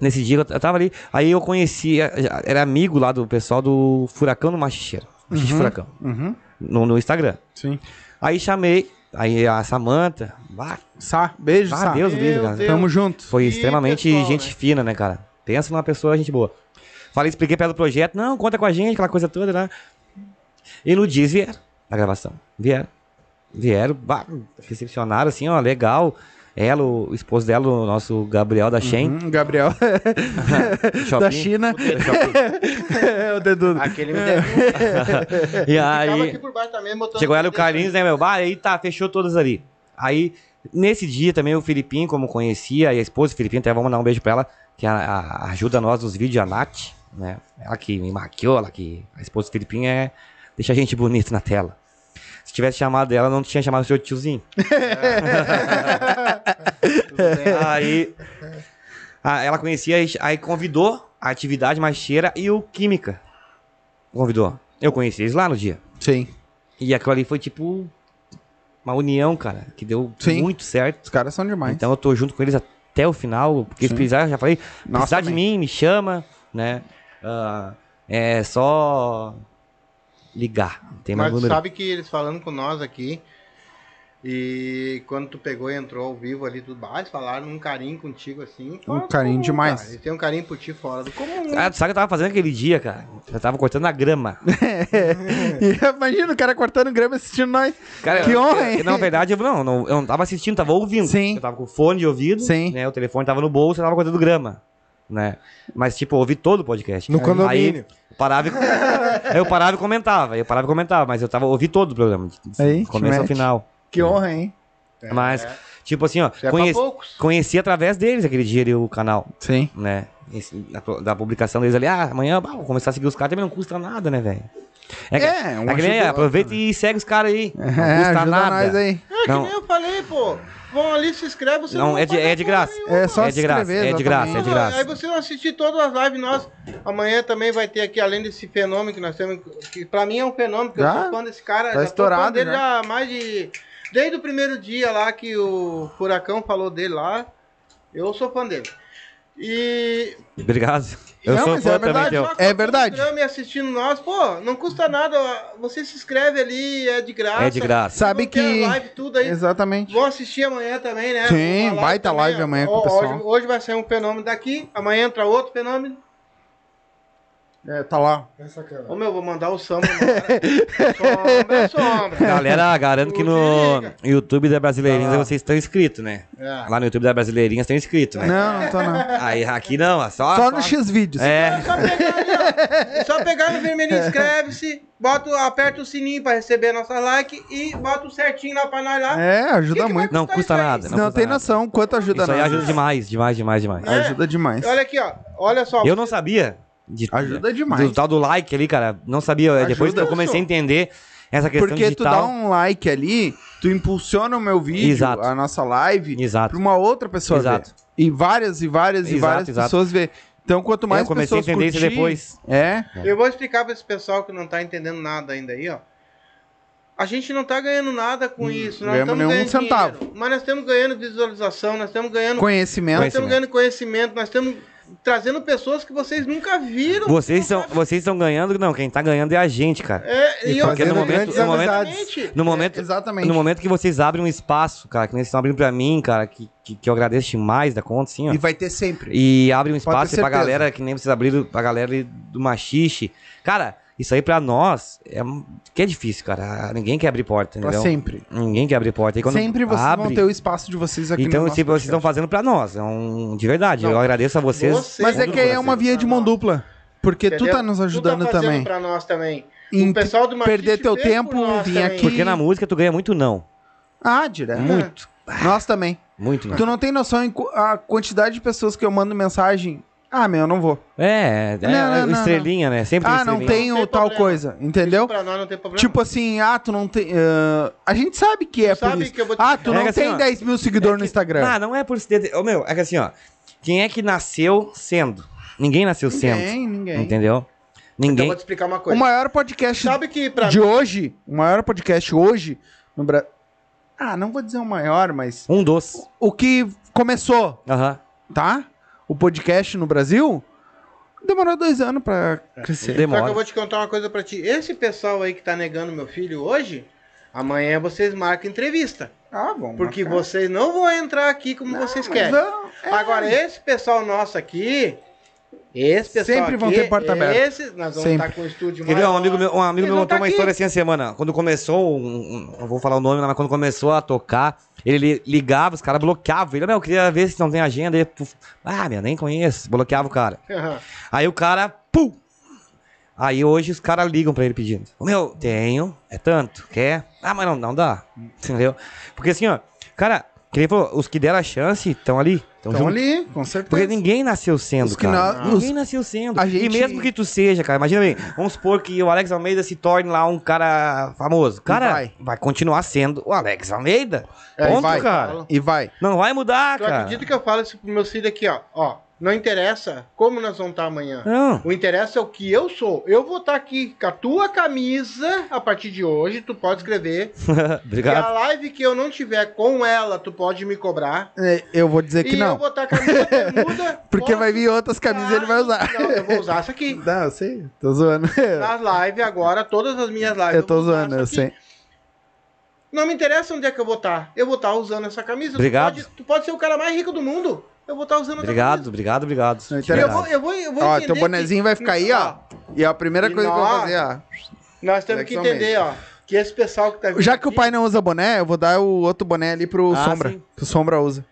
nesse dia, eu t- eu tava ali, aí eu conheci, a- já- era amigo lá do pessoal do Furacão do Machicheiro, Machixe
Uhum.
Furacão,
Uhum.
no, no Instagram.
Sim.
Aí chamei, aí a Samanta, bah,
Sá, beijo,
Ah,
Sá.
Deus, beijo, cara.
Deus.
Tamo junto.
Foi
Que
extremamente
pessoal,
gente
né?
fina, né, cara? Pensa numa pessoa, gente boa. Falei, expliquei pra ela do projeto. Não, conta com a gente, aquela coisa toda, né? E no dia eles vieram na gravação. Vieram. Vieram, bah, recepcionaram assim, ó, legal. Ela, o esposo dela, o nosso Uhum, Gabriel da Shen,
Hum, Gabriel da
shopping.
China. É o dedudo.
Aquele me deve.
E
Tava
aí,
aqui por baixo também, botando.
chegou ela e o Carlinhos, né, meu? Bah, aí tá, fechou todas ali. Aí, nesse dia também, o Filipinho, como conhecia, e a esposa do Filipinho, até vamos dar um beijo pra ela, que a- a- ajuda nós nos vídeos, a Nath, né? Ela que me maquiou, ela que. A esposa do Filipinho é. Deixa a gente bonito na tela. Se tivesse chamado ela, não tinha chamado o seu tiozinho. aí. a- ela conhecia, aí- aí convidou a atividade macheira e o Química. Convidou. Eu conheci eles lá no dia.
Sim.
E aquilo ali foi tipo uma união, cara, que deu
Sim.
muito certo.
Os caras são demais.
Então eu tô junto com eles até o final, porque
Sim.
se precisar, eu já falei, precisar de
também.
mim, me chama, né? Ah, é só ligar, não tem mais
Mas tu
número.
sabe que eles falando com nós aqui. E quando tu pegou e entrou ao vivo ali do bar, eles falaram um carinho contigo assim. fora do
carinho
comum,
Um demais.
cara. Eles têm um carinho por ti fora do comum.
Ah, tu sabe o que eu tava fazendo aquele dia, cara? Eu tava cortando a grama.
É.
Imagina o cara cortando grama assistindo nós.
Cara,
Que
eu-
honra, hein?
eu- na verdade, eu não, não- eu não tava assistindo, tava ouvindo.
Sim.
Eu tava com fone de ouvido,
Sim.
né? O telefone tava no bolso, eu tava cortando grama, né? Mas, tipo, eu ouvi todo o podcast.
No
Aí-
condomínio.
Eu parava e... aí eu parava e comentava, eu parava e comentava, mas eu tava ouvi todo o programa, de- de
Aí,
começo ao
match.
final.
Que honra, hein? É.
Mas, tipo assim, ó,
É pra
conheci,
poucos.
conheci através deles aquele dia ali o canal,
Sim.
né? Esse- da, pro- da publicação deles ali, ah, amanhã bah, vou começar a seguir os caras, também não custa nada, né, velho? É, que-
É, um
é que nem,
ajuda o
aproveita
outro,
e segue os caras aí. Não
É,
custa
ajuda
nada.
nós aí.
É que
Não.
nem eu falei, pô. Vão ali, se inscreve, você
Não,
vai
é de-
pagar
é de
porra
graça.
nenhuma.
É só
É
se
de graça,
inscrever,
é de graça,
exatamente.
é de graça.
Aí você vai assistir todas as lives nossas. Amanhã também vai ter aqui, além desse fenômeno que nós temos, que pra mim é um fenômeno, que
Já?
eu sou fã desse
Tá
cara. já sou fã
estourado,
dele
já.
já há mais de. Desde o primeiro dia lá que o Furacão falou dele lá, eu sou fã dele. E.
Obrigado. Eu
Não,
sou
mas
fã
é
também
verdade,
teu.
ó.
só que
É verdade.
o programa e assistindo nós, pô, não custa nada. Você se inscreve ali, é de graça.
É de graça.
Sabe
Vão ter
que-
a Live, tudo aí.
Exatamente.
Vão assistir amanhã também, né?
Sim,
Uma
baita
também.
live amanhã com o
Ho-
pessoal.
Hoje, hoje vai sair um fenômeno daqui, amanhã entra outro fenômeno.
É, tá lá.
Ô meu, vou mandar o samba. mano. sombra, sombra.
Galera, garanto que
é
no YouTube da Brasileirinhas
Tá
vocês estão inscritos, né?
É.
Lá no YouTube da Brasileirinhas estão inscritos, né?
É. Não, não tô não.
Aí aqui não, é só.
Só no X-Vídeos.
É.
Só pegar, ali, ó. só pegar no vermelhinho, inscreve-se, bota, o- aperta o sininho pra receber a nossa like e bota o certinho lá pra nós lá.
É, ajuda
Que que
muito.
Não
Custa
custa
isso aí.
nada.
Não,
custa
tem
nada.
noção quanto ajuda
Isso aí
nós.
ajuda demais, demais, demais, demais.
É.
Ajuda demais.
Olha aqui, ó. Olha só.
Eu não sabia. de-
Ajuda demais.
Do tal do like ali, cara. Não sabia. Depois que eu
Ajuda,
comecei a
senhor.
entender essa questão
Porque tu dá
digital.
um like ali, tu impulsiona o meu vídeo,
Exato.
a nossa live, pra
Exato.
uma outra pessoa
Exato.
ver. E várias e várias e
Exato,
várias
exato.
pessoas ver. Então, quanto mais
eu comecei a
pessoas
entender isso
curtir,
depois.
É,
Eu vou explicar pra esse pessoal que não tá entendendo nada ainda aí, ó. A gente não tá ganhando nada com isso.
Hum,
Nós
ganhamos
estamos
nenhum
ganhando
centavo.
dinheiro, mas nós estamos ganhando visualização, nós estamos ganhando Nós
conhecimento.
estamos ganhando conhecimento, nós estamos trazendo pessoas que vocês nunca viram.
Vocês
Não
estão
sabe-
vocês estão ganhando, não. Quem tá ganhando é a gente, cara.
É, e
E
eu-
Porque no
um
fazendo
momento,
grandes
no momento,
Exatamente.
no momento,
Exatamente.
No momento que vocês abrem um espaço, cara, que nem vocês estão abrindo pra mim, cara, que, que, que eu agradeço demais da conta, assim, ó.
E vai ter sempre.
E, abre um
Pode
espaço
ter
pra
certeza.
galera, que nem vocês abriram pra galera ali do machixe. Cara, isso aí pra nós é um- que é difícil, cara. Ninguém quer abrir porta,
Pra
entendeu?
sempre.
Ninguém quer abrir porta. E quando
sempre vocês
abre,
vão ter o espaço de vocês aqui
Então,
no nosso
tipo, vocês estão
podcast.
fazendo pra nós. É um de verdade.
Não.
Eu agradeço a vocês.
Você-
Mas é
Tudo
que aí é uma via de mão dupla. Porque tu
Entendeu?
tá nos
Tu tá
ajudando
fazendo
também.
pra um nós também.
Em
O pessoal do Machiste
perder teu
fez por
tempo,
nós
vir
também.
aqui.
Porque na música tu ganha muito não.
Ah, direto.
Muito.
Nós também.
Muito não.
Tu não tem noção em qu- a quantidade de pessoas que eu mando mensagem. Ah, meu, eu não vou.
É, é,
Não, não, não,
estrelinha, né? Sempre
Ah, não
estrelinha.
tenho
Não tem
tal
problema.
coisa, entendeu?
Pra nós não tem problema.
Tipo assim, ah, tu não tem. ah, a gente sabe que é por
sabe
isso.
que eu vou te
Ah, tu
É
não
que assim,
tem
ó,
10 mil seguidores no Instagram.
Ah, não é por ser. Ô, meu, é que assim, ó. Quem é que nasceu sendo? Ninguém nasceu sendo.
ninguém, ninguém.
Entendeu?
Então eu
Ninguém.
vou te explicar uma
O
coisa.
maior podcast
Sabe que pra
de hoje, o maior podcast hoje no, Bra- Ah, não vou dizer o maior, mas.
Um dos.
O que começou,
Aham.
tá? O podcast no Brasil demorou dois anos pra crescer.
Só que eu
Demora.
vou te contar uma coisa pra ti. Esse pessoal aí que tá negando meu filho hoje, amanhã vocês marcam entrevista.
Ah, bom.
Porque vocês não vão entrar aqui como vocês querem. Agora, esse pessoal nosso aqui. Esse pessoal
Sempre vão
aqui,
ter porta aberta.
Esse, nós vamos
Sempre.
estar com o estúdio
é
Quer ver? Um amigo meu, um amigo
Ele
meu
não
contou
tá
uma
aqui.
história assim a semana. Quando começou, um- um- eu vou falar o nome, mas quando começou a tocar, ele li- ligava, os caras bloqueavam. Ele, meu, eu queria ver se não tem agenda. Ele, puf, ah, meu, nem conheço. Bloqueava o cara.
Aham.
Aí o cara, pum! Aí hoje os caras ligam pra ele pedindo. "Ô, Meu, tenho, é tanto, quer? Ah, mas não, não dá.
Hum.
Entendeu? Porque assim, ó, cara, que nem falou, os que deram a chance estão ali. Estão
Estão
junto.
ali, com certeza.
Porque ninguém nasceu sendo,
Os que
cara.
na-
Ninguém nasceu sendo.
a
E
gente-
mesmo que tu seja, cara, imagina bem, vamos supor que o Alex Almeida se torne lá um cara famoso. Cara, vai,
vai.
continuar sendo o Alex Almeida.
É, e
Ponto,
vai.
cara.
E vai.
Não vai mudar,
Tu
cara.
acredita que eu falo isso pro meu filho aqui, ó. Ó, não interessa como nós vamos estar amanhã.
Não.
O interessa é o que eu sou. Eu vou estar aqui com a tua camisa a partir de hoje, tu pode escrever. E a
Obrigado.
live que eu não tiver com ela, tu pode me cobrar.
É, Eu vou dizer que
e eu
não.
vou estar com a minha bermuda.
Porque
posso
vai vir outras camisas e ele vai usar.
Não, eu vou usar isso aqui.
Não, eu sei. Tô zoando.
Nas lives agora, todas as minhas lives.
Eu tô
vou usar
zoando,
isso
eu
aqui.
sei.
Não me interessa onde é que eu vou estar. Eu vou estar usando essa camisa. Tu
Obrigado.
pode- Tu pode, ser o cara mais rico do mundo. Eu vou estar usando
Obrigado, obrigado, obrigado.
Não
essa camisa.
interessa.
Eu vou, eu vou, eu vou
Ó,
entender
teu bonezinho vai ficar aí, ó. E a primeira
E
coisa que eu vou
nós-
fazer, ó.
Nós temos que
Alex
entender, ó, que esse pessoal que tá vindo
Já que o
aqui-
pai não usa boné, eu vou dar o outro boné ali pro
Ah,
Sombra.
sim.
Que o Sombra usa.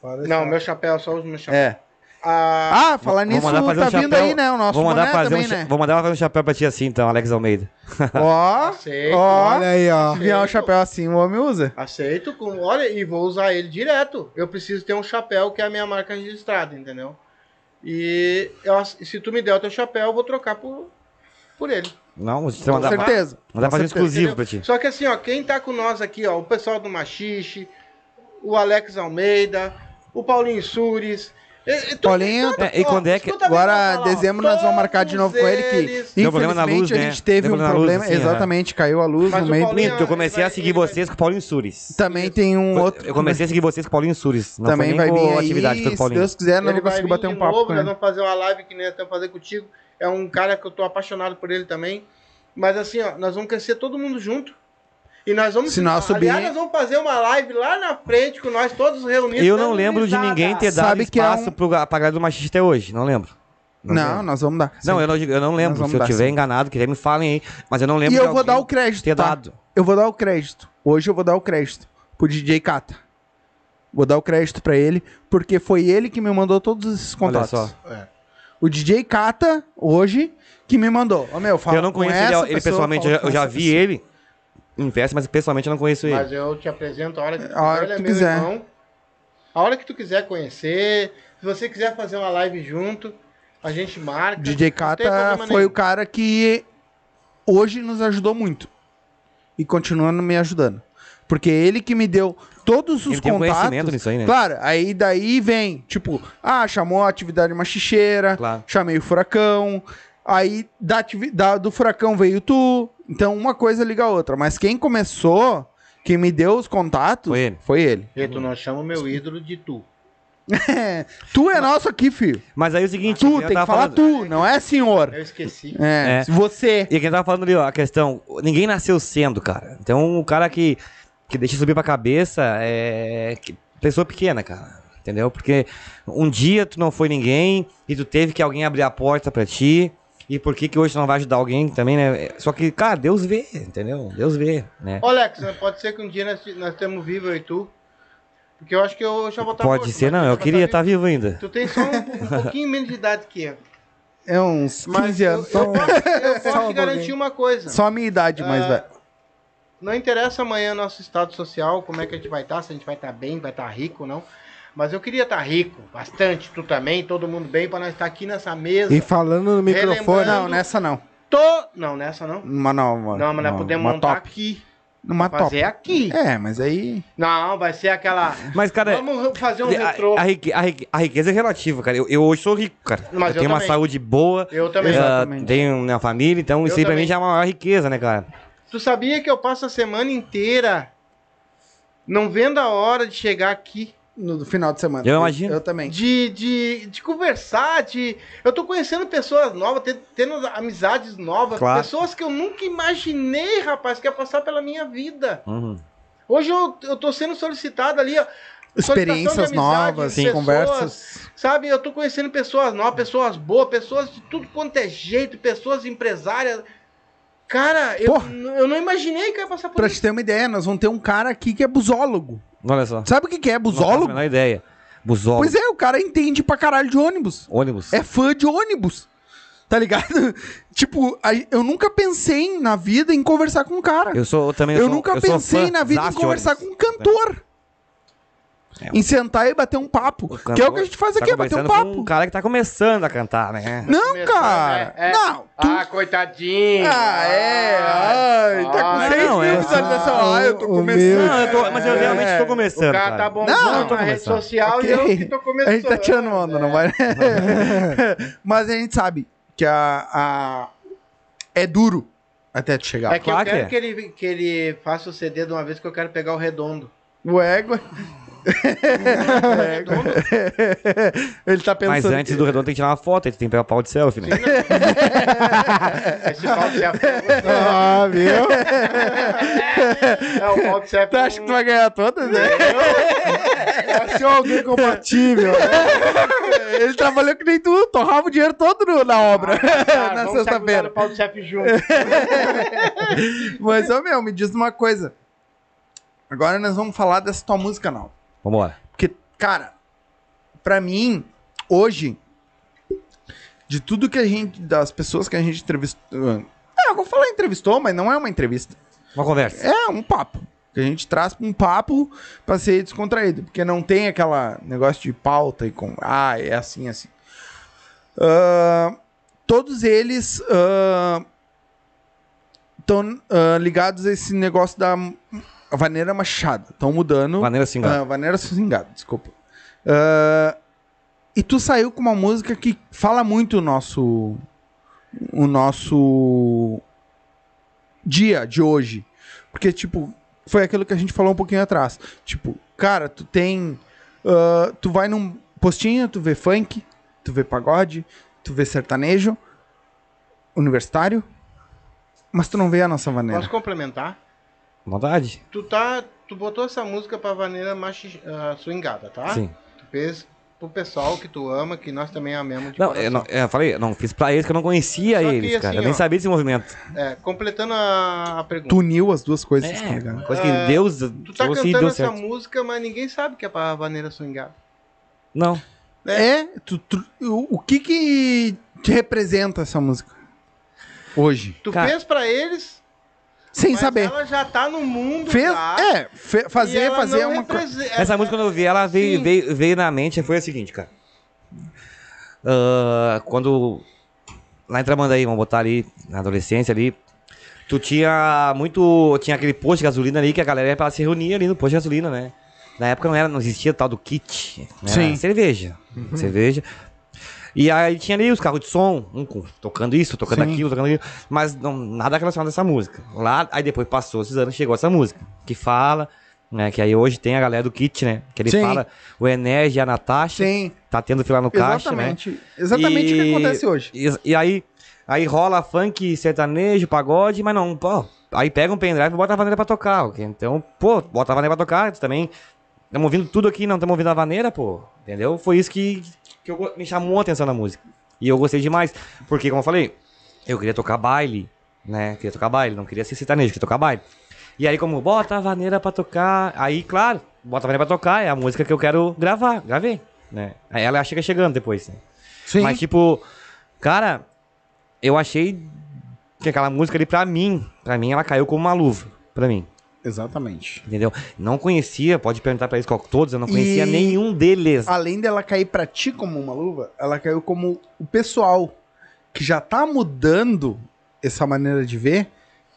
Fora
Não,
esse-
meu chapéu, só uso meu chapéu.
É.
Ah,
Ah, falar
Vou
nisso,
mandar fazer
tá
um
vindo
chapéu-
aí, né? O nosso
Vou mandar,
boné
fazer
também,
um, cha-
né?
vou mandar fazer um chapéu pra ti assim, então, Alex Almeida.
Ó,
aceito.
Ah, ó.
Olha aí, ó.
Se vier um chapéu assim, o homem usa.
Aceito com. Olha, e vou usar ele direto. Eu preciso ter um chapéu que é a minha marca registrada, entendeu? E eu- se tu me der o teu chapéu, eu vou trocar por, por ele.
Não, você
Com
mandar, mandar
certeza.
fazer um
Com certeza.
exclusivo pra ti.
Só que assim, ó, quem tá com nós aqui, ó, o pessoal do Machixe, o Alex Almeida, o Paulinho Sures. e- e tu-
Paulinho,
tanta-
é, e
ó,
quando é que-
escuta bem o que eu
Agora,
vou falar, ó.
dezembro, nós vamos marcar de novo com ele que,
Todos eles-
infelizmente,
Deu problema na luz,
a
né?
gente teve um
Deu problema na luz,
problema,
assim, aham.
exatamente, caiu a luz
Mas
no
o
meio. do-
Paulinho-
Lindo, eu comecei a
Ele
seguir
vai-
vocês com o Paulinho Sures.
Também tem um
Foi-
outro...
Eu comecei a seguir vocês com o Paulinho Sures. Não
Também
foi
vai
nem com
vir
a
aí,
atividade do
se
Paulinho.
Deus quiser, nós
Ele
vamos
vai
conseguir
vir
bater
de
um papo
novo, né,
com
nós
ele.
vamos fazer uma live que nem nós estamos fazendo contigo. É um cara que eu tô apaixonado por ele também. Mas assim, ó, nós vamos crescer todo mundo junto. E nós vamos.
Se nós
Aliás,
subir-
nós vamos fazer uma live lá na frente com nós todos reunidos.
Eu não
dando
lembro de
risada.
ninguém ter dado
Sabe que é
espaço
um-
pro, ga- pra galera do machista até hoje. Não lembro.
Não,
lembro.
nós vamos dar.
Não, eu não, eu não
Nós
lembro.
vamos
Se eu
dar,
tiver
sim.
enganado, que me falem aí. Mas eu não lembro
E
de
eu vou dar o
alguém
crédito,
ter
tá?
dado.
Eu vou dar o crédito. Hoje eu vou dar o crédito pro DJ Kata. Vou dar o crédito pra ele, porque foi ele que me mandou todos esses
Olha
contatos.
só.
O DJ Kata, hoje, que me mandou. Ô, meu, fala
Eu não
com
conheço
essa
ele, ele
pessoa,
pessoalmente.
fala
Eu já,
com
eu já
essa
vi
pessoa.
ele em festa, mas pessoalmente eu não conheço ele.
Mas eu te apresento a hora que tu,
A hora
Ele
que
é
tu
meu
quiser.
irmão. A hora que tu quiser conhecer. Se você quiser fazer uma live junto, a gente marca.
DJ
Não tem
Kata
problema
tá- foi
nenhum.
o cara que hoje nos ajudou muito. E continua me ajudando. Porque é ele que me deu todos os
Ele tem um
contatos.
conhecimento nisso aí, né?
Claro, aí daí vem, tipo, ah, chamou a atividade machicheira,
Claro.
chamei o furacão. Aí da, ativi- da- do furacão veio tu. Então uma coisa liga a outra. Mas quem começou, quem me deu os contatos,
Foi ele.
Foi ele.
E tu não chama o meu ídolo de tu.
tu é nosso aqui, filho.
Mas aí é o seguinte.
Tu,
eu
tem que
tava
falar
falando-
tu, não é senhor.
Eu esqueci.
É,
É.
você.
E quem tava falando ali, ó, a questão, ninguém nasceu sendo, cara. Então, o cara que, que deixa subir pra cabeça é que- pessoa pequena, cara. Entendeu? Porque um dia tu não foi ninguém e tu teve que alguém abrir a porta pra ti. E por que que hoje tu não vai ajudar alguém também, né? É, Só que, cara, Deus vê, entendeu? Deus vê, né?
Ô, Alex, pode ser que um dia nós, nós temos vivo eu e tu. Porque eu acho que eu já vou estar
Pode ser, não. Eu
tá
queria tá- estar vivo ainda.
Tu tem só um, um pouquinho menos de idade que eu.
É uns 15
Mas eu, eu
anos.
posso, eu posso
Só um
te garantir
pouquinho.
uma coisa.
Só a minha idade, mais
Ah,
velho.
Não interessa amanhã nosso estado social, como é que a gente vai estar, se a gente vai estar bem, vai estar rico ou não. Mas eu queria estar rico, bastante, tu também, todo mundo bem, pra nós estar aqui nessa mesa.
E falando no microfone.
Relembrando-
Não, nessa não.
To- Não, nessa não.
Uma não, mano.
Não, é mas nós
Uma-
podemos
uma
montar
top.
aqui.
Uma top.
Fazer aqui.
É, mas aí.
Não, vai ser aquela.
Mas, cara,
Vamos fazer um
a,
retrô.
a rique- a rique- a riqueza é relativa, cara. Eu, eu hoje sou rico, cara.
Mas
eu
eu
tenho uma
também.
saúde boa,
Eu também.
Exato.
ah,
Exatamente.
tenho minha família, então isso
Eu
aí pra mim
também.
já é uma maior riqueza, né, cara?
Tu sabia que eu passo a semana inteira Não vendo a hora de chegar aqui,
No final de semana.
Eu imagino.
Eu também.
de, de, de conversar, de. Eu tô conhecendo pessoas novas, te- tendo amizades novas,
Claro.
pessoas que eu nunca imaginei, rapaz, que ia passar pela minha vida.
Uhum.
Hoje eu, eu tô sendo solicitado ali, ó.
Experiências
solicitação de amizade,
novas,
pessoas,
conversas.
Sabe, eu tô conhecendo pessoas novas, pessoas boas, pessoas de tudo quanto é jeito, pessoas empresárias. Cara, eu,
Porra.
n- eu não imaginei que eu ia passar por
Pra
isso.
te ter uma ideia, nós vamos ter um cara aqui que é buzólogo.
Olha só.
Sabe o que, que é buzólogo?
Não faço a menor ideia. Busólogo.
Pois é, o cara entende pra caralho de ônibus.
Ônibus.
É fã de ônibus. Tá ligado? tipo, a- eu nunca pensei na vida em conversar com um cara. Eu,
Eu sou eu também. sou-
nunca
eu sou
pensei
fã
na vida em
zaço de
conversar com
ônibus.
um cantor.
É.
Em sentar e bater um papo.
O
que é o
cantor
que a gente faz
Tá
aqui, é bater um
conversando com
papo.
um cara que tá começando a cantar, né?
Não,
Começar,
cara.
né? É.
Não. tu-
Ah, coitadinho.
Ah, é. Ai, tá com
Ah,
seis
não,
mil
é.
visualizações. Ah, eu tô
o
começando.
meu-
Não, eu tô- mas eu
É.
realmente tô
O
começando.
cara tá bombando
Não,
na
tô
rede
começando.
social
Ok.
e eu que tô começando.
A gente tá tirando onda, não vai? Mas a gente sabe que a, a- É duro até tu chegar.
É que eu
Claro que
quero
é.
que ele, que ele faça o CD de uma vez que eu quero pegar o redondo.
O ego.
Redondo?
Ele tá
Mas
pensando.
antes do redondo tem que tirar uma foto, ele tem que pegar o pau de selfie, né?
Esse pau de CF.
Ah, viu?
É, o pau de CF.
Tu acha que tu vai ganhar todas, né?
Achou alguém compatível.
Ele trabalhou que nem tu, torrava o dinheiro todo no- na obra,
Cara,
na
Ah, vamos se ajudar
sexta-feira.
no pau de CF junto.
Mas, ô meu, me diz uma coisa. Agora nós vamos falar dessa tua música, não.
Vambora.
Porque, cara, pra mim, hoje, de tudo que a gente. Das pessoas que a gente entrevistou. É, eu vou falar entrevistou, mas não é uma entrevista.
Uma conversa.
É um papo. Que a gente traz um papo pra ser descontraído. Porque não tem aquela negócio de pauta e com. Ah, é assim, assim. Ah, todos eles estão ah, ligados a esse negócio da a Vaneira Machado. Estão mudando.
Maneira assim,
Ah, Vaneira Suzingado, desculpa. Ah, e tu saiu com uma música que fala muito o nosso. O nosso. Dia de hoje. Porque, tipo, foi aquilo que a gente falou um pouquinho atrás. Tipo, cara, tu tem. ah, tu vai num postinho, tu vê funk, tu vê pagode, tu vê sertanejo, universitário, mas tu não vê a nossa maneira.
Posso complementar?
Vontade?
Tu tá. Tu botou essa música pra Vaneira machi, ah, swingada, tá?
Sim.
Tu fez pro pessoal que tu ama, que nós também amamos de
Não,
coração.
eu, não, eu falei, eu não fiz pra eles que eu não conhecia
Só que
eles, cara.
assim,
eu nem
ó.
sabia desse movimento.
É, completando a, a pergunta.
Tu uniu as duas coisas, tá
É,
ligado?
uma coisa que Deus
Tu tá
trouxe e
cantando
deu
essa
certo.
música, mas ninguém sabe que é pra Vaneira swingada.
Não.
Né?
É, tu- tu- o, o que que te representa essa música? Hoje.
Tu
Cara.
fez pra eles,
Sem
mas
saber.
ela já tá no mundo.
Fez,
já,
é, fe-
e
fazer,
ela
fazer
não é,
uma coisa.
represe-
Essa música, quando eu vi, ela veio,
Sim.
veio, veio na mente foi a seguinte, cara. Ah, quando. Lá em Tramandaí, vamos botar ali, na adolescência ali. Tu tinha muito. Tinha aquele posto de gasolina ali que a galera ela se reunia ali no posto de gasolina, né? Na época não, era, não existia tal do kit. Né?
Sim.
Cerveja. Cerveja. E aí tinha ali os carros de som, um com- tocando isso, tocando
Sim.
aquilo, tocando aquilo, mas não, nada relacionado a essa música. Lá, aí depois passou esses anos, chegou essa música, que fala, né, que aí hoje tem a galera do Kit, né, que ele
Sim.
fala, o Energia, a Natasha,
Sim,
tá tendo fila no caixa, né.
exatamente. Exatamente o que
E-
acontece hoje.
E, e aí, aí rola funk, sertanejo, pagode, mas não, pô, aí pega um pendrive e bota a vaneira pra tocar, ok? Então, pô, bota a vaneira pra tocar, tu também, estamos ouvindo tudo aqui, não estamos ouvindo a vaneira, pô, entendeu? Foi isso que, que eu go- me chamou a atenção na música. E eu gostei demais, porque, como eu falei, eu queria tocar baile, né? Queria tocar baile, não queria ser sertanejo, queria tocar baile. E aí, como bota a vaneira pra tocar, aí, claro, bota a vaneira pra tocar, é a música que eu quero gravar, gravei, né? Aí ela chega chegando depois, né?
Sim.
Mas, tipo, cara, eu achei que aquela música ali, pra mim, pra mim, ela caiu como uma luva. Pra mim,
Exatamente.
entendeu? Não conhecia, pode perguntar pra eles qual todos, eu não conhecia
E- Ah.
nenhum deles.
Além dela cair pra ti como uma luva, ela caiu como o pessoal que já tá mudando essa maneira de ver,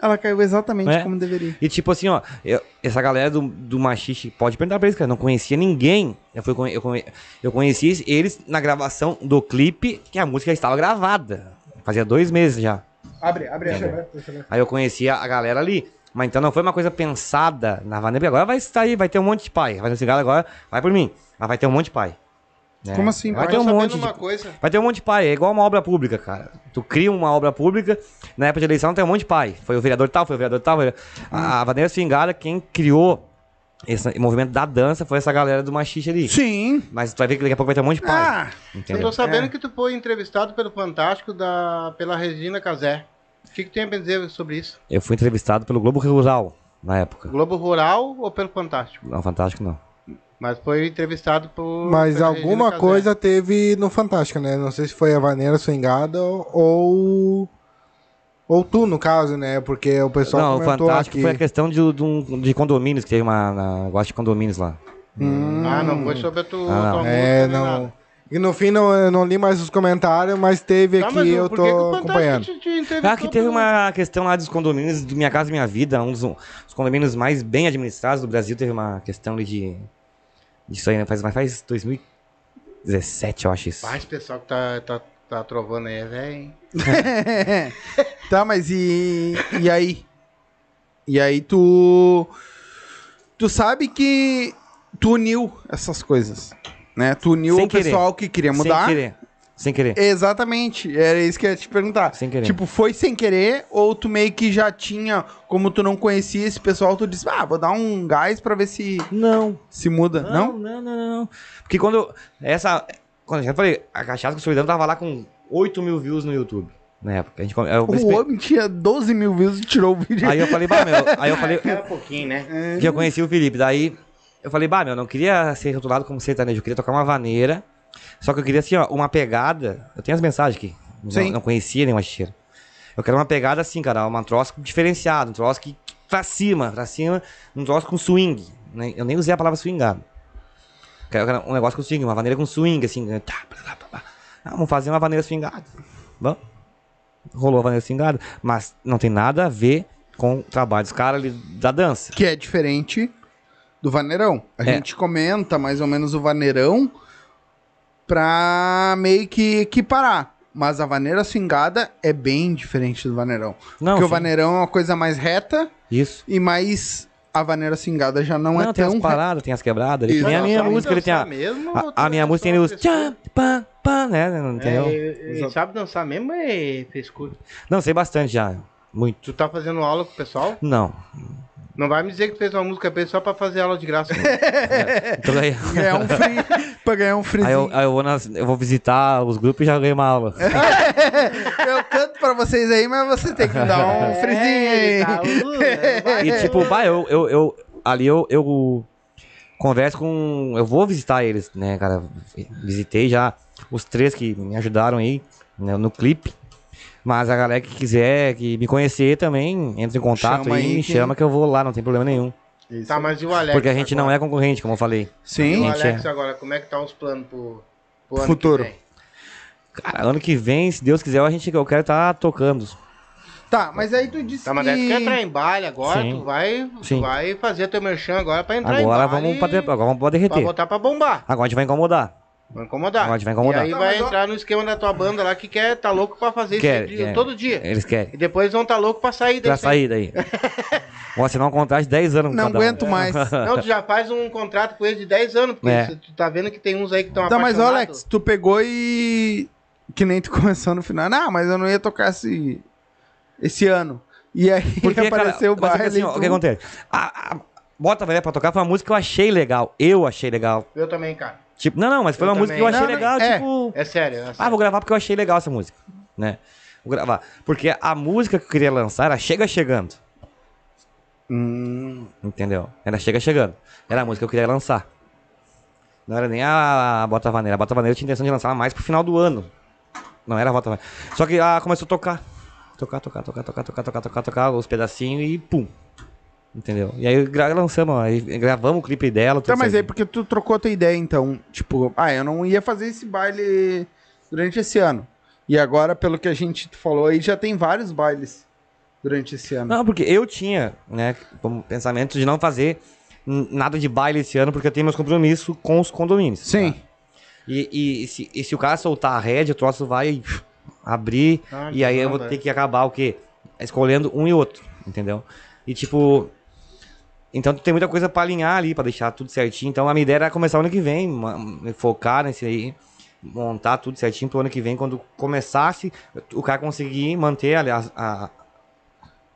ela caiu exatamente
É.
como deveria.
E tipo assim, ó, eu- essa galera do, do machiste, pode perguntar pra eles, cara, eu não conhecia ninguém. Eu, fui, conhe- eu, conhe- eu conheci eles na gravação do clipe, que a música estava gravada. Fazia dois meses já. Tá
Abre, abre, abre.
Aí eu conhecia a galera ali. Mas então não foi uma coisa pensada na Vanessa, porque agora vai estar aí, vai ter um monte de pai. Vai ter um cigarro agora, vai por mim. Mas vai ter um monte de pai. né?
Como assim,
Vai
pai?
ter um
Só
monte
vendo
de
uma coisa.
Vai ter um monte de pai, é igual uma obra pública, cara. Tu cria uma obra pública, na época de eleição tem um monte de pai. Foi o vereador tal, foi o vereador tal. foi- A, a Vanessa Fingada, quem criou esse movimento da dança foi essa galera do machista ali.
Sim.
Mas tu vai ver que daqui a pouco vai ter um monte de pai.
Ah,
Eu
entendeu?
tô sabendo que tu foi entrevistado pelo Fantástico da, pela Regina Casé. O que, que tem a dizer sobre isso?
Eu fui entrevistado pelo Globo Rural na época.
Globo Rural ou pelo Fantástico?
Não, fantástico não.
Mas foi entrevistado por.
Mas
pela Regina
alguma
Casé.
coisa teve no Fantástico, né? Não sei se foi a Vaneira Swingada ou. Ou tu, no caso, né? Porque o pessoal
não, o
comentou
fantástico
aqui.
foi a questão de, de, um- de condomínios, que teve uma. Na, eu acho de condomínios lá.
Hum,
Ah, não foi sobre a tu, tua
Ah, não.
música né,
é,
nem nada.
não. E no fim não, eu não li mais os comentários, mas teve
Tá,
aqui,
mas
eu
por que que o
tô
Fantástico
acompanhando.
te- te entrevistou
Ah, que teve
pelo-
uma questão lá dos condomínios do Minha Casa Minha Vida, um dos, um dos condomínios mais bem administrados do Brasil, teve uma questão ali de. Isso aí, né? Faz, mas faz 2017, eu acho isso.
Mas pessoal que tá, tá, tá trovando aí, velho.
tá, mas e, e aí? E aí tu. Tu sabe que tu uniu essas coisas. Né? Tu uniu
Sem
o
querer.
pessoal que queria
Sem
mudar.
querer. Sem querer.
Exatamente, era isso que eu ia te perguntar.
Sem querer.
Tipo, foi sem querer ou tu meio que já tinha, como tu não conhecia esse pessoal, tu disse, ah, vou dar um gás pra ver se
Não.
se muda, não?
Não, não, não, não. não. Porque quando eu, essa, quando eu já falei, a Cachaça com Solidão tava lá com 8 mil views no YouTube, na época. A gente, come- eu
O homem tinha 12 mil views e tirou o vídeo.
aí eu falei, bah, meu, aí eu falei,
Era pouquinho, né?
que eu conheci o Felipe, daí eu falei, bah, meu, eu não queria ser rotulado como sertanejo, eu queria tocar uma vaneira, só que eu queria, assim, ó, uma pegada, eu tenho as mensagens aqui, não,
Sim.
não conhecia nenhuma cheira. Eu quero uma pegada assim, cara, uma troço diferenciado, um troço que que pra cima, pra cima, um troço com swing, né? eu nem usei a palavra swingado. Quero quero um negócio com swing, uma vaneira com swing, assim. né? Tá, blá, blá, blá, blá. Ah, vamos fazer uma vaneira swingada. Vamos. Rolou a vaneira swingada, mas não tem nada a ver com o trabalho dos caras ali da dança.
Que é diferente do vaneirão. A
É.
gente comenta mais ou menos o vaneirão pra meio que equiparar. Mas a vaneira swingada é bem diferente do vaneirão.
Não,
porque o
sim,
vaneirão é uma coisa mais reta
isso.
e mais... A vaneira swingada já não,
Não,
é
tem
tão
as
reta.
paradas, tem as quebradas. ali.
Isso.
Nem a
Não,
minha
só
música, ele tem um a,
Tá Mesmo, ou
a, a minha
só
música tem os
frescura?
tchan, pam, pam, né? Entendeu?
É, ele sabe dançar mesmo é frescura.
Não, sei bastante já. Muito.
Tu tá fazendo aula com o pessoal?
Não.
Não vai me dizer que tu fez uma música pra ele só pra fazer aula de graça.
É,
Então daí.
Ganhar um free, pra ganhar um
Aí eu,
freezinho.
aí eu vou nas- eu vou visitar os grupos e já ganhei uma aula.
eu... canto pra vocês aí, mas você tem que dar um
É, ele
freezinho
tá
aí. né?
usando, vai.
E tipo, bah, eu, eu, eu- ali eu, eu converso com. Eu vou visitar eles, né, cara? Visitei já os três que me ajudaram aí né, no clipe. Mas a galera que quiser, que me conhecer também, entra em contato
Chama
aí,
aí
me
que-
chama que eu vou lá, não tem problema nenhum.
Tá, mas e o Alex?
Porque a gente
agora?
não é concorrente, como eu falei.
E
Sim.
o
Gente,
Alex
é.
agora, como é que tá os planos pro, pro ano
Futuro.
que vem?
Cara, ano que vem, se Deus quiser, a gente, eu quero estar tocando.
Tá, mas aí tu disse
Tá, mas deve
que...
tu quer entrar em baile agora,
Sim.
tu vai, tu
Sim.
vai fazer teu merchan agora pra entrar
Agora
em baile.
vamos pra, de- agora vamos pra
pra
derreter.
botar pra bombar.
Agora a gente vai incomodar.
Vai incomodar.
Agora a gente vai incomodar.
E aí
Tá,
vai
mas ó-
entrar no esquema da tua banda lá que quer, tá louco pra fazer
Quer,
isso de-
quer.
todo dia.
Eles querem.
E depois vão tá louco pra sair
Pra
desse.
sair daí. Vou assinar um contrato de 10 anos com
Não
cada um.
aguento mais.
Não, tu já faz um contrato com eles de 10 anos, porque
É.
isso- tu tá vendo que tem uns aí que estão
Tá, mas ó, Alex,
apaixonados.
tu pegou e. Que nem tu começou no final. Não, mas eu não ia tocar esse, esse ano. E aí
Porque, cara,
apareceu
mas
o
é que
baile. então-
assim,
e
ó,
tu-
o que acontece? A, a Bota Velha pra tocar foi uma música que eu achei legal. Eu achei legal.
Eu também, cara.
Tipo, não, não, mas foi
Eu
uma música que eu
também.
achei
Não,
legal,
não, é.
tipo.
É sério. é
Ah,
sério.
vou gravar porque eu achei legal essa música. Né? Vou gravar. Porque a música que eu queria lançar era Chega Chegando.
Hum,
Entendeu? Era Chega Chegando. Era a música que eu queria lançar. Não era nem a Bota Vaneira. A Bota Vaneira eu tinha intenção de lançar mais pro final do ano. Não era a Bota Vaneira. Só que ela começou a tocar. Tocar, tocar, tocar, tocar, tocar, tocar, tocar, tocar os pedacinhos e pum. Entendeu? E aí gra- lançamos, aí gravamos o clipe dela. tudo
Tá, mas aí
certinho.
porque tu trocou a tua ideia, então. Tipo, ah, eu não ia fazer esse baile durante esse ano. E agora, pelo que a gente falou aí, já tem vários bailes durante esse ano.
Não, porque eu tinha, né, como pensamento de não fazer n- nada de baile esse ano, porque eu tenho meus compromissos com os condomínios.
Sim.
tá? E, e- e se, e se o cara soltar a rédea, o troço vai abrir.
Ah,
e aí eu
não,
vou
velho.
ter que acabar o quê? Escolhendo um e outro, entendeu? E tipo. Então tem muita coisa pra alinhar ali, pra deixar tudo certinho. Então a minha ideia era começar o ano que vem, ma- me focar nesse aí, montar tudo certinho pro ano que vem, quando começasse, o cara conseguir manter aliás, a,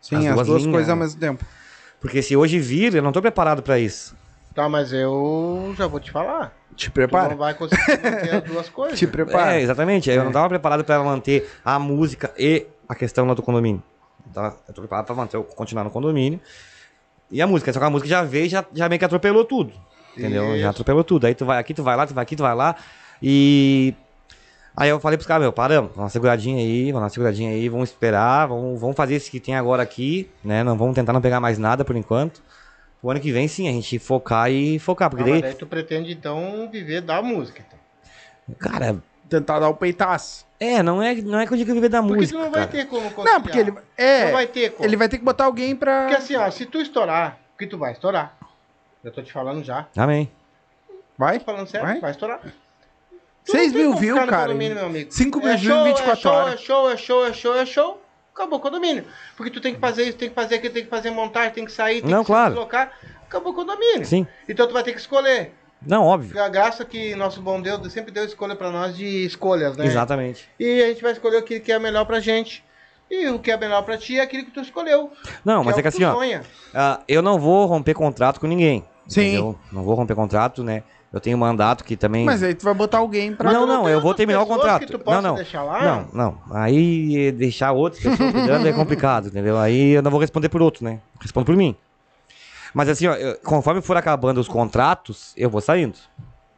Sim,
As
as,
duas
duas
linhas,
coisas ao
né?
mesmo tempo.
Porque se hoje vir, eu não tô preparado pra isso.
Tá, mas eu já vou te falar.
Te
Tu não
prepara.
vai conseguir manter as duas coisas.
Te prepara.
É, exatamente. Eu não tava preparado pra manter a música e a questão lá do condomínio. Eu tava- eu tô preparado pra manter, continuar no condomínio. E a música, só que a música já veio, e já, já meio que atropelou tudo. Entendeu?
Isso.
Já atropelou tudo. Aí tu vai aqui, tu vai lá, tu vai aqui, tu vai lá. E. Aí eu falei pros caras, meu, paramos, vamos dar uma seguradinha aí, vamos dar uma seguradinha aí, vamos esperar, vamos, vamos fazer isso que tem agora aqui, né? Não vamos tentar não pegar mais nada por enquanto. O ano que vem, sim, a gente focar e focar,
Ah,
porque
mas
daí,
daí tu pretende, então, viver da música. então.
cara,
Tentar dar o peitaço.
é, não é, não é que eu digo viver da
Porque
música.
tu não vai
cara.
ter como conciliar.
Não, porque ele.
Não
É,
vai ter como.
ele vai ter que botar alguém pra.
Porque assim, ó, se tu estourar, que tu vai estourar. Eu tô te falando já.
Amém.
Vai?
Tô falando sério,
Vai?
vai, estourar. Tu não
6
tem
mil
como
views,
ficar no
cara.
condomínio, meu amigo.
5 mil
É
views
show,
em
é
24
show,
horas.
É show, é show, é show, é show. Acabou o condomínio. Porque tu tem que fazer isso, tem que fazer aquilo, tem que fazer montagem, tem que sair, tem
Não,
que
claro.
se deslocar. Acabou o condomínio.
Sim.
Então tu vai ter que escolher.
Não, óbvio.
A graça que nosso bom Deus sempre deu escolha pra nós de escolhas, né?
Exatamente.
E a gente vai escolher o que que é melhor pra gente. E o que é melhor pra ti é aquilo que tu escolheu.
Não, mas é
o
que
tu
assim, ó,
sonha.
ah, eu não vou romper contrato com ninguém.
Sim.
entendeu? Não vou romper contrato, né? Eu tenho mandato que também.
Mas é aí tu vai botar alguém pra.
Não,
tu
não,
tem
eu vou
outras
terminar o
pessoas
contrato.
Que tu
Não,
possa
não.
Deixar lá?
Não, não. Aí eh, deixar outro pessoa cuidando é complicado, entendeu? Aí eu não vou responder por outro, né? Respondo por mim. Mas assim, ó, eu- conforme for acabando os contratos, eu vou saindo.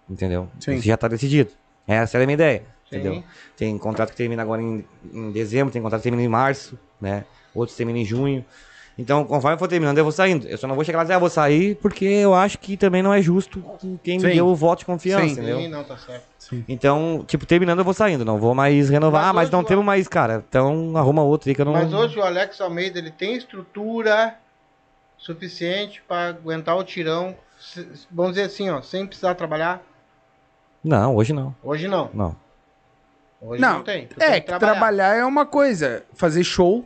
Entendeu?
Sim.
Isso já tá decidido. Essa era a minha ideia.
Sim.
Entendeu? Tem contrato que termina agora em, em dezembro, tem contrato que termina em março, né? Outros terminam em junho. Então, conforme for terminando, eu vou saindo. Eu só não vou chegar lá e dizer, ah, vou sair, porque eu acho que também não é justo com quem
Sim.
me deu o voto de confiança,
Sim.
entendeu?
Sim, não, tá certo.
Então, tipo, terminando, eu vou saindo, não vou mais renovar.
Mas
ah, mas
hoje
não
o-
temos mais, cara. Então arruma outro aí que eu não.
Mas
Então,
hoje o Alex Almeida ele tem estrutura suficiente para aguentar o tirão. se- Vamos dizer assim, ó, sem precisar trabalhar.
Não, hoje não.
Hoje não.
Não.
Hoje não,
Não,
tem. Tu
É,
tem
que trabalhar. é uma coisa. Fazer show,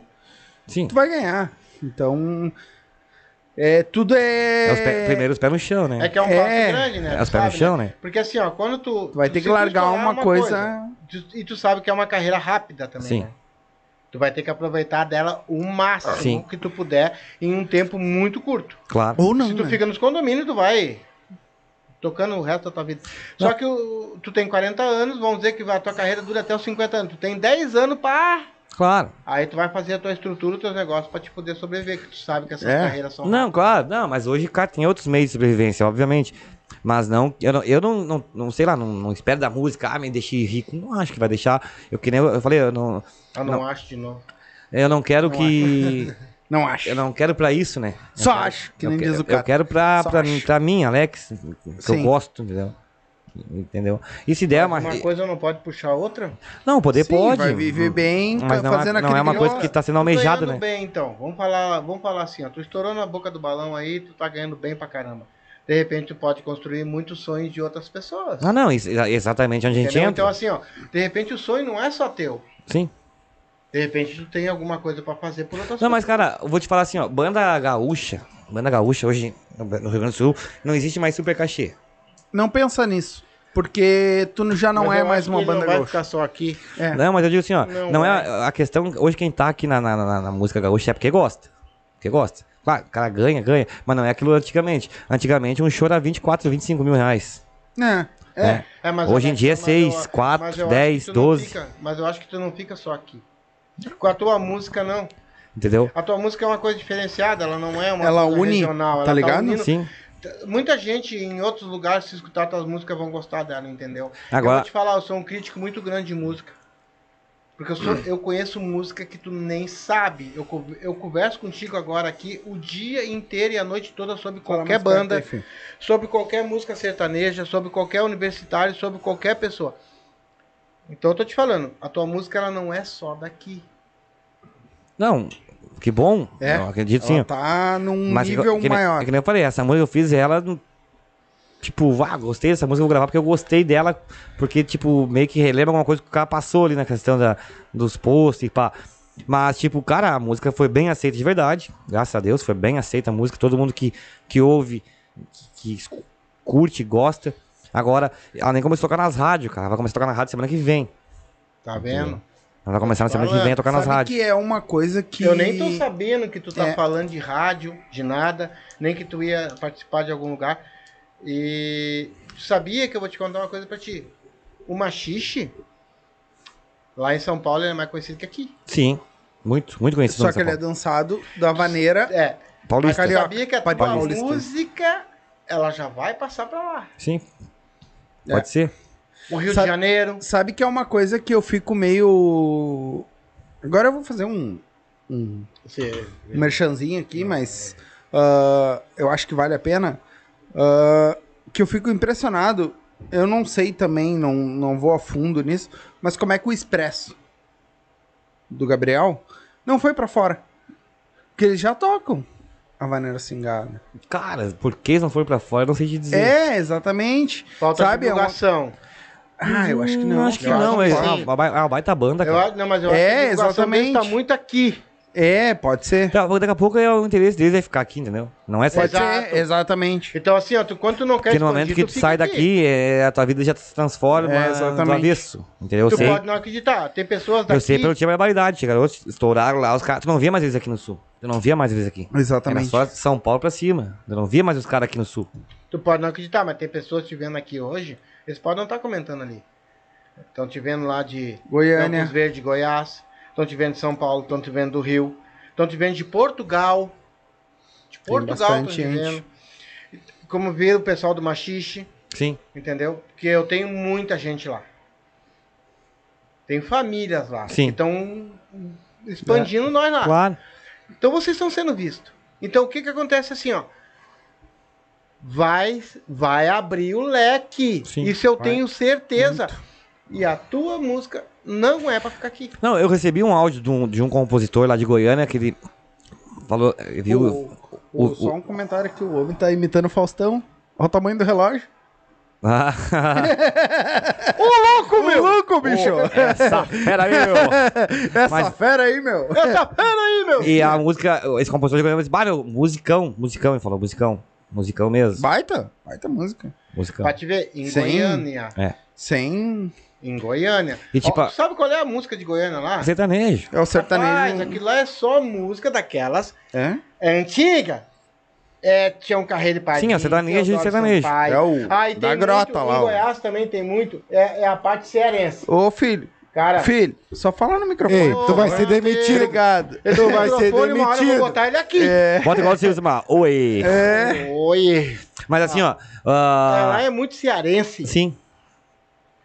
Sim.
tu vai ganhar. Então. É, tudo é.
É os pé- primeiro os pés no chão,
É
né?
que é um
É.
passo grande, né?
É,
Tu
os pés no
sabe,
chão,
né?
né?
Porque assim, ó, quando tu.
Tu vai
tu-
ter
se
que
tu
largar
estourar
uma, coisa. né?
tu- E tu sabe que é uma carreira rápida também.
Sim.
né? Tu vai ter que aproveitar dela o máximo
Sim.
que tu puder em um tempo muito curto.
Claro.
Ou não.
Se tu
né?
fica nos condomínios, tu vai tocando o resto da tua vida. Só que o- tu tem 40 anos, vamos dizer que a tua carreira dura até os 50 anos. Tu tem 10 anos pra.
Claro.
Aí tu vai fazer a tua estrutura, os teus negócios pra te poder sobreviver, que tu sabe que essas
É.
carreiras são.
Não, claro. Não, mas hoje, cara, tem outros meios de sobrevivência, obviamente. Mas não, eu não, eu não, não, não sei lá, não, não espero da música, ah, me deixe rico. Não acho que vai deixar. Eu que nem eu, eu falei, eu não,
Eu não,
Não.
acho de novo.
eu não quero que.
Não acho.
Eu não quero pra isso, né? Eu
Só
quero-
acho, que
eu
nem
quero-
diz o
Eu
cara.
quero pra,
Só
pra,
acho.
pra mim, Alex, que
Sim.
eu gosto, entendeu? Entendeu? E Tá se der,
Uma
É, mas.
coisa não pode puxar a outra.
Não, poder
Sim,
pode.
Vai viver bem,
Mas
tá
não, é,
fazendo
não é uma
aquele
coisa que
negócio.
tá sendo
Tu
almejada,
ganhando
né?
bem, então. Vamos falar, vamos falar assim, ó. Tu estourou na boca do balão aí, tu tá ganhando bem pra caramba. De repente tu pode construir muitos sonhos de outras pessoas.
Ah, não, isso- é exatamente onde a gente
entendeu? Então
entra.
assim, ó, de repente o sonho não é só teu.
Sim.
De repente tu tem alguma coisa pra fazer por outras
Não, mas, cara, eu vou te falar assim, ó. Banda gaúcha, banda gaúcha hoje no no Rio Grande do Sul, não existe mais super cachê.
Não pensa nisso. Porque tu já não
Mas
é
eu
mais
acho
uma
que ele
banda
não vai
gaúcha.
ficar só aqui.
É.
Não, mas eu digo assim, ó.
Não
Não, é a- a questão. Hoje quem tá aqui na, na, na- na música gaúcha é porque gosta. Porque gosta. Claro, o cara ganha, ganha, mas não é aquilo antigamente. Antigamente um show era 24, 25 mil reais.
É.
É. Né?
É, mas
Hoje em
Alex,
dia é
mas
seis,
mas
quatro,
acho que
dez,
tu não
doze.
fica- mas eu acho que tu não fica só aqui. Com a tua música, não.
Entendeu?
A tua música é uma coisa diferenciada, ela não é uma
Ela
coisa
une,
regional.
tá
ela
ligado?
unindo-
Sim.
T- Muita gente em outros lugares, se escutar tuas músicas, vão gostar dela, entendeu? Eu
Agora-
vou te falar, eu sou um crítico muito grande de música. Porque eu, sou- eu conheço música que tu nem sabe. Eu, co- eu converso contigo agora aqui o dia inteiro e a noite toda sobre qualquer banda sobre qualquer música sertaneja, sobre qualquer universitário, sobre qualquer pessoa. Então eu tô te falando, a tua música ela não é só daqui.
Não, que bom.
É.
Eu acredito sim.
Ela
ó.
tá num
Mas
nível
que, que, nem-
maior.
é que nem eu falei, essa música eu fiz ela. no- Tipo, ah, gostei dessa música, eu vou gravar porque eu gostei dela. Porque, tipo, meio que relembra alguma coisa que o cara passou ali na questão da, dos posts e pá. Mas, tipo, cara, a música foi bem aceita de verdade. Graças a Deus, foi bem aceita a música. Todo mundo que, que ouve, que, que curte, gosta. Agora, ela nem começou a tocar nas rádios, cara. Vai começar a tocar na rádio semana que vem.
Tá vendo?
Ela vai começar na semana que vem a tocar nas
Sabe
rádios.
que é uma coisa que...
Eu nem tô sabendo que tu tá
É.
falando de rádio, de nada, nem que tu ia participar de algum lugar. E tu sabia que eu vou te contar uma coisa pra ti. O machixe, lá em São Paulo, ele é mais conhecido que aqui.
Sim, muito, muito conhecido.
Só
em
que
São
ele é dançado da maneira...
É,
Paulo. Paulista.
mas tu
Carioca,
sabia que a tua
paulista.
música, ela já vai passar pra lá.
Sim.
É.
Pode ser?
O Rio
Sabe-
de Janeiro.
Sabe que é uma coisa que eu fico meio... Agora eu vou fazer um... um
Você-
um merchanzinho aqui, mas
é.
ah, eu acho que vale a pena. Ah, que eu fico impressionado. Eu não sei também, não, não vou a fundo nisso, mas como é que o Expresso do Gabriel não foi pra fora? Porque eles já tocam a Vaneira Singada.
Cara, por que eles não foram pra fora? Eu não sei te dizer.
É, exatamente.
Falta
Sabe, é uma-
divulgação.
Ah, eu acho que não.
Hum, Acho que
Eu acho
não,
que
é
sim.
é uma, ba- é uma baita banda,
Eu
cara.
acho- não, mas eu
É,
acho que a divulgação deles
exatamente.
tá muito aqui.
É, pode ser.
Tá, Daqui a pouco é o interesse deles é ficar aqui, entendeu? Não é só.
Pode
Exato.
ser, exatamente.
Então assim, ó, tu, quando tu não quer
Porque no
expandir,
momento que tu
fica
sai
aqui.
daqui, é, a tua vida já se transforma
É,
é,
exatamente.
do avesso. Entendeu? Eu
Tu
sei,
pode não acreditar. Tem pessoas daqui.
eu sei pelo time da barbaridade. Chegaram, outros, estouraram lá, os caras. Tu não via mais eles aqui no sul. Tu não via mais eles aqui. Era
Exatamente.
só de São Paulo pra cima. Eu não via mais os caras aqui no sul.
Tu pode não acreditar, mas tem pessoas te vendo aqui hoje, eles podem não estar comentando ali. Estão te vendo lá de Campos
Goiânia.
Verde, Goiás, estão te vendo de São Paulo, estão te vendo do Rio, estão te vendo de Portugal. De Portugal estão
bastante
te vendo.
gente.
Como vê o pessoal do Machixe,
Sim.
entendeu? Porque eu tenho muita gente lá. Tenho famílias lá.
Sim.
que Estão expandindo nós lá.
Ah. Claro.
Então vocês estão sendo vistos. Então o que que acontece assim, ó? Vai, vai abrir o leque.
Sim,
Isso eu
vai.
tenho certeza. E a tua música não é pra ficar aqui.
Não, eu recebi um áudio de um, de um compositor lá de Goiânia que ele falou. eh, Viu?
O- o-
o-
só um comentário aqui, o homem tá imitando o Faustão. Olha o tamanho do relógio.
Ah,
Ô, louco, bicho!
essa fera aí, meu.
Essa
mas-
fera aí, meu!
Essa pera aí, meu!
E a música, esse compositor de Goiânia disse: Bah, meu, musicão, musicão. Ele falou: musicão, musicão mesmo.
Baita, baita música.
Musicão.
Pra te ver, em
Sim.
Goiânia.
Sem... é
Em Goiânia.
E tipo,
Ó, tu sabe qual é a música de Goiânia lá?
sertanejo.
É o
Rapaz,
sertanejo...
aquilo lá é só música daquelas
É?
antigas. É, tinha um carreiro de
Sim, ó, sertanejo, sertanejo.
É o
Ah, e
da
tem
grota
muito,
lá.
Em
ó.
Goiás também tem muito. É, é a parte cearense.
Ô, filho,
Cara,
filho, só fala no microfone.
Ei, tu vai ser
Grande.
demitido.
Obrigado.
Tu vai ser
microfone, uma hora eu vou
demitido.
botar ele aqui.
Bota igual o Silvio Silmar. Oi.
É.
Oi.
Mas assim, ó.
Ela
ah,
é muito cearense.
sim.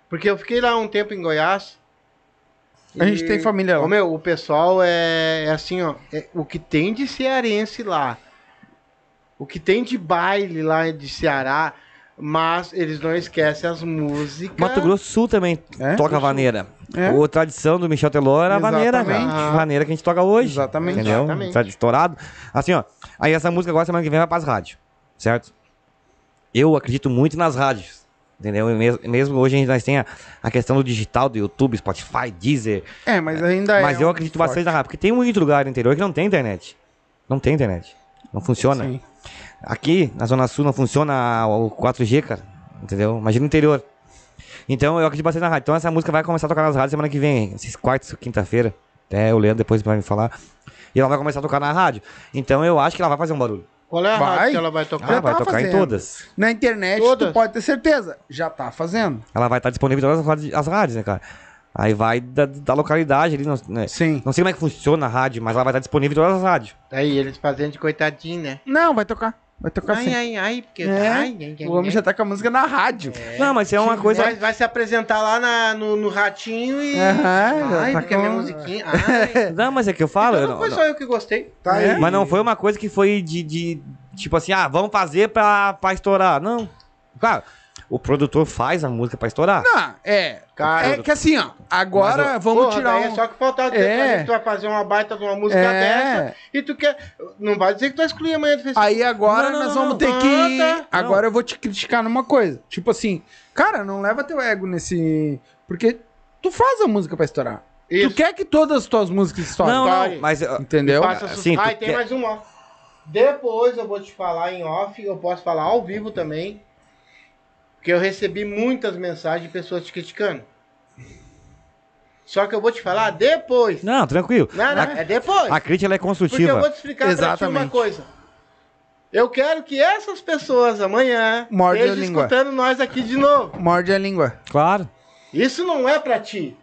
Porque eu fiquei lá um tempo em Goiás.
A gente tem família
Ô,
lá.
meu, o pessoal é, é assim, ó. é o que tem de cearense lá. O que tem de baile lá de Ceará. Mas eles não esquecem as músicas.
Mato Grosso do Sul também
É?
toca vaneira.
É.
O tradição do Michel Teló era a vaneira.
Exatamente.
A vaneira que a gente toca hoje.
Exatamente.
Entendeu?
Exatamente.
Tá estourado. Assim, ó. Aí essa música agora, semana que vem, vai pras rádios. Certo? Eu acredito muito nas rádios. Entendeu? E mes- Mesmo hoje a gente nós tem a, a questão do digital, do YouTube, Spotify, Deezer.
É, mas ainda é...
Mas eu
um
acredito
forte.
bastante na rádio. Porque tem muito lugar no interior que não tem internet. Não tem internet. Não funciona.
Sim.
Aqui, na Zona Sul, não funciona o 4G, cara. Entendeu? Imagina o interior. Então, eu acredito bastante na rádio. Então, essa música vai começar a tocar nas rádios semana que vem, esses quartos, quinta-feira. Até o Leandro depois vai me falar. E ela vai começar a tocar na rádio. Então, eu acho que ela vai fazer um barulho.
Qual é a
Vai.
rádio que ela vai
Ah,
tocar?
Já
vai
tá
tocar em
fazendo.
todas.
Na internet,
Todas.
tu pode ter certeza. Já tá fazendo.
Ela vai estar disponível em todas as rádios, as rádios, né, cara? Aí vai da, da localidade ali. Não, né?
Sim.
não sei como é que funciona a rádio, mas ela vai estar disponível em todas as rádios.
Aí eles fazendo de coitadinho, né?
Não, vai tocar. Vai tocar
Ai,
sim.
ai, ai, porque.
assim. É,
Ai, ai, ai,
O homem
ai.
já tá com a música na rádio.
Não, mas é uma coisa.
Vai, vai se apresentar lá na- no, no ratinho
É.
e.
Aham, já
ai,
tá
porque a minha
com-
musiquinha. Ai.
Não, mas é que eu falo. eu
Então não
não-
foi
não-
só eu que gostei.
Tá
É?
aí.
Mas não foi uma coisa que foi de, de, tipo assim, ah, vamos fazer pra, pra estourar. Não. Cara, o produtor faz a música pra estourar.
Não, é.
Cara,
é que assim, ó. Agora vamos
Porra,
tirar
daí é
um...
só que faltava dizer
É.
pra gente que tu vai fazer uma baita de uma música
É.
dessa e tu quer. Não vai dizer que tu exclui amanhã do festival.
Aí agora
Não, não,
nós
não,
vamos
não.
ter
Ah,
que.
tá.
Agora eu vou te criticar numa coisa. Tipo assim, cara, não leva teu ego nesse. Porque tu faz a música pra estourar. Tu quer que todas as tuas músicas estourem?
Não,
vai.
não, mas ah, ó,
Entendeu?
Passa su-
Sim, tu
ah, e tem
quer-
mais um, ó. Depois eu vou te falar em off, eu posso falar ao vivo também. Porque eu recebi muitas mensagens de pessoas te criticando. Só que eu vou te falar depois. Não,
não, tranquilo.
não,
A-
é depois.
a, crítica
Porque
ela é
eu vou
construtiva.
te explicar pra ti
Exatamente.
uma coisa. Eu quero que essas pessoas amanhã
Morde a
estejam
língua.
escutando nós aqui de novo.
Morde a língua.
Claro.
Isso não é pra ti.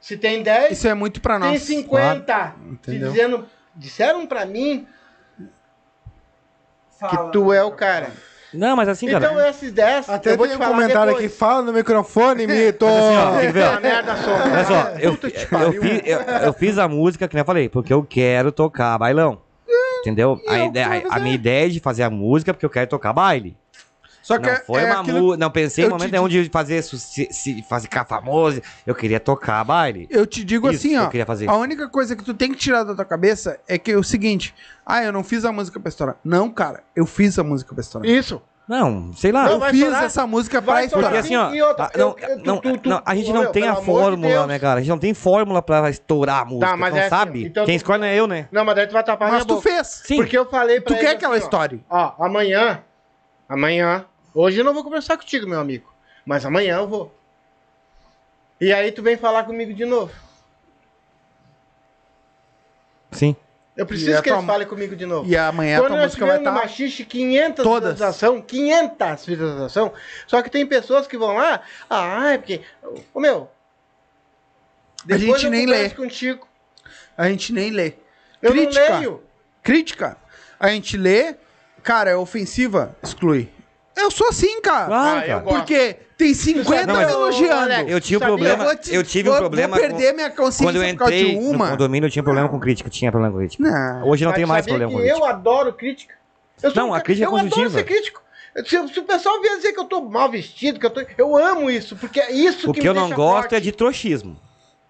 Se tem 10,
Isso é muito pra
tem
nós.
50. Te
Entendeu?
dizendo, disseram pra mim que tu é o cara.
Não, mas assim, cara.
Então
é-
esses 10,
Até
eu vou
tem
te
um
falar
comentário
depois.
aqui, fala no microfone, Mito!
assim, ó, tem que ver, ó.
Puta merda,
Olha
sombra.
só, eu, eu, fiz, eu, eu fiz a música, que nem eu falei, porque eu quero tocar bailão. Entendeu? A, ideia- a minha ideia é de fazer a música porque eu quero tocar baile.
Só que
não
é,
foi
é
uma
aquilo-
mu- Não pensei em
eu te
momento nenhum de fazer, su- se, se- fazer ficar famoso. Eu queria tocar baile.
Eu te digo
Isso
assim,
que
ó.
eu queria fazer.
A única coisa que tu tem que tirar da tua cabeça é que é o seguinte: ah, eu não fiz a música pra estourar. Não, cara, eu fiz a música pra estourar.
Isso.
Não, sei lá.
Não,
eu
vai
fiz
estourar,
essa música pra
vai
estourar.
Porque
estourar.
assim, ó,
E outra,
a- não,
eu- eu- tu-
não,
tu- tu-
não, a gente não
meu,
tem a
pelo amor de
fórmula,
Deus.
né, cara? A gente não tem fórmula pra estourar a música.
Tá, mas
não
é assim,
sabe?
ó, então
Quem
tu-
escolhe não é eu, né?
Não, mas daí tu vai tapar
Mas
minha
tu
boca.
fez.
Sim.
Porque eu falei
Tu
pra ele
quer que ela
assim, ó,
estoure?
Ó, amanhã, amanhã, hoje eu não vou conversar contigo, meu amigo, mas amanhã eu vou. E aí tu vem falar comigo de novo.
Sim.
Eu
E
preciso
a
que
tua
eles
mu-
falem comigo de novo.
E amanhã a
Quando
tua
nós
música vai tá
tivemos no
estar.
Machixe 500
Todas.
visualização, 500 visualização, só que tem pessoas que vão lá, ah, é porque, ô meu,
A
depois
gente
eu
nem
converso
lê.
contigo.
A gente nem lê.
Eu
Crítica.
não leio.
Crítica. A gente lê, cara, é ofensiva, exclui. Eu sou assim, cara.
Claro,
Ah, eu
cara.
gosto.
Porque tem
é
50
Não, mas-
elogiando.
Alex,
Eu tive um
Sabia?
problema.
vou te-
eu tive
vou-
um problema.
Vou perder minha consciência
Quando eu
por causa
entrei
de
no
uma.
condomínio, eu tinha problema com crítica. Tinha problema com crítica.
Não.
Hoje eu não
Mas
tenho mais
sabia
problema com
que
crítica.
Eu adoro crítica. Eu sou
Não,
um
a
ca-
crítica
Eu
é
adoro
construtiva.
ser crítico. Se, se o pessoal vier dizer que eu tô mal vestido, que eu tô. Eu amo isso, porque é isso
O
que
que,
me
eu não
deixa
gosto
forte.
é de trouxismo.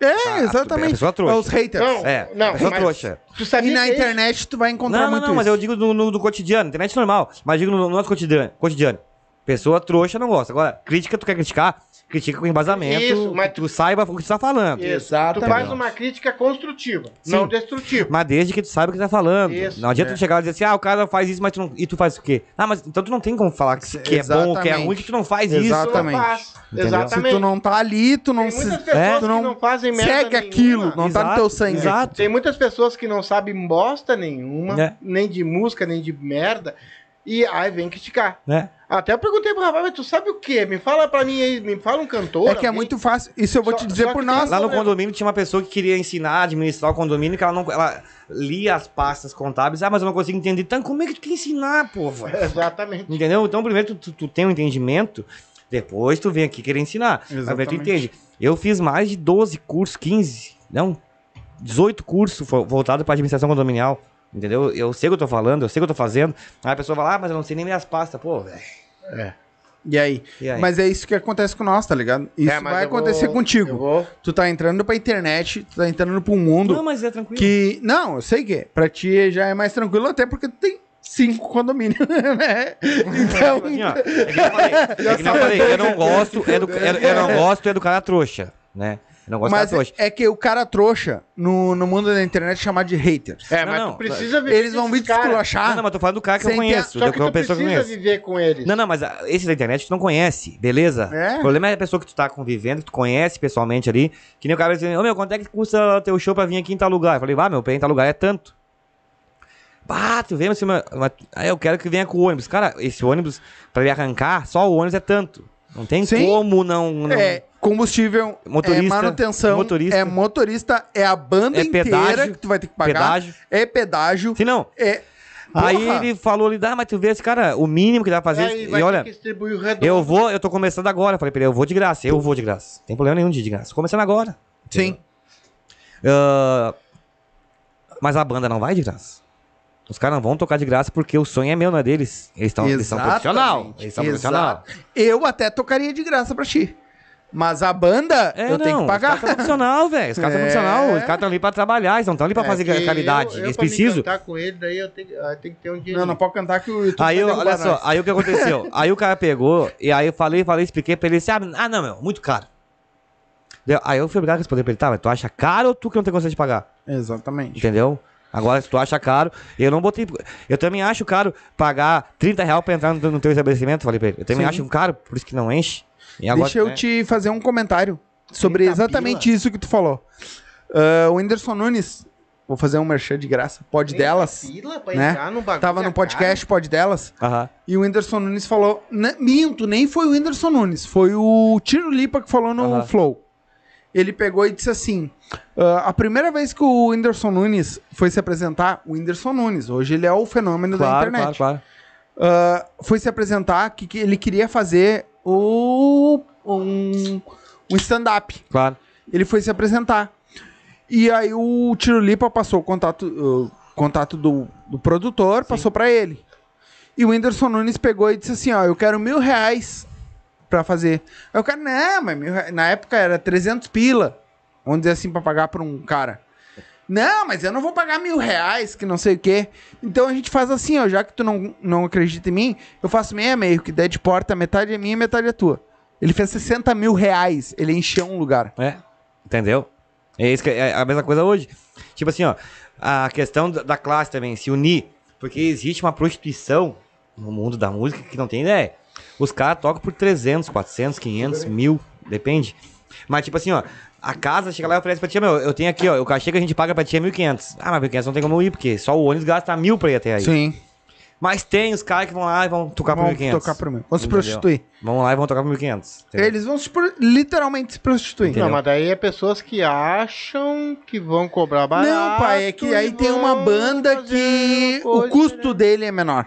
É,
Ah, A
exatamente.
pessoa trouxa.
É os haters.
Não,
É,
não,
a pessoa
mas-
trouxa.
Tu
E
sabia
na
que é
internet tu vai encontrar
Não, não,
muito
não, mas
isso.
eu digo no, no- do cotidiano, internet normal. Mas digo no, no nosso cotidiano, cotidiano. Pessoa trouxa não gosta. Agora, crítica, tu quer criticar? Critica com embasamento.
Isso, mas
que tu saiba o que tu tá falando.
isso? Isso. Tu
Exatamente.
faz uma crítica construtiva,
Sim.
não destrutiva.
Mas desde que tu saiba o que tu tá falando.
Isso.
não
é.
adianta tu chegar e dizer assim, ah, o cara faz isso, mas tu não. E tu faz o quê? Ah, mas então tu não tem como falar que, que é bom ou que é
Exatamente.
ruim, que tu não faz
Tu
Exato.
isso.
não
exatamente.
faz.
Entendeu?
Se
Exatamente.
tu não tá ali, tu não
Tem
se
muitas pessoas
É.
que
não
não fazem merda
segue
nenhuma.
aquilo, não tá no teu
Exato,
sangue.
Exato.
Tem muitas pessoas que não sabem bosta nenhuma,
É.
nem de música, nem de merda, e aí vem criticar.
Né?
Até eu perguntei pro rapaz, mas tu sabe o quê? Me fala pra mim aí, me fala um cantor.
É que é
alguém.
muito fácil. Isso eu vou
Só-
te dizer
só
por
que-
nós.
Lá no
Olha-
condomínio tinha uma pessoa que queria ensinar a administrar o condomínio, que ela não ela lia as pastas contábeis. Ah, mas eu não consigo entender. Então, como é que tu quer ensinar, povo?
Exatamente.
Entendeu? Então, primeiro tu, tu, tu tem um entendimento, depois tu vem aqui querer ensinar. Mas Aí tu
Exatamente.
entende. Eu fiz mais de 12 cursos, 15, não, 18 cursos fo- voltados para administração condominial. Entendeu? Eu sei o que eu tô falando, eu sei o que eu tô fazendo. Aí a pessoa fala, ah, mas eu não sei nem ler as pastas. Pô, velho.
E aí?
E aí?
Mas é isso que acontece com nós, tá ligado? Isso
É, mas
vai
eu vou-
acontecer
eu
contigo.
vou-
Tu tá entrando pra internet, tu tá entrando pra um mundo
Não, mas é tranquilo.
que. Não, eu sei que é. pra ti já é mais tranquilo, até porque tu tem cinco condomínios, né? Então.
Assim, ó, é que nem eu falei, é que nem eu falei, eu não gosto, é do, eu, eu não gosto é do cara trouxa, né? Eu não gosto do cara
Mas
trouxa.
é que o cara trouxa no, no mundo da internet chamar de hater.
É,
Não,
mas tu
não,
precisa viver
Eles vão
com
vir
esses
te
caras.
esculachar.
Não, não, mas tô falando do cara que eu
Sem ter-
conheço,
Só
da
que tu
pessoa que é eu
precisa
conheço.
viver com eles.
Não, não, mas ah, esse da internet tu não conhece, beleza?
É.
O problema é a pessoa que tu tá convivendo, que tu conhece pessoalmente ali, que nem o cara dizendo, ô meu, quanto é que custa teu show pra vir aqui em tal lugar? Eu falei, vá, meu, pra ir em tal lugar é tanto. Bah, tu vem, mas, assim, mas, mas- ah, eu quero que venha com o ônibus. Cara, esse ônibus, pra ele arrancar, só o ônibus é tanto. Não tem
Sim.
como não... não...
É combustível,
né? Motorista,
é manutenção,
motorista.
é motorista, é a banda
É
inteira
pedágio,
que tu vai ter que pagar,
pedágio.
é pedágio,
Se não,
é...
Aí
Porra!
ele falou ali, ah, mas tu vê esse cara, o mínimo que dá pra fazer.
Aí vai ter
e olha,
que distribuir o redondo.
eu vou, eu tô começando agora. Falei pra ele, eu vou de graça, eu vou de graça. Não tem problema nenhum de ir de graça. Começando agora.
Sim.
Ah, mas a banda não vai de graça. Os caras não vão tocar de graça porque o sonho é meu, não é deles. Eles estão profissionais.
Exatamente,
Eles são profissionais.
exato. Eu até tocaria de graça pra ti. Mas a banda,
É,
eu
não,
tenho que pagar.
Os caras são profissional, velho. Os caras são
É.
profissional. Os caras estão ali pra trabalhar. Eles não estão ali pra
É,
fazer
porque
caridade.
eu- eu
eles
pra me
precisam.
cantar com ele, daí eu tenho, aí tem que ter um dinheiro.
Não, não pode cantar que o YouTube tá
Aí,
vai
eu-
derrubar
olha só,
nós.
aí o que ah, aconteceu? aí o cara pegou, e aí eu falei, falei, expliquei pra ele, assim, ah, não, meu, muito caro. Daí- Aí eu fui obrigado a responder pra ele, tá, mas tu acha caro ou tu que não tem condição de pagar?
Exatamente.
Entendeu? Agora, se tu acha caro, eu não botei. Eu também acho caro pagar 30 reais pra entrar no, no teu estabelecimento, falei pra ele. Eu também
Sim.
acho caro, por isso que não enche. E
Deixa eu
né?
te fazer um comentário sobre
Eita,
exatamente isso que tu falou. Ah, o Whindersson Nunes, vou fazer um merchan de graça, pode delas.
Fila pra
né?
entrar num bagulho
Tava
que
no
é
podcast Pode Delas.
Aham.
E o Whindersson Nunes falou. "Né, minto, nem foi o Whindersson Nunes, foi o Tiro Lipa que falou no
Aham.
Flow. Ele pegou e disse assim: "Ah, a primeira vez que o Whindersson Nunes foi se apresentar, o Whindersson Nunes, hoje ele é o fenômeno da
Claro,
internet.
claro, claro.
Ah, foi se apresentar que, que ele queria fazer o, um, um stand-up.
claro.
Ele foi se apresentar. E aí o Tiro Lipa passou o contato, o contato do, do produtor, passou pra ele. E o Whindersson Nunes pegou e disse assim, ó, eu quero mil reais pra fazer. Aí o cara, não, mas mil reais. na época era 300 pila, vamos dizer assim, pra pagar pra um cara. Não, mas eu não vou pagar mil reais, que não sei o quê. Então a gente faz assim, ó, já que tu não, não acredita em mim, eu faço meia meio, que der de porta, metade é minha e metade é tua. Ele fez 60 mil reais, ele encheu um lugar.
É. Entendeu? É, isso que é a mesma coisa hoje. Tipo assim, ó, a questão da da classe também, se unir. Porque existe uma prostituição no mundo da música que não tem ideia. Os caras tocam por 300, 400, 500, mil, depende. Mas tipo assim, ó, a casa chega lá e oferece pra tia, meu, eu tenho aqui, ó, o cachê que a gente paga pra tia é 1.500. Ah, mas 1.500 não tem como ir, porque só o ônibus gasta mil pra ir até aí.
Sim.
Mas tem os caras que vão lá e vão tocar por
vão
1.500.
tocar por mim. Vão se
Entendeu?
prostituir.
Vão lá e vão tocar por 1.500. entendeu?
Eles vão se pro- literalmente se prostituir.
Entendeu?
Não, mas daí é pessoas que acham que vão cobrar barato.
Não, pai, é que
e
aí tem uma
vão
banda
fazer
que o
coisa,
custo
né?
dele é menor.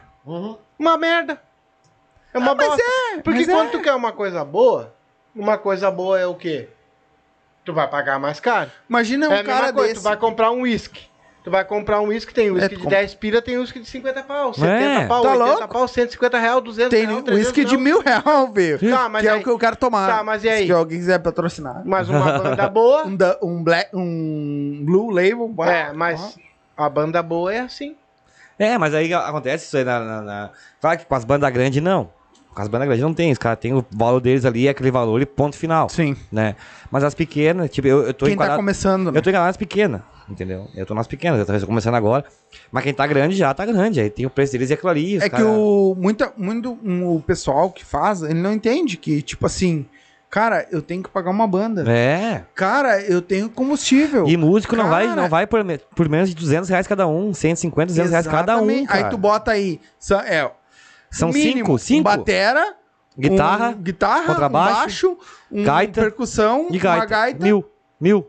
Uma merda. É uma bosta. Porque
Ah, mas é.
quando tu quer uma coisa boa, uma coisa boa é o quê? Tu vai pagar mais caro.
Imagina um
é a mesma
cara
coisa,
desse.
tu vai comprar um uísque. Tu vai comprar um uísque, tem
tu
uísque de
compra-
10 pila, tem uísque de 50 pau, 70
É,
pau,
tá
80
louco?
pau, 150 real, 200
Tem
real, 300
uísque de
real.
mil real, velho.
Tá, mas
que é
aí-
o que eu quero tomar.
Tá, mas e aí?
Se alguém quiser patrocinar.
Mas uma banda boa...
Um, da- um black, um blue label. bora.
é, mas a banda boa é assim.
É, mas aí acontece isso aí na. na- na- Claro que com as bandas grandes não. Com as bandas grandes não tem. Os caras têm o valor deles ali, é aquele valor e ponto final.
Sim.
né? Mas as pequenas, tipo, eu, eu tô
Quem tá
enquadrado.
começando, né?
eu tô enquadrado nas pequenas, entendeu? Eu tô nas pequenas, eu tô começando agora. Mas quem tá grande já tá grande. Aí tem o preço deles e aquilo ali. os
É
cara-
que o muita, muito um, o pessoal que faz, ele não entende que, tipo assim, cara, eu tenho que pagar uma banda.
É.
Cara, eu tenho combustível.
E músico não vai,
Cara.
não vai por, me- por menos de 200 reais cada um, 150, 200 reais cada um.
Exatamente.
Cara.
Aí tu bota aí. sa- É,
São
mínimo,
cinco, cinco.
Um batera,
Guitarra,
um, guitarra
contrabaixo,
um baixo, um
gaita
percussão,
e gaita.
uma gaita.
Mil, mil,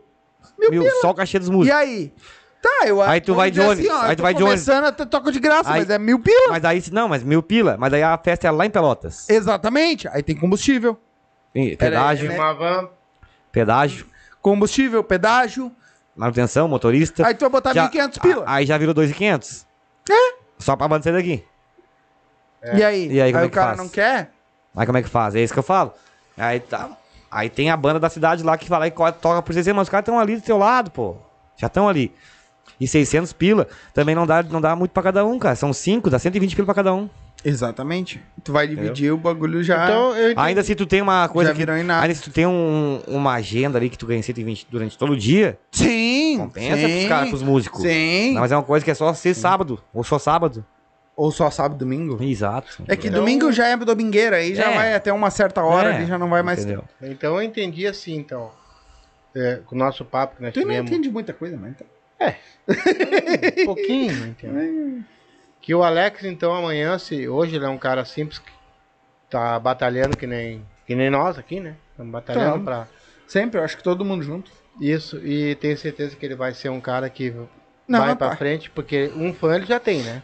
Mil
mil. Só o cachê dos músicos.
E aí? Tá, eu
Aí tu
vamos
vai de
dizer
ônibus,
assim, ó,
aí
eu
tu
tô
vai de ônibus.
começando até toca de graça,
Aí-
mas é mil pila.
Mas aí, se- não, mas mil pila. Mas aí a festa é lá em Pelotas.
Exatamente. Aí tem combustível.
E- Pedágio,
é,
Tem É uma van...
pedágio,
Combustível, pedágio.
manutenção, motorista.
Aí tu vai botar
Então, Já-
1.500 pila.
a- Aí já virou 2,500. É. Só pra banda sair daqui.
E aí?
E aí, como é
o
que
cara
faz?
não quer?
Aí como é que faz? É isso que eu falo. Aí tá. Aí tem a banda da cidade lá que vai lá e co- toca por 600, mas os caras estão ali do teu lado, pô. Já estão ali. E 600 pila também não dá, não dá muito pra cada um, cara. São 5, dá 120 pila pra cada um.
Exatamente. Tu vai dividir o bagulho já.
Então, eu entendi.
Ainda se tu tem uma coisa
já
que.
virou em nada.
Ainda se tu tem um- uma agenda ali que tu ganha 120 durante todo o dia,
Sim.
compensa
sim,
pros caras, pros músicos.
Sim.
Não, mas é uma coisa que é só ser sábado, ou só sábado.
Ou só sábado e domingo?
Exato.
É que
Então-
domingo já é domingueira, aí já
É.
vai até uma certa hora,
É,
ali já não vai mais.
Entendeu?
Então eu entendi assim, então. É, com o nosso papo que nós
Tu não
tivemos.
entende muita coisa, mas então.
Um pouquinho, eu entendo. Que o Alex, então, amanhã, se hoje ele é um cara simples, que tá batalhando que nem, que nem nós aqui, né? Estamos batalhando
Tamo.
pra
Sempre, eu acho que todo mundo junto.
isso. E tenho certeza que ele vai ser um cara que
Não,
vai
tá.
pra frente, porque um fã ele já tem, né?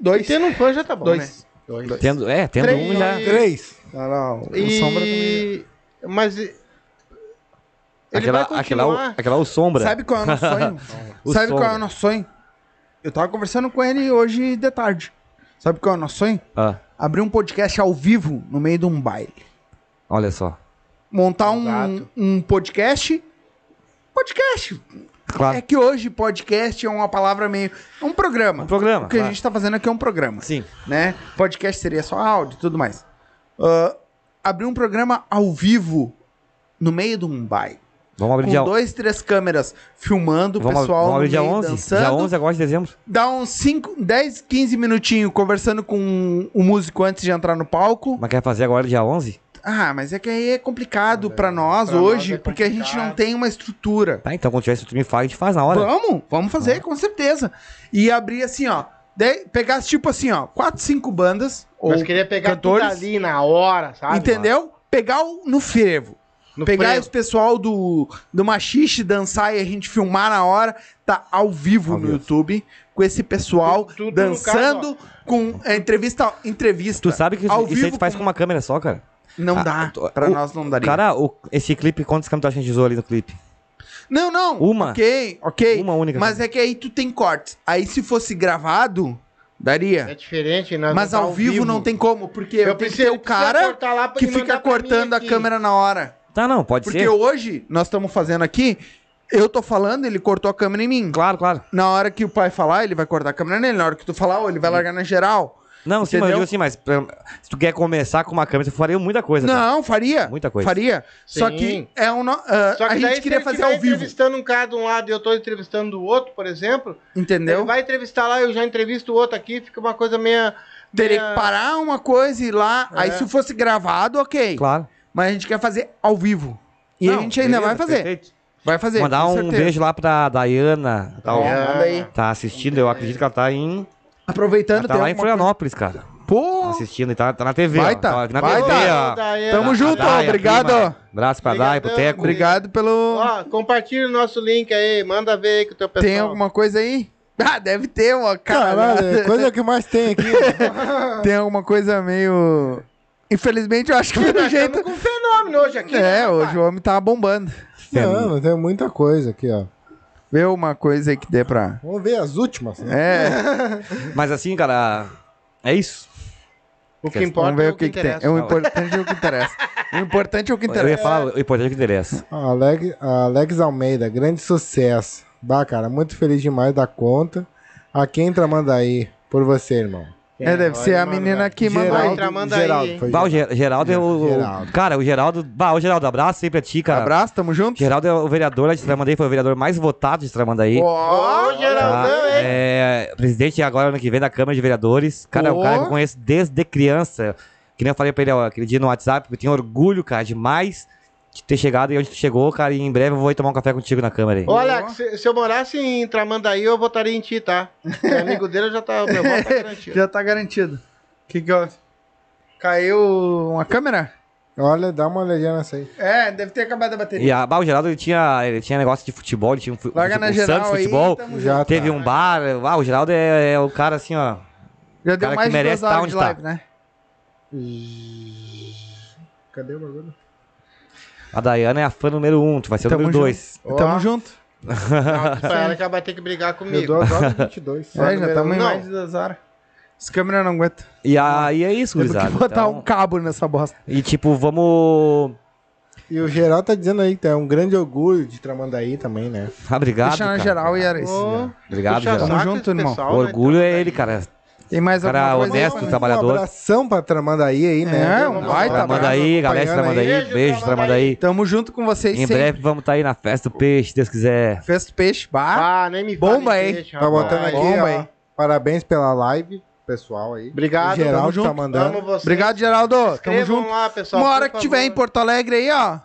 E
Dois.
tendo um fã já tá bom,
Dois.
né? Dois.
Tendo, é, tendo
Três
um já.
e-
Três. Não, não, o Sombra
é
também.
E... Mas... e- Ele
Aquela,
vai
aquela, o-
continuar.
aquela o sombra.
Sabe qual é o nosso sonho?
O
Sabe qual é o
Sombra.
nosso sonho? Eu tava conversando com ele hoje de tarde. Sabe qual é o nosso sonho?
Ah,
Abrir um podcast ao vivo no meio de um baile.
olha só.
Montar um,
Exato.
um podcast. Podcast.
Claro.
É que hoje podcast é uma palavra meio. É um programa.
Um programa.
O que a
claro.
gente tá fazendo aqui é um programa.
Sim.
né? Podcast seria só áudio e tudo mais. Ah, abrir um programa ao vivo no meio de um baile.
Vamos abrir
com
dia,
dois, três câmeras filmando o
vamos,
pessoal
vamos abrir
no
dia
meio
11?
dançando.
Dia 11 agora de dezembro?
Dá uns 5, 10, 15 minutinhos conversando com o músico antes de entrar no palco.
Mas quer fazer agora dia 11?
Ah, mas é que aí é complicado pra nós
pra
hoje,
nós é
porque a gente não
complicado.
tem uma estrutura.
Tá, então quando tiver isso, tu me fala, a gente faz na hora.
Vamos, vamos fazer, com certeza. E abrir assim, ó. De, pegar tipo assim, ó, quatro, cinco bandas. Ou,
Mas queria pegar
cantores.
tudo ali na hora, sabe?
entendeu? Pegar o- no frevo.
No
pegar
frevo.
esse pessoal do, do Machixe dançar e a gente filmar na hora. Tá ao vivo
Ao
no
vivo.
YouTube. Com esse pessoal
Tudo no
dançando com é, entrevista. Entrevista.
Tu sabe que isso,
Ao
isso aí
vivo
tu faz com uma câmera só, cara.
Não
Ah,
dá.
tu-
Pra
o-
nós não daria.
Cara, o- esse clipe, quantas câmeras tu acha que a gente usou ali no clipe?
Não, não.
Uma.
Ok, ok.
Uma única.
Mas é que aí tu tem cortes. Aí se fosse gravado, daria.
É diferente, nós
Mas
não tá
ao vivo, não tem como, porque eu, tenho que
preciso-
ter o cara
preciso cortar lá pra
que
ele
fica
mandar pra mim
cortando a
aqui.
câmera na hora.
Tá, não, pode
Porque
ser.
hoje, nós estamos fazendo aqui, eu tô falando, ele cortou a câmera em mim.
Claro, claro.
Na hora que o pai falar, ele vai cortar a câmera nele. Na hora que tu falar, ó, ele vai largar na geral.
Não, sim, mas
Entendeu?
eu digo assim, mas pra- se tu quer começar com uma câmera, eu faria muita coisa. cara.
Não, faria.
Muita coisa.
Faria. Só
Sim.
que é um. no- ah,
Só que
a
daí,
gente
se
queria
ele
fazer
tiver
ao vivo.
entrevistando um cara de um lado e eu tô entrevistando o outro, por exemplo,
Entendeu?
ele vai entrevistar lá, eu já entrevisto o outro aqui, fica uma coisa meio...
Teria que parar uma coisa e ir lá. Aí
É.
se fosse gravado, ok.
Claro.
Mas a gente quer fazer ao vivo. E
Não,
a gente ainda
beleza,
vai fazer.
perfeito.
Vai fazer.
Mandar
com
um
certeza. É,
beijo lá pra Dayana. Tá,
Dayana.
tá assistindo, eu acredito que ela tá em.
Aproveitando,
Ela tá lá em
alguma
Florianópolis, cara.
coisa-
Tá
Pô!
assistindo e tá, tá na TV.
Vai
ó.
tá,
aqui na
vai
TV,
tá.
ó.
Tamo
A
junto,
Daya,
obrigado.
prima. Abraço pra Daya, pro
Obrigadão,
Teco.
guri.
Obrigado pelo.
Ó, compartilha o nosso link aí, manda ver aí que o teu pessoal...
Tem alguma coisa aí? Ah, deve ter uma
Caralho, é
cara.
coisa que mais tem aqui.
Tem alguma coisa meio. Infelizmente, eu acho que pelo
Nós
jeito.
estamos com um fenômeno hoje aqui.
É,
né,
hoje Tá o homem tá bombando.
Não, mas tem muita coisa aqui, ó.
Vê uma coisa aí que dê pra.
Vamos ver as últimas. né?
É,
Mas assim, cara, é isso.
O que importa
vamos ver
é
o que, que tem.
interessa.
É o importante é o que interessa. O importante é o que
Eu ia
interessa.
falar o importante que interessa.
A Alex, a Alex Almeida, grande sucesso. Bah, cara, muito feliz demais da conta. Aqui entra, manda aí. Por você, irmão.
É, deve ser a menina que
Geraldo-
mandou. aí.
entra, manda aí,
Geraldo,
hein?
foi
Bah, o Ger- Geraldo é o.
Geraldo.
Cara, o Geraldo. Bah, o Geraldo, abraço aí pra ti, cara.
Abraço, tamo junto.
Geraldo é o vereador lá de Tramandaí, foi o vereador mais votado de Tramandaí. tá?
Ó,
Ó, Geraldão, hein?
é, presidente agora ano que vem da Câmara de Vereadores. Cara, é um
Pô.
cara que eu conheço desde criança. Que nem eu falei pra ele ó, aquele dia no WhatsApp, eu tenho orgulho, cara, demais de ter chegado e onde tu chegou, cara. E em breve eu vou ir tomar um café contigo na Câmara aí.
Ô, Alex, se, se eu morasse em Tramandaí, eu votaria em ti, tá? Porque amigo dele já tá. Meu voto tá garantido.
já tá garantido. O que que houve? Caiu uma câmera?
Olha, dá uma olhadinha nessa aí.
É, deve ter acabado a bateria.
E a, bah, o Geraldo ele tinha, ele tinha negócio de futebol, ele tinha um, fu-
Larga
um
na
fu- um
geral
Santos
aí, então.
futebol.
tamo
Já
Teve
tá.
um bar. Ah, o Geraldo é, é o cara assim, ó.
Já deu
cara que
mais de duas
merece tá
horas
onde
de
tá.
live, né?
Cadê o bagulho?
A Dayana é a fã número um, tu vai ser o número dois.
junto. Tamo junto. tá
Não, pra ela que ela vai ter que brigar
Eu
comigo.
dou as horas e um. 22.
É, já tamo em
Não.
mais de duas horas. As câmeras não aguentam.
E aí é isso,
Temos que
gurizada.
botar
Então,
um cabo nessa bosta.
E tipo, vamos.
E o Geraldo tá dizendo aí que é um grande orgulho de Tramandaí também, né?
Ah, Obrigado.
Deixa na
cara.
geral e era isso.
Ô,
Obrigado,
puxa
Geraldo.
Tamo
saco
junto,
esse
irmão.
pessoal,
O
né?
orgulho é ele, cara.
Tem mais
Cara,
alguma coisa?
honesto, tá
aí, mano?
trabalhador.
Um abração pra Tramandaí aí, né?
É, um baita
Tramanda
abraço.
aí, galera de
acompanhando
Tramandaí.
aí.
Beijo,
Beijo,
Tramandaí.
Tamo junto com vocês.
Em breve vamos estar aí na festa do peixe, se Deus quiser.
Festa peixe, bar.
Ah, nem me
Bomba
fale
aí.
peixe,
Tá
rapaz.
botando aqui,
Bomba
ó,
aí.
Parabéns pela live, pessoal aí.
Obrigado,
O Geraldo
tamo junto.
tá mandando.
Amo vocês.
Obrigado, Geraldo.
Escrevam
tamo junto.
lá, pessoal.
Uma
por
hora que
favor.
tiver em Porto Alegre aí, ó.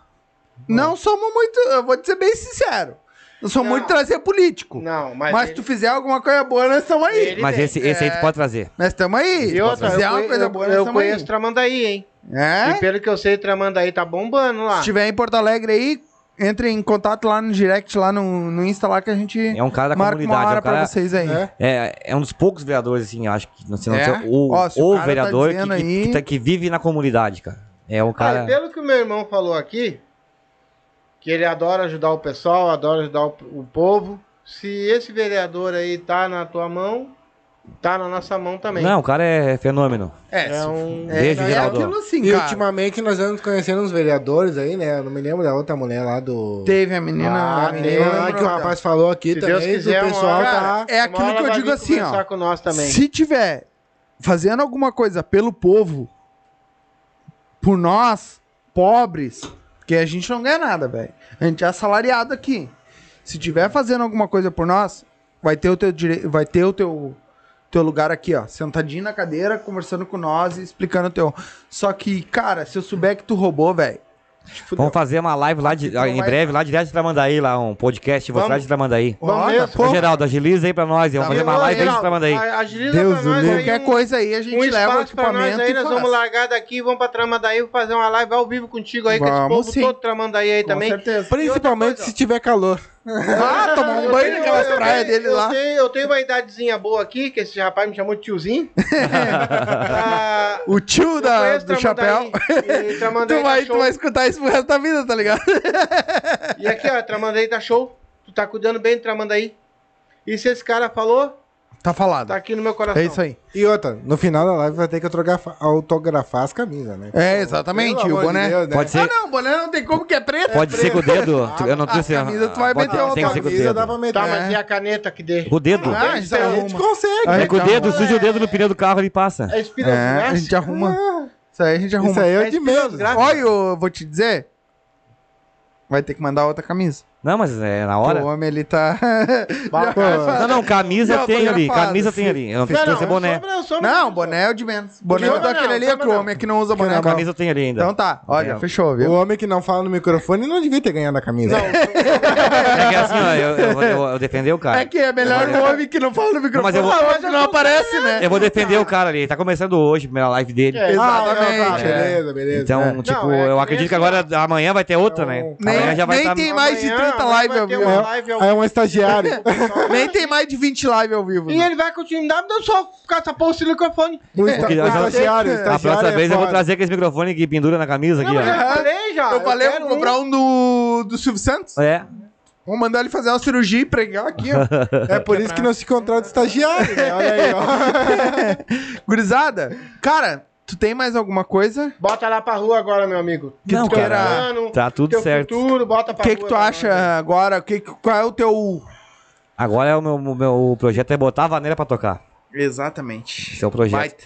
Não somos muito. Eu vou te ser bem sincero. Não somos
Não.
muito trazer político.
Não, mas.
mas se
ele-
tu fizer alguma coisa boa, nós estamos aí.
Ele-
Mas
vem.
esse, esse aí tu pode trazer.
Nós estamos aí.
E outra,
se
eu,
fizer uma
conhe-
coisa
eu-
boa,
eu
nós estamos
conheço
aí.
Tramandaí, hein? E
É?
pelo que eu sei, Tramandaí tá bombando lá.
Se tiver em Porto Alegre aí, entre em contato lá no direct, lá no, no Insta lá que a gente
É um cara da
marca uma
comunidade, é
hora
um cara.
pra vocês aí.
É.
É, é um dos poucos vereadores, assim, acho que não sei, não
É?
sei, o,
Ó, se o
o
cara tá
vereador que,
dizendo
que-
aí-
que tá- que vive na comunidade, cara. É um
Ah, e
cara.
pelo que o meu irmão falou aqui, que ele adora ajudar o pessoal, adora ajudar o, o povo. Se esse vereador aí tá na tua mão, tá na nossa mão também.
Não, o cara é fenômeno.
é um.
Beijo,
é
Geraldo.
aquilo assim,
E
cara.
ultimamente nós andamos conhecendo uns vereadores aí, né? Eu não me lembro da outra mulher lá do.
Teve a menina.
Ah,
a
Eu
menina
teve,
lembro
ah,
lembra-
né, que o rapaz falou aqui
Se
também.
Deus quiser,
do
uma
pessoal
hora-
tá.
Cara, é
Uma
aquilo
hora
que eu
vai
digo
vir
assim,
conversar
ó.
com nós também.
Se tiver fazendo alguma coisa pelo povo, por nós, pobres, Porque a gente não ganha nada, velho. A gente é assalariado aqui. Se tiver fazendo alguma coisa por nós, vai ter o teu direito, vai ter o teu teu lugar aqui, ó, sentadinho na cadeira, conversando com nós e explicando o teu. Só que, cara, se eu souber que tu roubou, velho, te fudeu.
Vamos fazer uma live lá de-
Não
em
vai-
breve, lá direto de Tramandaí, lá um podcast, você
Vamos.
lá de Tramandaí.
Ó,
Vamos mesmo.
pô,
Ô, Geraldo, agiliza aí pra nós, vamos
Tá
fazer
bom.
uma live aí de Tramandaí.
a- Agiliza
Deus
pra
o
nós
livre.
aí
qualquer
um-
coisa aí, a gente
um
leva o
espaço pra
equipamento
nós aí,
e
nós
faz.
vamos largar daqui, vamos pra Tramandaí, fazer uma live ao vivo contigo aí, com
Vamos
esse povo
sim.
todo Tramandaí aí
Com
também.
certeza.
Principalmente se tiver calor.
Ah, tomar um banho naquelas praias dele
eu
lá.
Tenho, eu tenho uma idadezinha boa aqui, que esse rapaz me chamou de tiozinho. Ah,
O tio
eu
da,
conheço
do
Tramandaí,
chapéu.
e Tramandaí
Tu vai,
tá
tu
show.
vai escutar isso pro resto da vida, tá ligado?
E aqui, ó, Tramandaí tá show. Tu tá cuidando bem do Tramandaí. E se esse cara falou,
Tá falado.
tá aqui no meu coração.
é isso aí.
E outra, no final da live vai ter que autografa- autografar as camisas, né?
É, exatamente.
Pelo
o
amor de
boné.
Deus, né?
Pode
Ah,
ser,
não, o boné não tem como que é preto.
pode ser com o dedo. tu- eu não
a
trouxe
camisa tu vai
bota-
meter outra
tem que ser com o
Camisa
dedo.
dá pra meter.
Tá,
É.
mas e a caneta que dê?
Com o dedo.
Ah, a gente
A gente
arruma.
consegue.
A
É
gente
com o dedo,
arruma.
suja o dedo no pneu do carro, ele passa.
É
É,
né?
a
espirografia?
gente arruma. Isso aí a gente arruma.
Isso aí é o de menos.
Olha, eu vou te dizer. Vai ter que mandar outra camisa.
Não, mas é na
O
hora.
homem ali tá.
Pô,
Não, não, camisa
Não,
tem ali,
fotografado,
camisa tem
sim. um
ali. Eu não preciso ser boné.
não, boné é o de menos. Boné é
Não, não,
daquele ali, é
não,
que o
não.
homem aqui não usa boné.
Não,
não.
camisa tem ali ainda.
Então tá, olha,
Não.
fechou,
o
viu?
homem que não fala no microfone não devia ter ganhado a camisa.
É que assim, ó, eu, eu, eu- eu defender o cara.
É que é melhor o homem que não fala no microfone,
Tá. mas eu vou-
Ah, hoje não aparece, né?
Eu vou defender o cara ali. ele Tá começando hoje, primeira live dele.
É,
Ah,
Exatamente. é.
beleza, beleza.
Então,
Não,
tipo,
é.
é que
eu
nem
acredito que
assim,
agora amanhã vai ter outra, né?
Nem-
amanhã já vai
nem
estar.
tem mais de 30 live ao vivo.
uma Aí é um estagiário.
Nem tem mais de 20 live ao vivo.
E ele vai continuar dando só ficar essa porra sem microfone.
O, esta-
Porque
o
nós vamos-
Um estagiário, o
A
estagiário
próxima
é
vez eu vou
foda.
trazer aquele microfone que pendura na camisa aqui,
Não, mas eu
ó.
falei já.
Eu falei,
quero
vou comprar um do, do Silvio Santos.
É.
Vou mandar ele fazer uma cirurgia e pregar aqui, ó.
É por isso que não se contrata estagiário, né? Olha aí, ó.
Gurizada, cara, tu tem mais alguma coisa?
Bota lá pra rua agora, meu amigo.
Que
Não,
tu queira-
cara.
Mano,
Tá tudo
teu
certo.
futuro, bota
O
pra
que,
rua
que tu
pra
acha
nós.
agora? Que, que- qual é o teu.
Agora é o meu, o meu projeto é botar a vaneira pra tocar.
Exatamente.
Esse é o projeto.
Baita.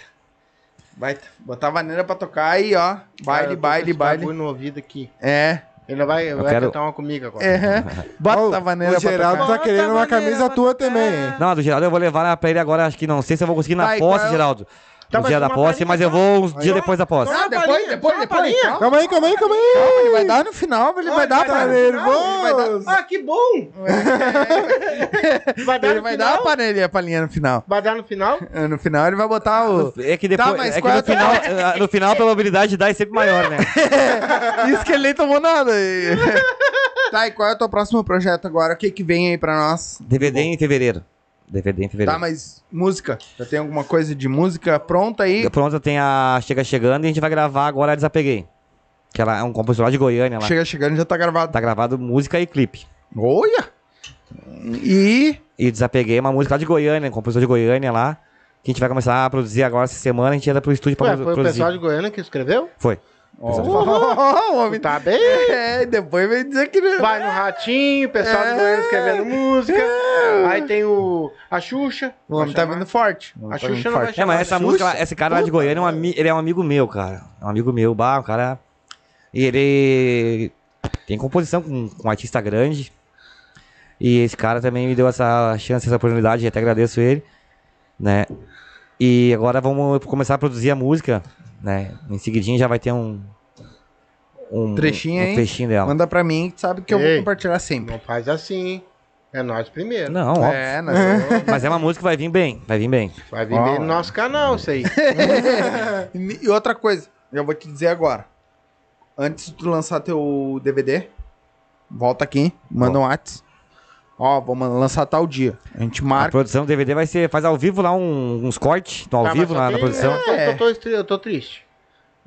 Baita. Botar a maneira pra tocar aí, ó.
Cara,
Baile,
eu tô com
baile,
esse
baile.
bagulho no ouvido aqui.
É.
Ele vai, vai
quero-
cantar uma comigo agora.
É.
Ó,
Bota a maneira
O Geraldo
pra tocar.
tá querendo uma camisa tua também,
É.
hein?
Não, a do Geraldo eu vou levar lá pra ele agora, acho que não sei se eu vou conseguir na
Vai,
posse,
qual é o-
Geraldo.
Tá,
No
mas
dia
tem
da
uma
posse, mas eu vou uns dias depois da posse.
Ah, depois, depois, depois. Calma,
Calma aí, calma aí, calma aí.
calma, ele vai dar no final, ele vai dar.
Tá
cara. Ele vai dar-
nervoso.
Ah, que bom! Vai dar
Ele
no
vai
final?
dar a panelinha, a palhinha no final.
Vai dar no final?
É, No final ele vai botar o.
É que depois.
Tá, mas
é que
qual é
no
a tua-
final, eh, no final a probabilidade de dar é sempre maior, né?
Isso que ele nem tomou nada. E- tá, e qual é o teu próximo projeto agora? O que que vem aí pra nós?
DVD em fevereiro. DVD em fevereiro.
Tá, mas música. Já tem alguma coisa de música pronta aí?
Pronto, tem a Chega Chegando e a gente vai gravar agora a Desapeguei. Que ela é um compositor lá de Goiânia lá.
Chega chegando já tá gravado.
Tá gravado música e clipe.
Olha! E.
E Desapeguei é uma música lá de Goiânia, um compositor de Goiânia lá. Que a gente vai começar a produzir agora essa semana. A gente entra pro estúdio pra
Ué,
produ-
foi o
produzir.
pessoal de Goiânia que escreveu?
Foi.
Oh, o
Tu
homem tá.
Tá bem?
É, depois vem dizer que. não-
Vai no Ratinho, o pessoal de Goiânia
É.
escrevendo música. Aí tem o a Xuxa.
O homem tá vindo forte. O homem
A
tá vindo
Xuxa não
forte.
vai
É,
chamar.
mas essa
Xuxa?
música, lá- esse cara lá de Goiânia, é um ami- ele é um amigo meu, cara. É um amigo meu, bah, um cara. E ele tem composição com, com um artista grande. E esse cara também me deu essa chance, essa oportunidade, até agradeço ele, né? E agora vamos começar a produzir a música, né? Em seguidinho já vai ter um. Um
Trechinho,
um
hein?
trechinho dela.
Manda pra mim, que sabe que eu vou
Ei.
compartilhar sempre.
Não faz assim. É nós primeiro.
Não, ó.
É, né?
Mas é uma música que vai vir bem, vai vir bem.
Vai vir bem no nosso canal isso aí.
E e outra coisa, eu vou te dizer agora. Antes de tu lançar teu DVD, volta aqui, manda um WhatsApp. Ó, vou man- lançar tal dia. A gente
A
marca.
produção do DVD vai ser. Faz ao vivo lá um- uns cortes, então, ao
Tá, mas
vivo
só
na, na
tem-
produção.
Eu tô,
É.
eu tô estri- eu tô triste.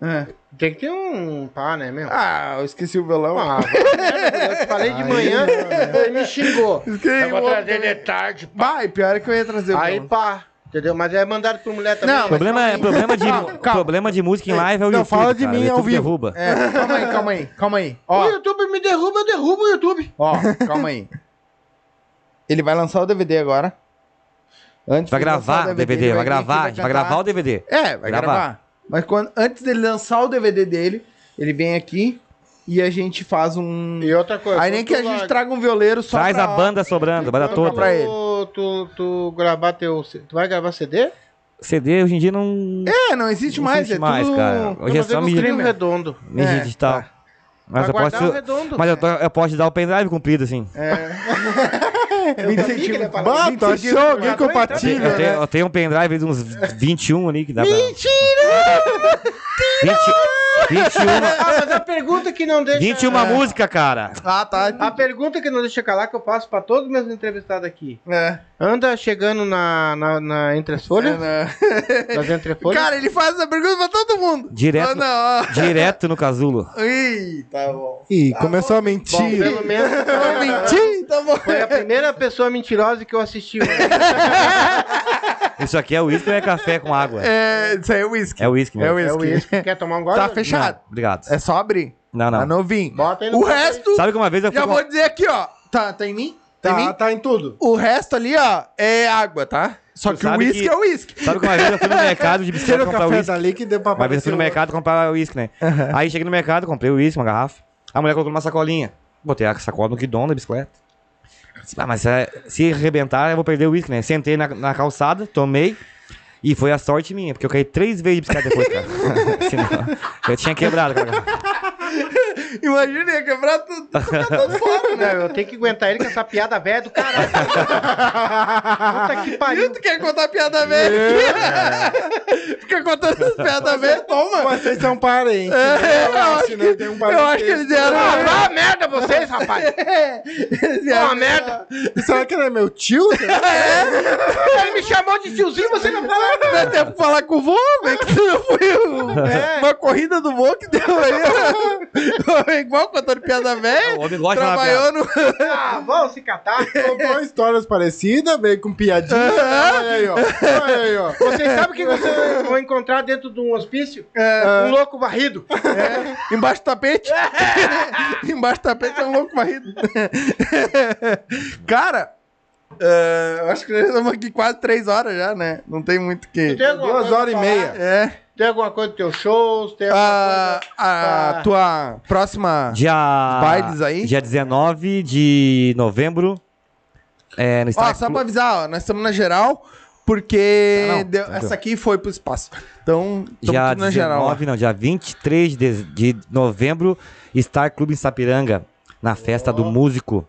É.
Tem que ter um pá, né, meu?
Ah, eu esqueci o violão.
Ah, vai, né, eu falei de manhã, ele me xingou.
Esqueci
Eu
o
vou trazer
violão.
de tarde. pá.
Vai, pior é que eu ia trazer o
Aí
violão.
pá, entendeu? Mas é mandado por mulher também.
Não,
Não,
O
né?
problema, é, problema, de, problema de música em live é o
Não,
YouTube.
fala de
cara. O
mim ao
YouTube
vivo.
derruba.
É, calma aí, calma aí, calma aí. Ó,
O YouTube me derruba, eu derrubo o YouTube.
Ó, calma aí. Ele vai lançar o DVD agora. Antes
Vai
de lançar
gravar o DVD, vai
ele vir aqui,
gravar, a gente vai gravar o
cantar.
DVD.
É, vai gravar.
gravar.
Mas quando, antes dele lançar o DVD dele, ele vem aqui
e a gente faz um.
E outra coisa.
Aí nem que a gente traga um violeiro só
Traz
pra-
a banda sobrando, a banda toda.
pra ele.
Tu, tu, tu gravar teu. Tu vai gravar CD?
CD hoje em dia não
É, não existe
Não
mais,
existe
é
mais,
tudo...
cara. Hoje
Tá
é só
fazendo um
mídia,
trio redondo.
mídia
É,
digital. Mas, eu
Pra guardar o
posso,
redondo.
mas eu, tô- eu posso te dar o pendrive comprido, assim.
Vinte centímetros. Bah, tu achou alguém compatível,
Eu, tenho,
né?
eu tenho um pendrive de uns 21 ali que dá pra... Mentira! um, 20,
Ah, mas a pergunta que não deixa.
21, 21 música, cara.
Ah, tá.
A pergunta que não deixa calar, que eu faço pra todos meus entrevistados aqui.
É.
Anda chegando na, na, na entre as
É,
folhas?
né?
Das entrefolhas?
Cara, ele faz essa pergunta pra todo mundo. Ah,
Direto,
não. ó.
direto no casulo.
Ih, tá bom.
Ih, começou a mentir.
Bom, pelo menos
Eu menti, tá bom.
foi a primeira pessoa mentirosa que eu assisti.
Isso aqui é uísque ou é café com água?
É, isso aí é uísque.
É uísque
É
mesmo.
É o
uísque.
Isco. Quer tomar um gole?
Tá fechado.
Não, obrigado.
É só abrir.
Não,
Tá
não.
novinho.
Bota aí no
O
copo aí.
resto,
Sabe que uma vez eu fui...
já
com-
vou dizer aqui, ó. Tá, tá em mim? Tá, em mim?
Tá, tá em tudo.
O resto ali, ó, é água, tá? Só
Tu
que o
sabe
uísque
que-
é uísque.
Sabe que uma vez eu fui no mercado de
Tira
bicicleta
o
comprar
café
uísque?
dali que deu pra
Uma vez eu fui
aparecer
no
o-
mercado comprar uísque, né? Aí cheguei no mercado, comprei o uísque, uma garrafa. A mulher colocou numa sacolinha. Botei a sacola no guidão da bicicleta. Disse, "Ah, mas se, se arrebentar, eu vou perder o uísque, né? Sentei na, na calçada, tomei. E foi a sorte minha, porque eu caí três vezes de bicicleta depois, cara. Senão, eu tinha quebrado aquela garrafa.
Imagina, ia quebrar tudo.
Não, eu tenho que aguentar ele com essa piada velha do caralho. Puta que pariu.
Tu quer contar piada velha? Fica contando as piadas
é
velhas, toma.
Mas vocês são parentes.
É, eu acho
Se não tem um
Eu acho que eles deram. um-
Ah, vá a merda vocês, rapaz.
Eles
Vá
deram-
a é merda.
Será que ele é meu tio?
Ele me chamou de tiozinho, você não fala.
Não é tempo pra falar com o vô, velho, que isso não foi o- uma corrida do vô que deu aí. ó. Igual contando piada velha.
O homem gosta de falar piada.
Trabalhou no.
Ah, vão se catar.
Contou histórias parecidas, veio com piadinha. Olha aí, ó. Olha aí, ó.
Vocês sabem o que vocês vão encontrar dentro de um hospício? Um louco varrido.
Embaixo do tapete? Embaixo do tapete é um louco marido. Cara, eh, eu acho que nós estamos aqui quase três horas já, né? Não tem muito o que.
Tem alguma
Duas
coisa
horas e
pra
meia.
falar?
É.
Tem alguma coisa dos teus shows? Tem alguma
A,
coisa...
Ah, a
Ah.
tua próxima.
Dia,
Bailes aí?
dia 19 de novembro. É, no
Ó,
Instagram.
só pra avisar, ó, nós estamos na geral, porque
Ah, não,
deu-
tranquilo.
essa aqui foi pro espaço. Então, estamos
Dia
tudo na geral. ó.
19, não, dia 23 de, de novembro, Star Clube em Sapiranga, na festa do músico.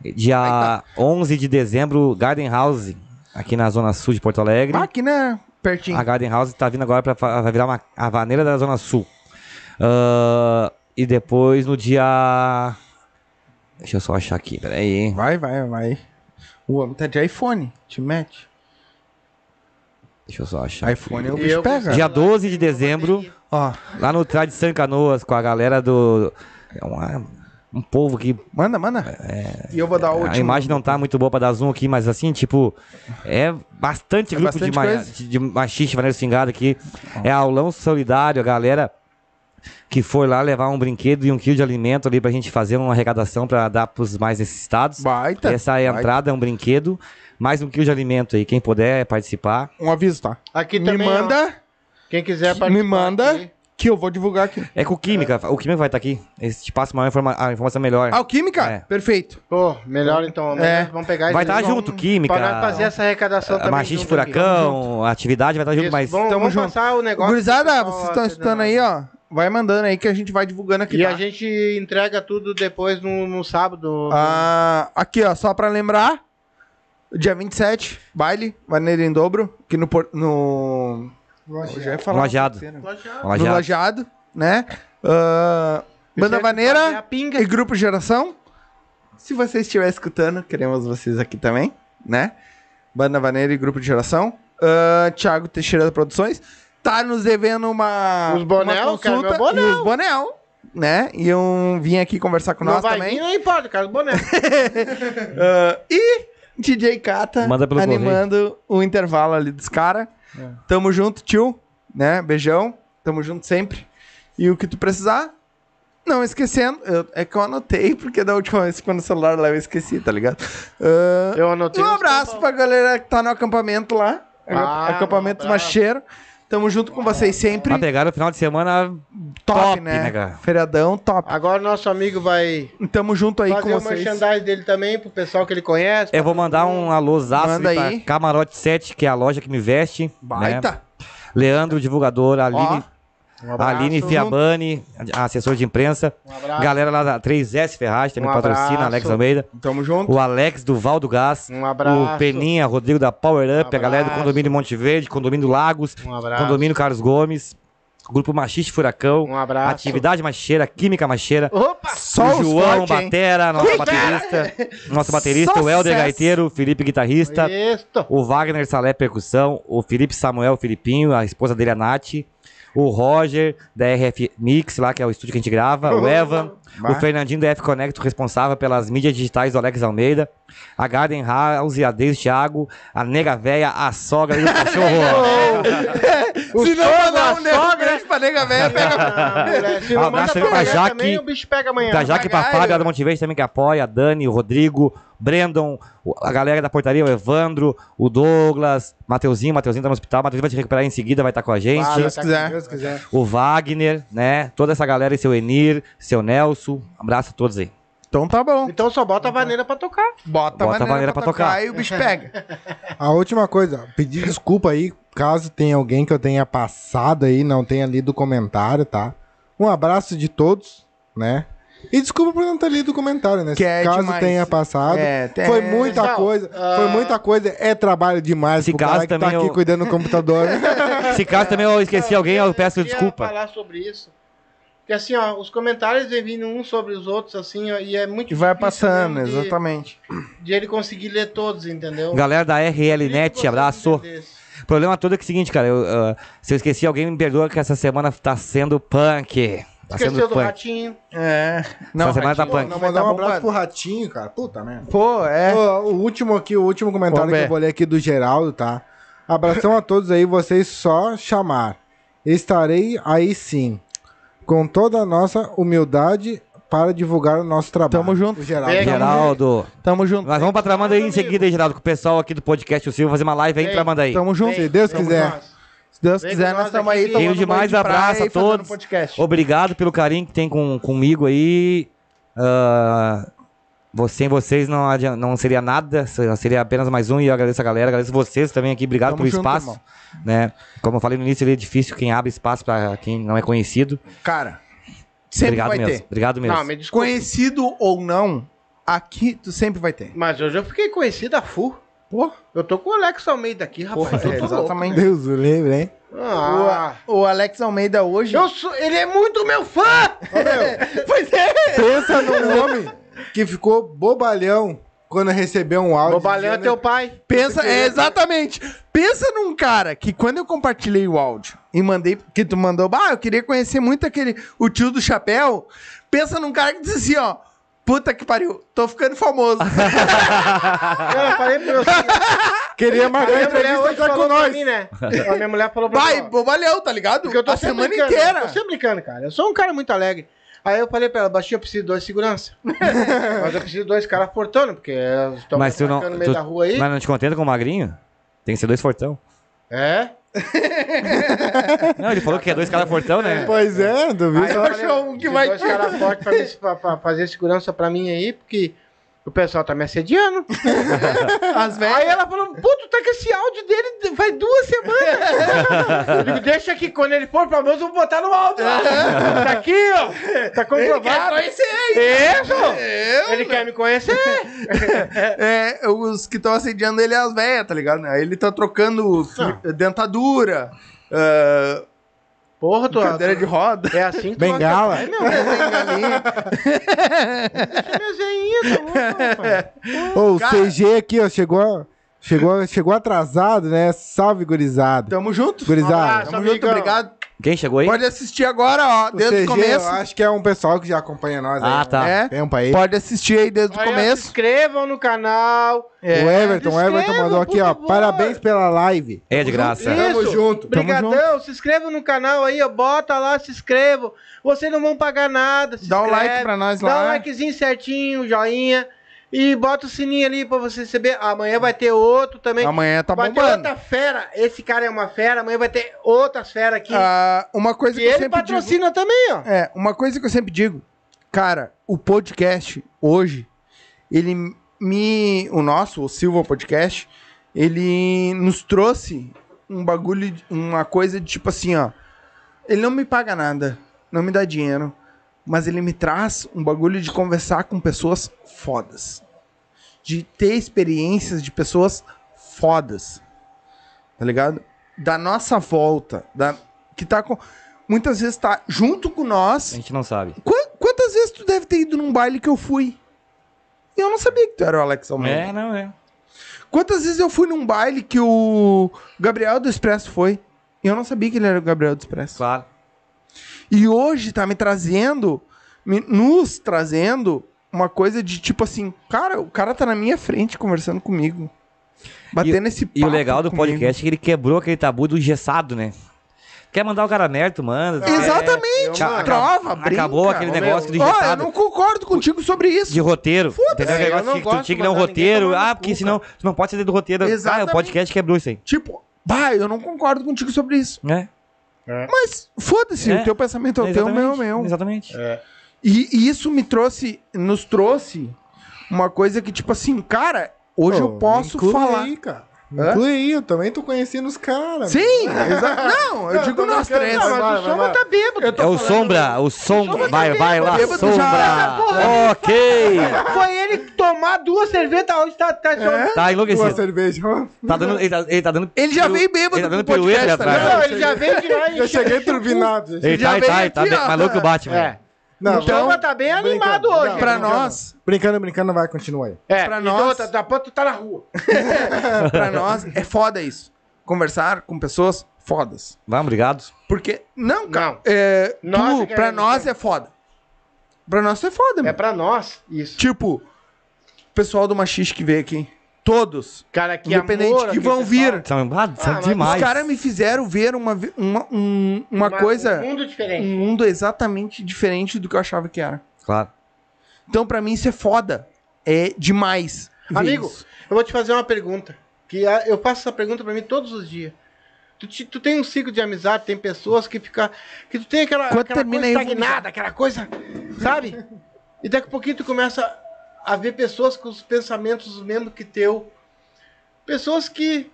Dia
tá.
11 de dezembro, Garden House, aqui na zona sul de Porto Alegre.
Aqui, né? Pertinho.
A Garden House tá vindo agora para vai virar uma a vaneira da zona sul. Ah, e depois no dia Deixa eu só achar aqui, peraí. hein?
Vai, vai, vai. O homem tá de iPhone, te mete.
Deixa eu só achar. aqui.
iPhone é o
E
bicho
eu-
pega.
Dia 12 de dezembro,
Ó,
lá no Tradição em Canoas com a galera do é uma- um povo que
manda, manda.
É.
E eu vou dar o último.
A imagem não tá muito boa pra dar zoom aqui, mas assim, tipo, é bastante
É
grupo
bastante
de, ma
coisa.
de- de machista, maneiro cingado aqui. É aulão solidário, a galera que foi lá levar um brinquedo e um quilo de alimento ali pra gente fazer uma arrecadação pra dar pros mais necessitados.
Baita.
Essa é a
baita.
entrada, é um brinquedo, mais um quilo de alimento aí. Quem puder participar.
Um aviso, tá?
Aqui
Me
também, ó.
manda
Quem quiser
Me
participar
manda.
aqui.
que eu vou divulgar aqui.
É com o Química, o Química vai estar aqui. Ele te passa uma informa a informação melhor.
Ah,
Ah, Alquímica?
É.
Perfeito.
Pô, melhor então. amanhã Vamos pegar esse-
vai estar
vamos-
junto, Química.
Pra nós fazer essa arrecadação
a
também.
Machista
junto aqui.
Furacão, um a atividade vai estar junto,
Isso,
mas.
vamos,
tamo
vamos
junto.
passar o negócio.
Gurizada,
pro pessoal
vocês estão
lá,
escutando aí, ó. Vai mandando aí que a gente vai divulgando aqui.
E
tá?
a gente entrega tudo depois no, no sábado.
Ah, aqui, ó, só pra lembrar. Dia 27, baile, vaneira em dobro, aqui no. Por- no... Eu já ia falar uma
Lajeado.
né?
besteira.
Banda
Fala
No
já.
Lajeado, né? Ah, Banda
A
Vaneira
pinga.
e Grupo Geração. Se você estiver escutando, queremos vocês aqui também, né? Banda Vaneira e Grupo de Geração. Ah, Thiago Teixeira Produções. Tá nos devendo uma.
Os bonel,
uma
quero ver
consulta,
o bonel.
e os bonel, né? E um vim aqui conversar com
Não
nós
vai
também.
vir, não importa, cara. Boné.
Ah, e DJ Kata
Manda pelo
animando o intervalo ali dos caras.
É.
Tamo junto, tio. Né? Beijão. Tamo junto sempre. E o que tu precisar, não esquecendo. eu- é que eu anotei, porque da última vez quando o celular lá eu esqueci, tá ligado? Ah,
Eu anotei.
um
os-
abraço pra galera que tá no acampamento lá.
Ah,
acampamento
um abraço.
Macheiro. Tamo junto com vocês sempre.
Ah, pegaram o final de semana
top,
top,
né?
né, cara?
Feriadão, top.
Agora o nosso amigo vai
Tamo junto aí
fazer
com
o
vocês.
merchandising dele também pro pessoal que ele conhece.
Eu vou mandar um alôzaço
Manda
ali
aí.
pra Camarote 7, que é a loja que me veste. Né?
Baita.
Leandro, divulgador, Aline,
Um abraço.
Aline Fiabani, assessor de imprensa.
Um abraço.
Galera lá da 3S Ferraz, também
Um
patrocina,
abraço.
Alex Almeida.
Tamo junto.
O Alex do Valdo Gás.
Um abraço.
O Peninha, Rodrigo da Power Up, a galera do
abraço.
condomínio Monte Verde, condomínio Lagos,
Um abraço.
condomínio Carlos Gomes, grupo Machiste Furacão,
Um abraço.
Atividade Macheira, Química Macheira,
Opa!
Só
o
os
João
forte, hein?
Batera, nosso baterista, nosso baterista, o Helder
Sucesso.
Gaiteiro, o Felipe Guitarrista,
Isto.
o Wagner Salé Percussão, o Felipe Samuel Filipinho, a esposa dele a Nath, o Roger da RF Mix, lá que é o estúdio que a gente grava, o Evan, o Fernandinho da F Connect, responsável pelas mídias digitais do Alex Almeida, a Garden House, a Deise Thiago, a Nega Véia, a sogra e o cachorro.
O
Se não
sogro,
mandar
a
um negócio
sogra.
grande pra nega velha, pega.
Ah, moleque, se
Um
não manda
abraço aí pra
pegar
Jaque.
também, o bicho pega amanhã.
Pra Jaque e pra Fábio, a da Monte Verde também que apoia, a Dani, o Rodrigo, Brandon, o- a galera da portaria, o Evandro, o Douglas, Mateuzinho, Mateuzinho tá no hospital, Mateuzinho vai te recuperar em seguida, vai estar com a gente.
Fala,
Deus
tá
quiser.
com Deus quiser.
o Wagner, né? Toda essa galera, e seu Enir, seu Nelson. um Abraço a todos aí.
Então tá bom.
Então só bota a vaneira pra tocar.
Bota, a
Bota a
maneira,
maneira
pra
pra
tocar.
tocar.
e o bicho pega.
A última coisa, pedir desculpa aí, caso tenha alguém que eu tenha passado aí, não tenha lido o comentário, tá? Um abraço de todos, né? E desculpa por não ter lido o comentário, né?
Que é
caso
demais.
tenha passado.
É, tem-
Foi muita
Pessoal,
coisa,
ah,
foi muita coisa, é trabalho demais
Esse
pro cara
caso
que tá
também
aqui
eu-
cuidando do computador.
Se caso também eu esqueci alguém, eu peço
queria
desculpa.
falar sobre isso. Porque assim, ó, os comentários vêm vindo uns sobre os outros, assim, ó, e é muito
E vai
difícil
passando,
mesmo de-
exatamente.
De ele conseguir ler todos, entendeu?
Galera da RL
Por isso que
Net,
vocês
abraço.
entendessem.
O problema todo é, que é o seguinte, cara. eu, ah, se eu esqueci alguém, me perdoa que essa semana tá sendo punk. Tá
Esqueceu
sendo
do
punk.
ratinho.
É.
Essa semana tá
Ratinho,
punk.
Não,
vai
mandar
tá
um abraço
bombando.
pro Ratinho, cara. Puta merda.
Pô, é.
Ô, O último aqui, o último comentário
Vamos
que
ver.
eu vou ler aqui do Geraldo, tá? Abração a todos aí, vocês só chamar. Estarei aí sim, com toda a nossa humildade para divulgar o nosso trabalho.
Tamo junto.
O Geraldo.
Pega.
Geraldo.
Tamo junto.
Nós vamos pra Tramanda aí em seguida, hein, Geraldo, com o pessoal aqui do podcast, o Silvio, fazer uma live aí em
Vem.
Tramanda aí.
É, Tamo junto.
Se Deus
Vamos
quiser.
nós.
Se Deus
Vem
quiser,
com
nós
nós
estamos aí.
aqui.
tomando
Tenho demais,
banho de praia
abraço
e
a
fazendo
todos.
podcast.
Obrigado pelo carinho que tem com, comigo aí. Ah, vo- sem vocês não, adia- não seria nada, se- seria apenas mais um. E eu agradeço a galera, agradeço vocês também aqui. Obrigado
Tamo
pelo
junto,
espaço.
irmão.
Né? Como eu falei no início, é difícil quem abre espaço para quem não é conhecido.
Cara, sempre
Obrigado
vai
mesmo.
ter.
Obrigado mesmo.
Não, me desculpa.
Conhecido ou não, aqui tu sempre vai ter.
Mas hoje eu fiquei conhecida a full.
Pô,
Eu tô com o Alex Almeida aqui, rapaz.
Porra,
eu tô
é,
louco.
exatamente.
Deus o livre, hein?
Ah,
O, o Alex Almeida hoje.
eu sou, ele é muito meu fã!
pois é!
Pensa num homem que ficou bobalhão quando recebeu um áudio.
Bobalhão é
dizendo-
teu pai.
Pensa, é, exatamente. Pensa num cara que quando eu compartilhei o áudio e mandei, que tu mandou, bah, eu queria conhecer muito aquele, o tio do chapéu. Pensa num cara que diz assim, ó, puta que pariu, tô ficando famoso.
Cara, eu falei pra você.
Queria
A
marcar
minha mulher
entrevista
hoje
tá
falou
com
pra
nós.
mim, né? A minha mulher falou pra mim.
Vai,
ó,
bobalhão, tá ligado?
Porque É eu tô
A
sempre
semana
brincando,
inteira.
Eu tô sempre brincando, cara. Eu sou um cara muito alegre. Aí eu falei pra ela, baixinha, eu preciso de dois segurança. Mas eu preciso de dois caras portando, porque elas estão
Mas tu não-
no meio
tu-
da rua aí.
Mas não te contenta com o magrinho? Tem que ser dois fortão.
É?
Não, ele falou que é dois caras fortão, né?
Pois é, duvido.
Aí eu
achou
falei,
um que
preciso de
vai
dois caras fortes pra, me- pra- pra fazer segurança pra mim aí, porque o pessoal tá me assediando.
As
Aí
velhas.
ela falou, puto, tá com esse áudio dele faz duas semanas. Eu digo, deixa que quando ele for famoso, eu vou botar no áudio. lá. tá aqui, ó. Tá comprovado. É, pô.
Eu?
Ele quer me conhecer.
É, os que estão assediando ele é as velhas, tá ligado? Aí ele tá trocando fi- dentadura, ah,
Porra, tu
cadeira de roda.
É assim que tu
Bengala.
vai cantar, É, meu. Deixa minha zeinha, tá louco, rapaz.
Ô, o
Cara.
CG aqui, ó, chegou, chegou, chegou atrasado, né? Salve, gurizada.
Tamo junto.
gurizada, Então,
abraço.
Tamo junto,
amigão.
obrigado.
Quem chegou aí?
Pode assistir agora, ó,
o
desde
CG,
o começo.
eu acho que é um pessoal que já acompanha nós aí.
Ah, tá.
É,
Tem um país.
pode assistir aí desde o
Olha, Se
começo.
inscrevam no canal.
o Everton, o
se
Everton
inscrevam,
mandou aqui,
É, por
ó.
favor.
Parabéns pela live.
É de graça.
Isso.
Tamo junto.
Obrigadão, se inscrevam no canal aí, ó. Bota lá, se inscrevam. Vocês não vão pagar nada. se
Dá um
inscreve.
like pra nós
Dá um
lá.
likezinho certinho, joinha.
E bota o sininho ali pra você receber. Amanhã vai ter outro também.
Amanhã tá
vai ter
bombando.
outra fera. Esse cara é uma fera. Amanhã vai ter outras feras aqui.
Ah, uma coisa
e
que eu
ele
sempre digo...
patrocina também, ó.
É, uma coisa que eu sempre digo, cara, o podcast hoje, ele me. O nosso, o Silva Podcast, ele nos trouxe um bagulho, de- uma coisa de tipo assim, ó. Ele não me paga nada, não me dá dinheiro, mas ele me traz um bagulho de conversar com pessoas fodas. De ter experiências de pessoas fodas. Tá ligado? Da nossa volta, da, que tá com. Muitas vezes tá junto com
A
nós.
gente não sabe.
Qua- quantas vezes tu deve ter ido num baile que eu fui? E eu não sabia que tu era o Alex Almeida.
É, não, é.
Quantas vezes eu fui num baile que o Gabriel do Expresso foi? E eu não sabia que ele era o Gabriel do Expresso.
Claro.
E hoje tá me trazendo, me- nos trazendo uma coisa de tipo assim, cara, o cara tá na minha frente conversando comigo. Batendo esse papo
E o legal do
comigo.
podcast é que ele quebrou aquele tabu do engessado, né? Quer mandar o cara merda, tu manda.
Exatamente,
É, eu, mano,
trova, brinca.
Acabou aquele
Ó,
negócio do
eu
engessado.
não concordo contigo sobre isso.
De roteiro. Entendeu?
É,
o
eu
negócio
não
que tu
gosto
tinha
de
que dar um
mandar ninguém
roteiro.
tomar no
Ah, porque
cu,
senão tu não pode sair do roteiro. Ah,
Exatamente.
o podcast quebrou isso aí.
Tipo, bah, eu não concordo contigo sobre isso.
É,
Mas foda-se,
É,
o teu pensamento é o teu, o meu é o meu.
Exatamente.
E, e isso me trouxe, nos trouxe uma coisa que, tipo assim, cara, hoje
Pô,
eu posso
inclui
falar.
Aí, cara.
Hã?
Inclui aí, eu também tô conhecendo os caras.
Sim, exa- não, eu
Não,
digo
tô
nós
brincando,
três.
não, mas-
Mas o Soma tá bêbado.
É o Sombra, o Sombra. Vai, vai lá,
bêbado já. né,
Sombra. Ok.
Foi ele tomar duas cervejas hoje, tá,
É.
tá chorando.
Tá
Uma
enlouquecido.
cerveja.
Tá dando, ele, tá, ele tá dando.
Ele já
peru-
veio bêbado
Ele tá dando
pro podcast,
pirueta ali
tá
atrás.
Não, ele já veio de lá
Já
e
cheguei turbinado. gente.
Ele
já
tá, ele
veio
tá, ele tá
aqui,
bem,
ó.
maluco o Batman.
É.
Não,
O Soma tá bem animado
brincando,
hoje.
não,
Então, Pra
brincando.
nós,
Brincando, brincando, vai, continua aí.
É,
pra
então,
nós-
tá- tá- pô, tu tá na rua.
pra nós, é foda isso. Conversar com pessoas fodas.
Vamos, obrigado.
Porque, não, cara,
Não.
é, tu,
Nós é que
pra
é-
nós é foda. Pra nós tu é foda,
É
mano.
pra nós isso.
Tipo, pessoal do Machiste que veio aqui, todos,
Cara, que
independente,
amor.
que
aquele
vão
pessoal.
vir,
São, ah, são
mas
demais.
Os caras me fizeram ver uma, vi- uma, um- uma
Uma-
coisa,
Um
é
mundo diferente.
um mundo exatamente diferente do que eu achava que era.
Claro.
Então, pra mim, isso é foda. É demais. ver
Amigo,
isso.
eu vou te fazer uma pergunta. Que a- eu faço essa pergunta pra mim todos os dias. Tu, te- tu tem um ciclo de amizade, tem pessoas que fica. Que tu tem aquela,
Quando
aquela
termina
coisa
aí, eu vou
estagnada, aquela coisa. Sabe? E daqui a pouquinho tu começa a ver pessoas com os pensamentos os mesmos que teu. Pessoas que,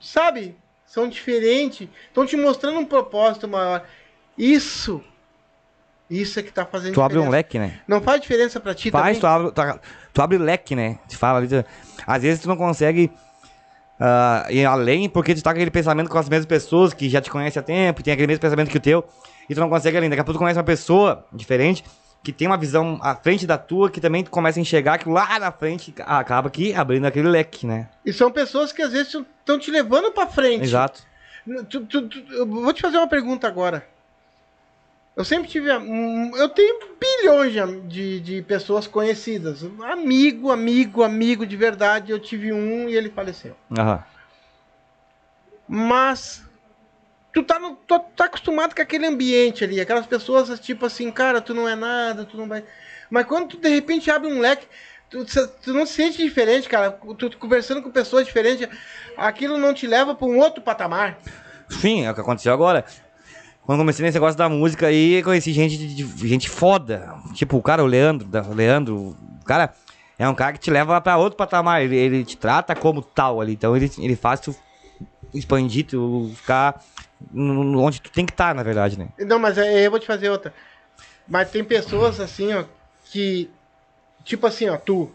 sabe, são diferentes, estão te mostrando um propósito maior. Isso. Isso é que tá fazendo
Tu abre um
diferença.
leque, né?
Não faz diferença pra ti
Faz, tu
também?
abre, tu, tu abre leque, né? Te fala ali. tu- Às vezes tu não consegue ah, ir além porque tu tá com aquele pensamento com as mesmas pessoas que já te conhecem há tempo, tem aquele mesmo pensamento que o teu, e tu não consegue além. Daqui a pouco tu conhece uma pessoa diferente que tem uma visão à frente da tua, que também tu começa a enxergar aquilo lá na frente, ah, acaba aqui abrindo aquele leque, né?
E são pessoas que às vezes estão te levando pra frente.
Exato.
Tu- tu- tu- eu vou te fazer uma pergunta agora. Eu sempre tive. a- um- Eu tenho bilhões de am- de, de pessoas conhecidas. Amigo, amigo, amigo de verdade. Eu tive um e ele faleceu.
Aham.
Mas. Tu tá, no- tu tá acostumado com aquele ambiente ali, aquelas pessoas tipo assim, cara, tu não é nada, tu não vai. Mas quando tu de repente abre um leque, tu, cê- tu não se sente diferente, cara. Tu, tu conversando com pessoas diferentes, aquilo não te leva pra um outro patamar.
Sim, é o que aconteceu agora. Quando comecei nesse negócio da música aí, conheci gente, de- de- gente foda. Tipo, o cara, o Leandro, da- o Leandro, o cara é um cara que te leva pra outro patamar. Ele, ele te trata como tal ali. Então ele, ele faz tu expandir, tu ficar no- no- onde tu tem que estar, na verdade, né?
Não, mas aí eu vou te fazer outra. Mas tem pessoas assim, ó, que. Tipo assim, ó, tu.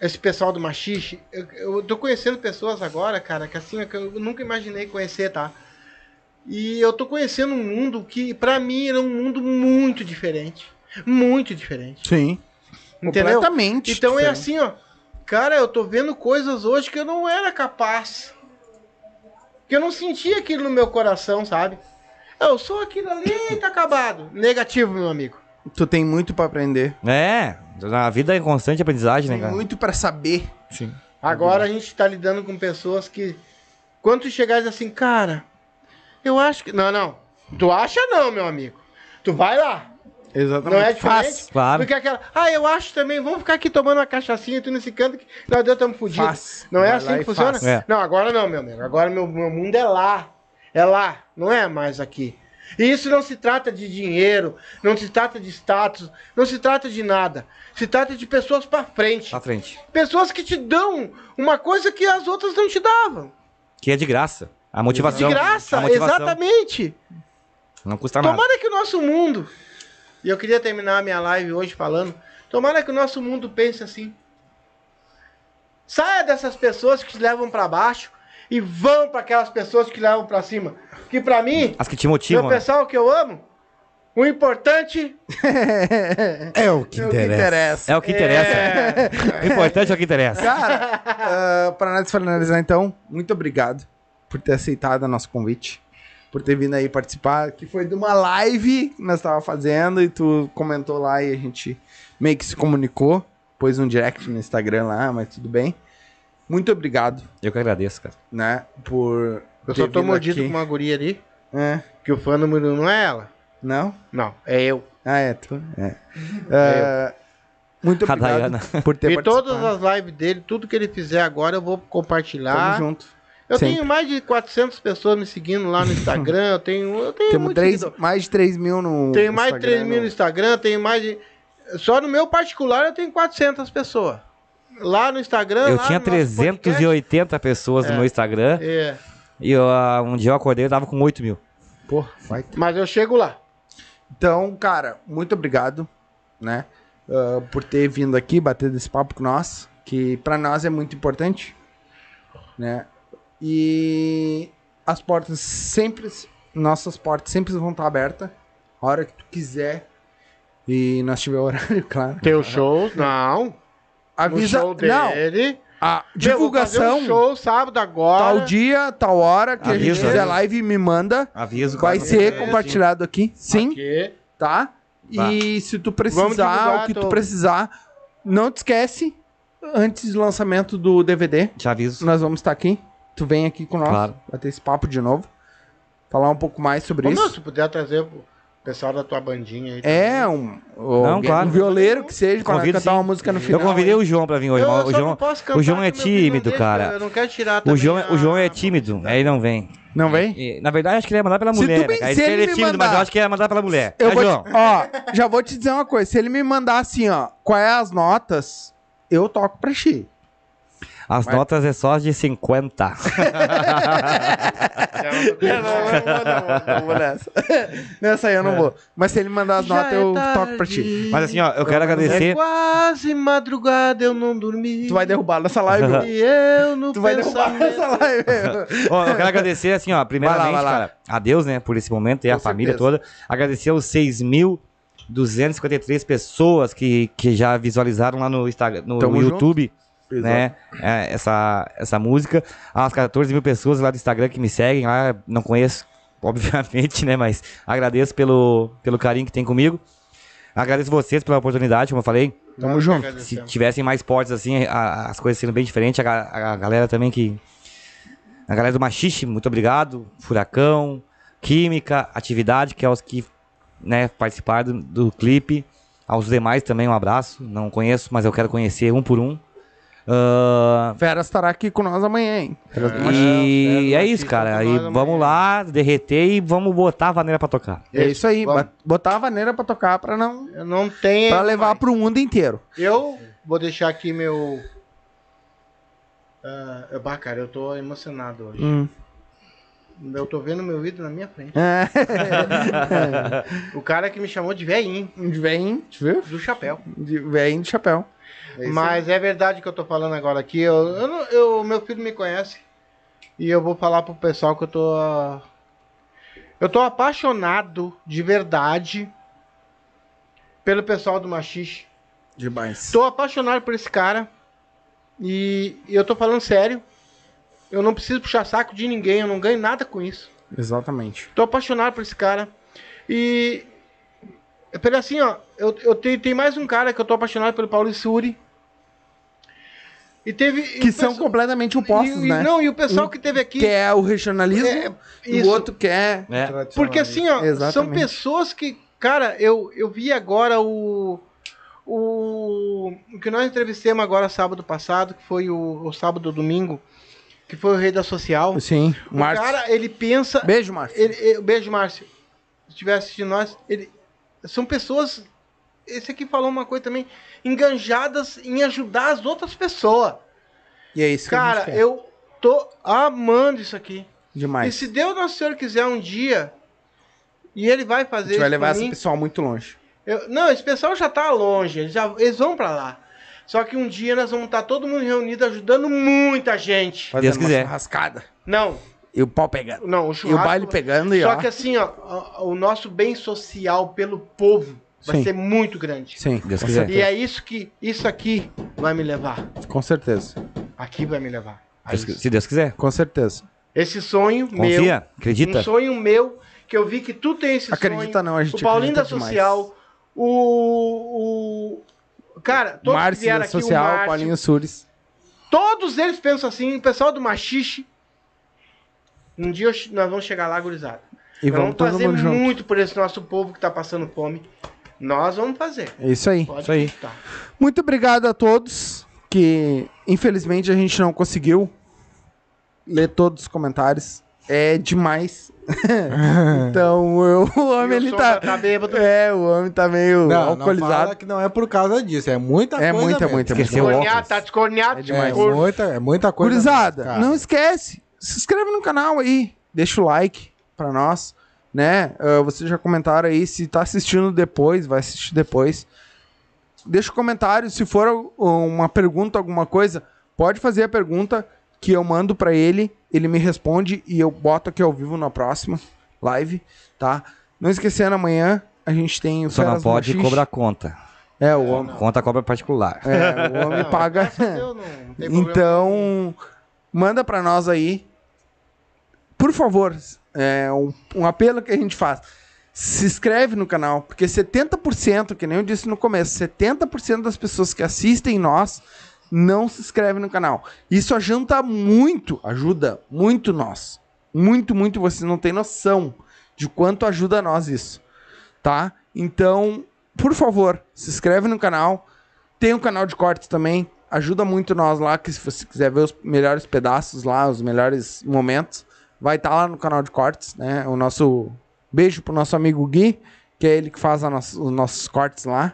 Esse pessoal do machixe. Eu, eu tô conhecendo pessoas agora, cara, que assim, ó, que eu nunca imaginei conhecer, tá? E eu tô conhecendo um mundo que, pra mim, era um mundo muito diferente. Muito diferente.
Sim.
Entendeu?
Completamente.
Então é
diferente.
assim, ó. Cara, eu tô vendo coisas hoje que eu não era capaz. Que eu não sentia aquilo no meu coração, sabe? Eu sou aquilo ali e tá acabado. Negativo, meu amigo.
Tu tem muito pra aprender.
É, a vida é constante aprendizagem, né,
Tem
cara?
muito pra saber.
Sim.
Agora a gente tá lidando com pessoas que. Quando tu chegares assim, cara, eu acho que. Não, não. Tu acha não, meu amigo. Tu vai lá. Não é diferente?
Faz,
Claro.
Porque aquela, ah, eu acho também, vamos ficar aqui tomando uma cachaçinha, tu nesse canto, que nós dois estamos fodidos.
faz.
Não
Vai
é
lá
assim
e
que funciona?
faz.
É.
Não, agora não, meu amigo. Agora meu, meu mundo é lá. É lá, não é mais aqui. E isso não se trata de dinheiro, não se trata de status, não se trata de nada. Se trata de pessoas pra frente.
Pra frente.
Pessoas que te dão uma coisa que as outras não te davam.
Que é de graça. A
De
motivação. a
graça,
motivação.
exatamente.
Não
Tá
custa nada.
Tomara que o nosso mundo. E eu queria terminar a minha live hoje falando. Tomara que o nosso mundo pense assim. Saia dessas pessoas que te levam pra baixo e vão pra aquelas pessoas que te levam pra cima. Que pra mim,
As que te
meu
motivam. né?
pessoal que eu amo, o importante
É o que
É o que interessa.
É o que interessa. O importante é o que interessa.
Cara, para nós finalizar então, muito obrigado por ter aceitado o nosso convite, por ter vindo aí participar, que foi de uma live que nós tava fazendo e tu comentou lá e a gente meio que se comunicou, pôs um direct no Instagram lá, mas tudo bem. Muito obrigado,
Eu que agradeço, cara.
né, por
Eu só
ter
tô
vindo
mordido
aqui.
com uma guria ali,
É,
que o fã número um não é ela.
não?
Não, é eu.
Ah, é, tu. É. Ah, muito
A
obrigado Tá
Dayana.
por ter
e todas
participado.
as lives dele, tudo que ele fizer agora, eu vou compartilhar.
Tamo junto.
Eu
Sempre.
tenho mais de 400 pessoas me seguindo lá no Instagram. eu tenho, eu tenho
Temos
muito
três,
seguidor.
mais de 3 mil no
Tenho mais de 3
Instagram, né?
mil no Instagram. Tenho mais de. Só no meu particular eu tenho 400 pessoas. Lá no Instagram.
Eu
lá
tinha
no nosso podcast,
380 pessoas no meu Instagram.
É,
E eu, ah, um dia eu acordei eu tava com 8 mil.
Porra, vai
mas eu chego lá.
Então, cara, muito obrigado, né? ah, por ter vindo aqui, bater esse papo com nós, que pra nós é muito importante, né? E as portas sempre, nossas portas sempre vão estar abertas, a hora que tu quiser e nós tiver horário, claro.
Teu show? Não.
Avisa,
no show
não,
dele. Meu,
a
eu vou fazer
divulgação,
Um show sábado
tal
agora.
dia, tal hora que a gente
Avisa.
fizer live, me manda,
Aviso.
vai
cara.
ser
Sim.
compartilhado aqui, sim.
Aqui.
tá?
Tá.
E se tu
Vamos
precisar,
divulgar,
o que tu
tô-
precisar, não te esquece, antes do lançamento do DVD,
Te aviso.
nós vamos estar aqui. Tu vem aqui com nós,
Claro.
bater esse papo de novo, falar um pouco mais sobre
Ô,
isso.
meu, se puder trazer o pessoal da tua bandinha aí.
É um,
Não, claro.
um violeiro que seja, pra
Convido,
cantar
sim.
uma música no
Eu
final.
convidei o João pra vir hoje. mas
só
o
não
João,
posso
o João é
porque meu filho não
tímido,
deixa,
cara.
Eu não quero tirar
o
também
João, é- o João é
a-
tímido. Aí não vem.
Não vem?
E, na verdade, acho que ele ia mandar pela
Se
mulher.
tu bem-
né, cara?
se
Ele
ele
é
me
tímido, mas
mandar-
eu acho que ele ia mandar pela mulher.
Eu
Né,
vou te-
João?
ó, já vou te dizer uma coisa, se ele me mandar assim, ó, qual é as notas, eu toco pra ti.
As notas é só de 50.
Não, não, não, não, não, não vou nessa. nessa aí eu não vou. Mas se ele mandar as
Já
notas,
é
eu toco
tarde.
pra ti.
Mas assim, ó, eu quero
É
agradecer.
quase madrugada, eu não dormi.
Tu vai derrubar nossa live, meu.
E eu no
Tu vai derrubar
pensamento-
essa live.
Ó, eu quero agradecer, assim, ó, primeiramente,
vai lá.
cara, a Deus, né, por esse momento e a
Com
família
certeza.
toda. Agradecer aos 6.253 pessoas que, que já visualizaram lá no Instagram, no
Tamo
YouTube, né, é, essa, essa música. As 14 mil pessoas lá do Instagram que me seguem, lá, não conheço, obviamente, né, mas agradeço pelo, pelo carinho que tem comigo. Agradeço vocês pela oportunidade, como eu falei.
Tamo junto.
Se
Agradecemos.
tivessem mais portes assim, a- as coisas sendo bem diferentes, a, ga- a galera também que. A galera do Machixe, muito obrigado. Furacão, Química, Atividade, que é os que né, participaram do, do clipe. Aos demais também um abraço. Não conheço, mas eu quero conhecer um por um. Ah,
Fera estará aqui com nós amanhã, hein?
e
é,
é
nós
isso,
que
cara.
estamos
E
nós amanhã.
vamos lá, derreter e vamos botar a vaneira pra tocar.
É isso aí.
Vamos.
ba- Botar a vaneira pra tocar pra não.
Eu não tenho.
Pra levar pro mundo inteiro.
Eu vou deixar aqui meu. Ah, eu- bah, cara, eu tô emocionado hoje.
Hum.
Eu tô vendo meu ídolo na minha frente.
É.
O cara que me chamou de velhinho,
De vem, tu viu?
do chapéu.
De vem de chapéu.
Mas é verdade que eu tô falando agora aqui. Eu, eu não- eu- meu filho me conhece. E eu vou falar pro pessoal que eu tô. ah, Eu tô apaixonado de verdade pelo pessoal do Machixe.
Demais.
Tô apaixonado por esse cara. E, e eu tô falando sério. Eu não preciso puxar saco de ninguém. Eu não ganho nada com isso.
Exatamente.
Tô apaixonado por esse cara. E. Pera assim, ó. Eu, eu tenho, tem mais um cara que eu tô apaixonado pelo Paulo Suri. E teve.
Que são completamente opostos, né?
Não, e o pessoal
Um
que teve aqui.
Quer o regionalismo,
É,
e o outro quer.
É,
Porque assim, ó, são
Exatamente.
pessoas que, Cara, eu, eu vi agora o, o. O que nós entrevistamos agora sábado passado, que foi o, o sábado domingo, que foi o rei da social.
Sim,
O
Márcio.
cara, ele pensa.
Beijo, Márcio.
Ele, ele- beijo, Márcio. Se estiver assistindo nós, ele, são pessoas. Esse aqui falou uma coisa também. Enganjadas em ajudar as outras pessoas.
E é isso que a gente
Cara,
quer.
eu tô amando isso aqui. E
Demais.
se Deus Nosso Senhor quiser um dia, e ele vai
A
fazer
gente vai
isso
levar
pra
esse
mim,
pessoal muito longe.
eu- não, esse pessoal já tá longe, eles, já, eles vão pra lá. Só que um dia nós vamos estar todo mundo reunido ajudando muita gente.
Fazendo
Deus quiser.
uma churrascada.
Não,
E o pau pegando.
não, o
E
churrasco...
o baile pegando e
Só
ó.
que assim, ó, a- o nosso bem social pelo povo vai
Sim.
ser muito grande.
Sim,
Deus
com
quiser.
E
certeza.
é isso que, isso aqui vai me levar.
Com certeza.
Aqui vai me levar. a
Deus-
isso.
se Deus quiser.
Com certeza.
Esse sonho meu...
Confia, acredita.
Um sonho meu, que eu vi que tu tem esse
Acredita
sonho.
não, a gente
o Paulinho da
acredita demais.
Social, o, o. Cara, todos que
Márcio
vieram
da
aqui,
Social,
o Márcio,
Paulinho Sures.
todos eles pensam assim, o pessoal do Machixe. Um dia eu che- nós vamos chegar lá, gurizada.
E vamos
nós vamos
todo
fazer
mundo junto.
muito por esse nosso povo que tá passando fome. Nós vamos fazer.
É isso aí.
Pode tá.
Isso aí.
acreditar.
Muito obrigado a todos que infelizmente a gente não conseguiu ler todos os comentários. É demais.
É.
então eu- o
E o
homem ele
som
tá
tá bêbado.
É, o homem tá meio alcoolizado.
que não é por causa disso. É muita
É
coisa.
muita,
mesmo.
muita, muita.
Esqueceu o
Descorneado,
óculos.
tá descorneado.
É
É,
demais.
Cor-
muita, é muita coisa.
Gurizada,
mesmo,
não esquece, se inscreve no canal aí, deixa o like pra nós, né? Ah, vocês já comentaram aí, se tá assistindo depois, vai assistir depois. Deixa o comentário, se for al- uma pergunta, alguma coisa, pode fazer a pergunta que eu mando pra ele, ele me responde e eu boto aqui ao vivo na próxima live, tá? Não esquecendo, amanhã a gente tem o
Só não
Feras do
pode
Machixe.
cobrar conta.
É, o homem,
Conta cobra particular.
é, o homem
Não,
paga.
graças a Deus, não tem problema.
Então, manda pra nós aí. Por favor, é um, um apelo que a gente faz. Se inscreve no canal, porque 70%, que nem eu disse no começo, 70% das pessoas que assistem nós não se inscrevem no canal. Isso ajuda muito, ajuda muito nós. Muito, muito, vocês não tem noção de quanto ajuda nós isso, tá? Então, por favor, se inscreve no canal, tem um canal de cortes também. Ajuda muito nós lá, que se você quiser ver os melhores pedaços lá, os melhores momentos, vai estar lá no canal de cortes, né? O nosso beijo pro nosso amigo Gui, que é ele que faz a nossa- os nossos cortes lá,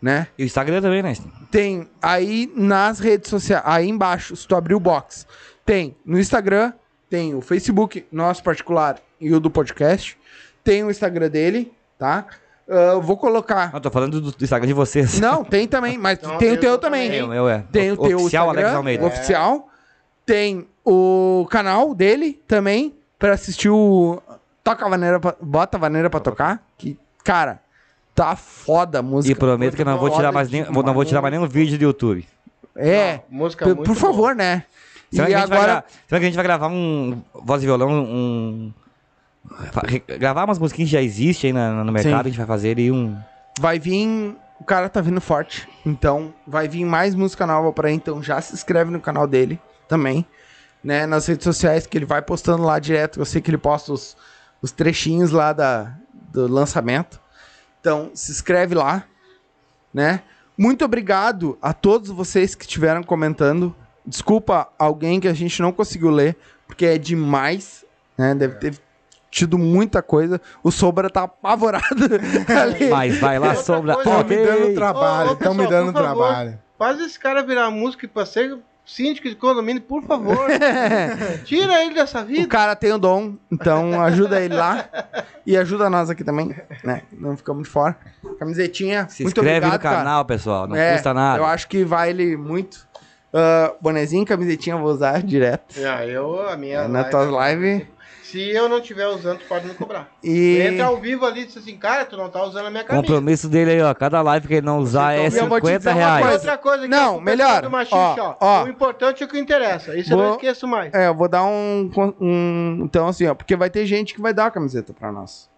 né?
E o Instagram também, né?
Tem aí nas redes sociais, aí embaixo, se tu abrir o box, tem no Instagram, tem o Facebook, nosso particular e o do podcast, tem o Instagram dele, tá? Ah, eu vou colocar.
Não, tô falando do, do Instagram de vocês.
Não, tem também, mas
Não,
tem o
eu
teu
também.
também.
É, o meu é.
Tem o teu
Oficial
Instagram,
Alex Almeida.
Oficial. Tem o canal dele também pra assistir o Toca a Vaneira, pra- bota a Vaneira pra tocar, que cara, tá foda a música. Tá
E prometo que não vou tirar mais nem, vou- não vou tirar mais nenhum vídeo do YouTube.
É,
Não, música
p-
muito
por
boa.
favor, né?
Será,
e
que a gente vai
agora
gra- será que a gente vai gravar um voz e violão, um fa- re- gravar umas musiquinhas que já existem aí na- no mercado,
Sim.
a gente vai fazer aí um
vai vir, o cara tá vindo forte, então vai vir mais música nova pra aí, então já se inscreve no canal dele também, né, nas redes sociais que ele vai postando lá direto, eu sei que ele posta os, os trechinhos lá da, do lançamento, então se inscreve lá, né, muito obrigado a todos vocês que estiveram comentando, desculpa alguém que a gente não conseguiu ler, porque é demais, né, deve ter tido muita coisa, o Sobra tá apavorado ali.
Mas vai lá,
Outra
sombra.
coisa-
Estão
Ok.
me dando trabalho.
Ô, ô,
Estão me
pessoal,
dando
por favor.
trabalho.
Faz esse cara virar músico e passeio síndico de condomínio, por favor. Tira ele dessa
É. O
vida.
cara tem o dom, então ajuda ele lá e ajuda nós aqui também, né? Não ficamos de fora. Camisetinha,
Se
muito
inscreve
obrigado,
no canal, pessoal.
cara.
Não
É,
custa nada.
Eu acho que vale muito. Ah, bonezinho, camisetinha, eu vou usar direto
Ah, eu, a minha
É, na
live- é,
tua live.
Se eu não tiver usando, tu pode me cobrar.
E
Entra ao vivo ali e diz assim, cara, tu não tá usando a minha
é
camisa.
Compromisso dele aí, ó. Cada live que ele não usar é
E eu vou te
50
dizer uma
E
reais.
coisa.
outra coisa que
Não,
é pro pessoal
melhor.
do machixe,
Ó,
ó,
ó.
O importante é o que interessa. Isso eu
Vou-
não esqueço mais.
é, eu vou dar um, um- Então, assim, ó, porque vai ter gente que vai dar a camiseta pra nós.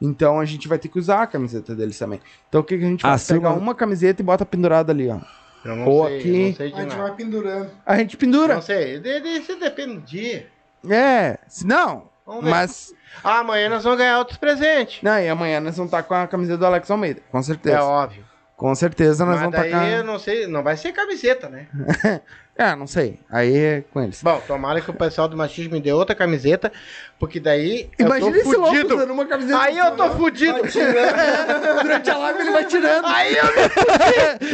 Então a gente vai ter que usar a camiseta deles também. Então o que, que a gente faz?
Assuma-
Pega uma camiseta e bota pendurada ali, ó.
Eu não
Ou
sei,
aqui.
eu não sei de nada.
pendurando.
A gente pendura.
Não sei, de- de- isso depende do dia.
É, se não,
Vamos ver.
Mas.
Ah, amanhã nós vamos ganhar outros presentes.
Não, e amanhã nós vamos estar com a camiseta do Alex Almeida. Com certeza.
É óbvio.
Com certeza Então nós
Mas
vamos
daí
estar com.
eu não sei, não vai ser camiseta, né?
É, não sei. Aí é com eles.
Bom, tomara que o pessoal do machismo me dê outra camiseta, porque daí
Imagina
eu
esse
tô
louco
fudido.
usando uma camiseta.
Aí eu tô fudido.
Durante a live ele vai tirando.
Aí eu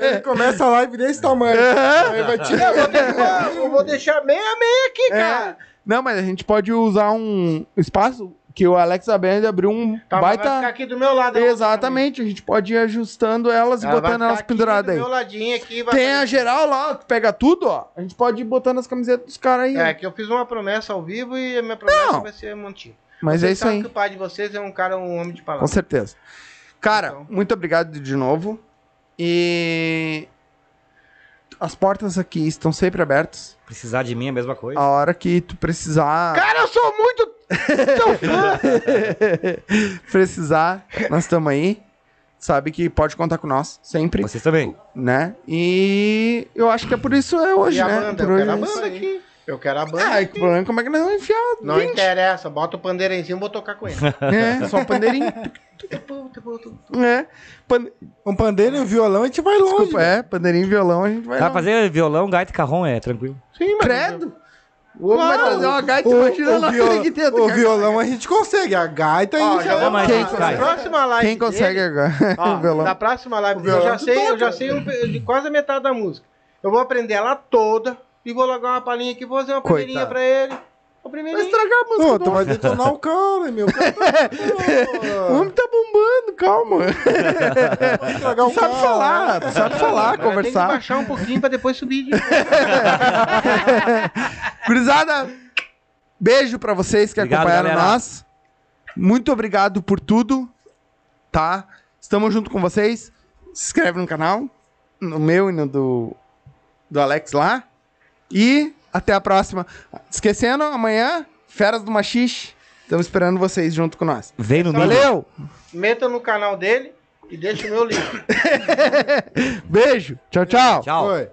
Ele começa a live desse tamanho. Aí vai tirar.
Eu vou deixar, eu vou deixar meia meia
É.
aqui, cara.
Não, mas a gente pode usar um espaço que o Alex Abend abriu um
Tá, mas vai ficar um
baita.
aqui do meu lado.
Exatamente, a gente pode ir ajustando elas e
Ela vai
botando
ficar
elas
aqui do
penduradas aí.
Meu ladinho aqui, vai
Tem a geral lá, tu pega tudo, ó. A gente pode ir botando as camisetas dos caras aí.
É que eu fiz uma promessa ao vivo e a minha promessa
Não.
vai ser mantida.
mas é
Vocês
isso
sabem
aí.
que o pai de vocês é um cara, um homem de
Com
palavra.
certeza. Cara,
Então.
muito obrigado de novo. E as portas aqui estão sempre abertas.
Precisar de mim é a mesma coisa.
A hora que tu precisar,
Cara, eu sou muito teu fã.
precisar, nós estamos aí. Sabe que pode contar com nós sempre,
Vocês também.
né? E eu acho que é por isso é hoje,
e a
né?
banda,
Por
eu
hoje
quero a
é isso.
banda aqui. Eu quero a banda.
Ah, e o problema é como é que nós vamos enfiar,
Não interessa, bota o pandeiro em cima, vou tocar com ele.
né? Só um pandeirinho, né? Pan-
Um pandeiro e um violão, a gente vai longe.
Desculpa, é, pandeirinho, violão, a gente vai
Dá pra
lá.
fazer violão, gaita e carrom, é tranquilo.
Sim, mas.
Credo! O homem vai trazer uma gaita,
O,
imagina
o
lá
viola-
que tem.
o violão a gente consegue, a gaita a
Ó,
gente
já
já
vamos
Mas
lá.
quem
Na
consegue?
próxima live
Quem consegue
dele-
agora?
Ó,
o violão.
Na próxima live, dele, eu
violão
já sei, eu já sei um pe- de quase a metade da música. Eu vou aprender ela toda e vou largar uma palhinha aqui, vou fazer uma primeirinha
Coitado. tá,
pra ele. Uma
Vai
primeirinha.
estragar a música
Pô,
do
tu vai detonar o cara, meu.
O homem tá bombando, calma.
Estragar o
Tu sabe
cara.
falar, tu sabe falar,
Mas um Tem que
conversar.
baixar um pouquinho pra depois subir. De...
Gurizada, beijo pra vocês que
Obrigado,
acompanharam
galera.
nós. Muito obrigado por tudo, tá? Estamos junto com vocês. Se inscreve no canal, no meu e no do, do Alex lá. E até a próxima. Esquecendo, amanhã, Feras do Machixe. Estamos esperando vocês junto com nós.
Vem no domingo.
Valeu!
Meta no canal dele e deixa o meu link.
Beijo! Tchau, tchau!
Tchau.
Oi.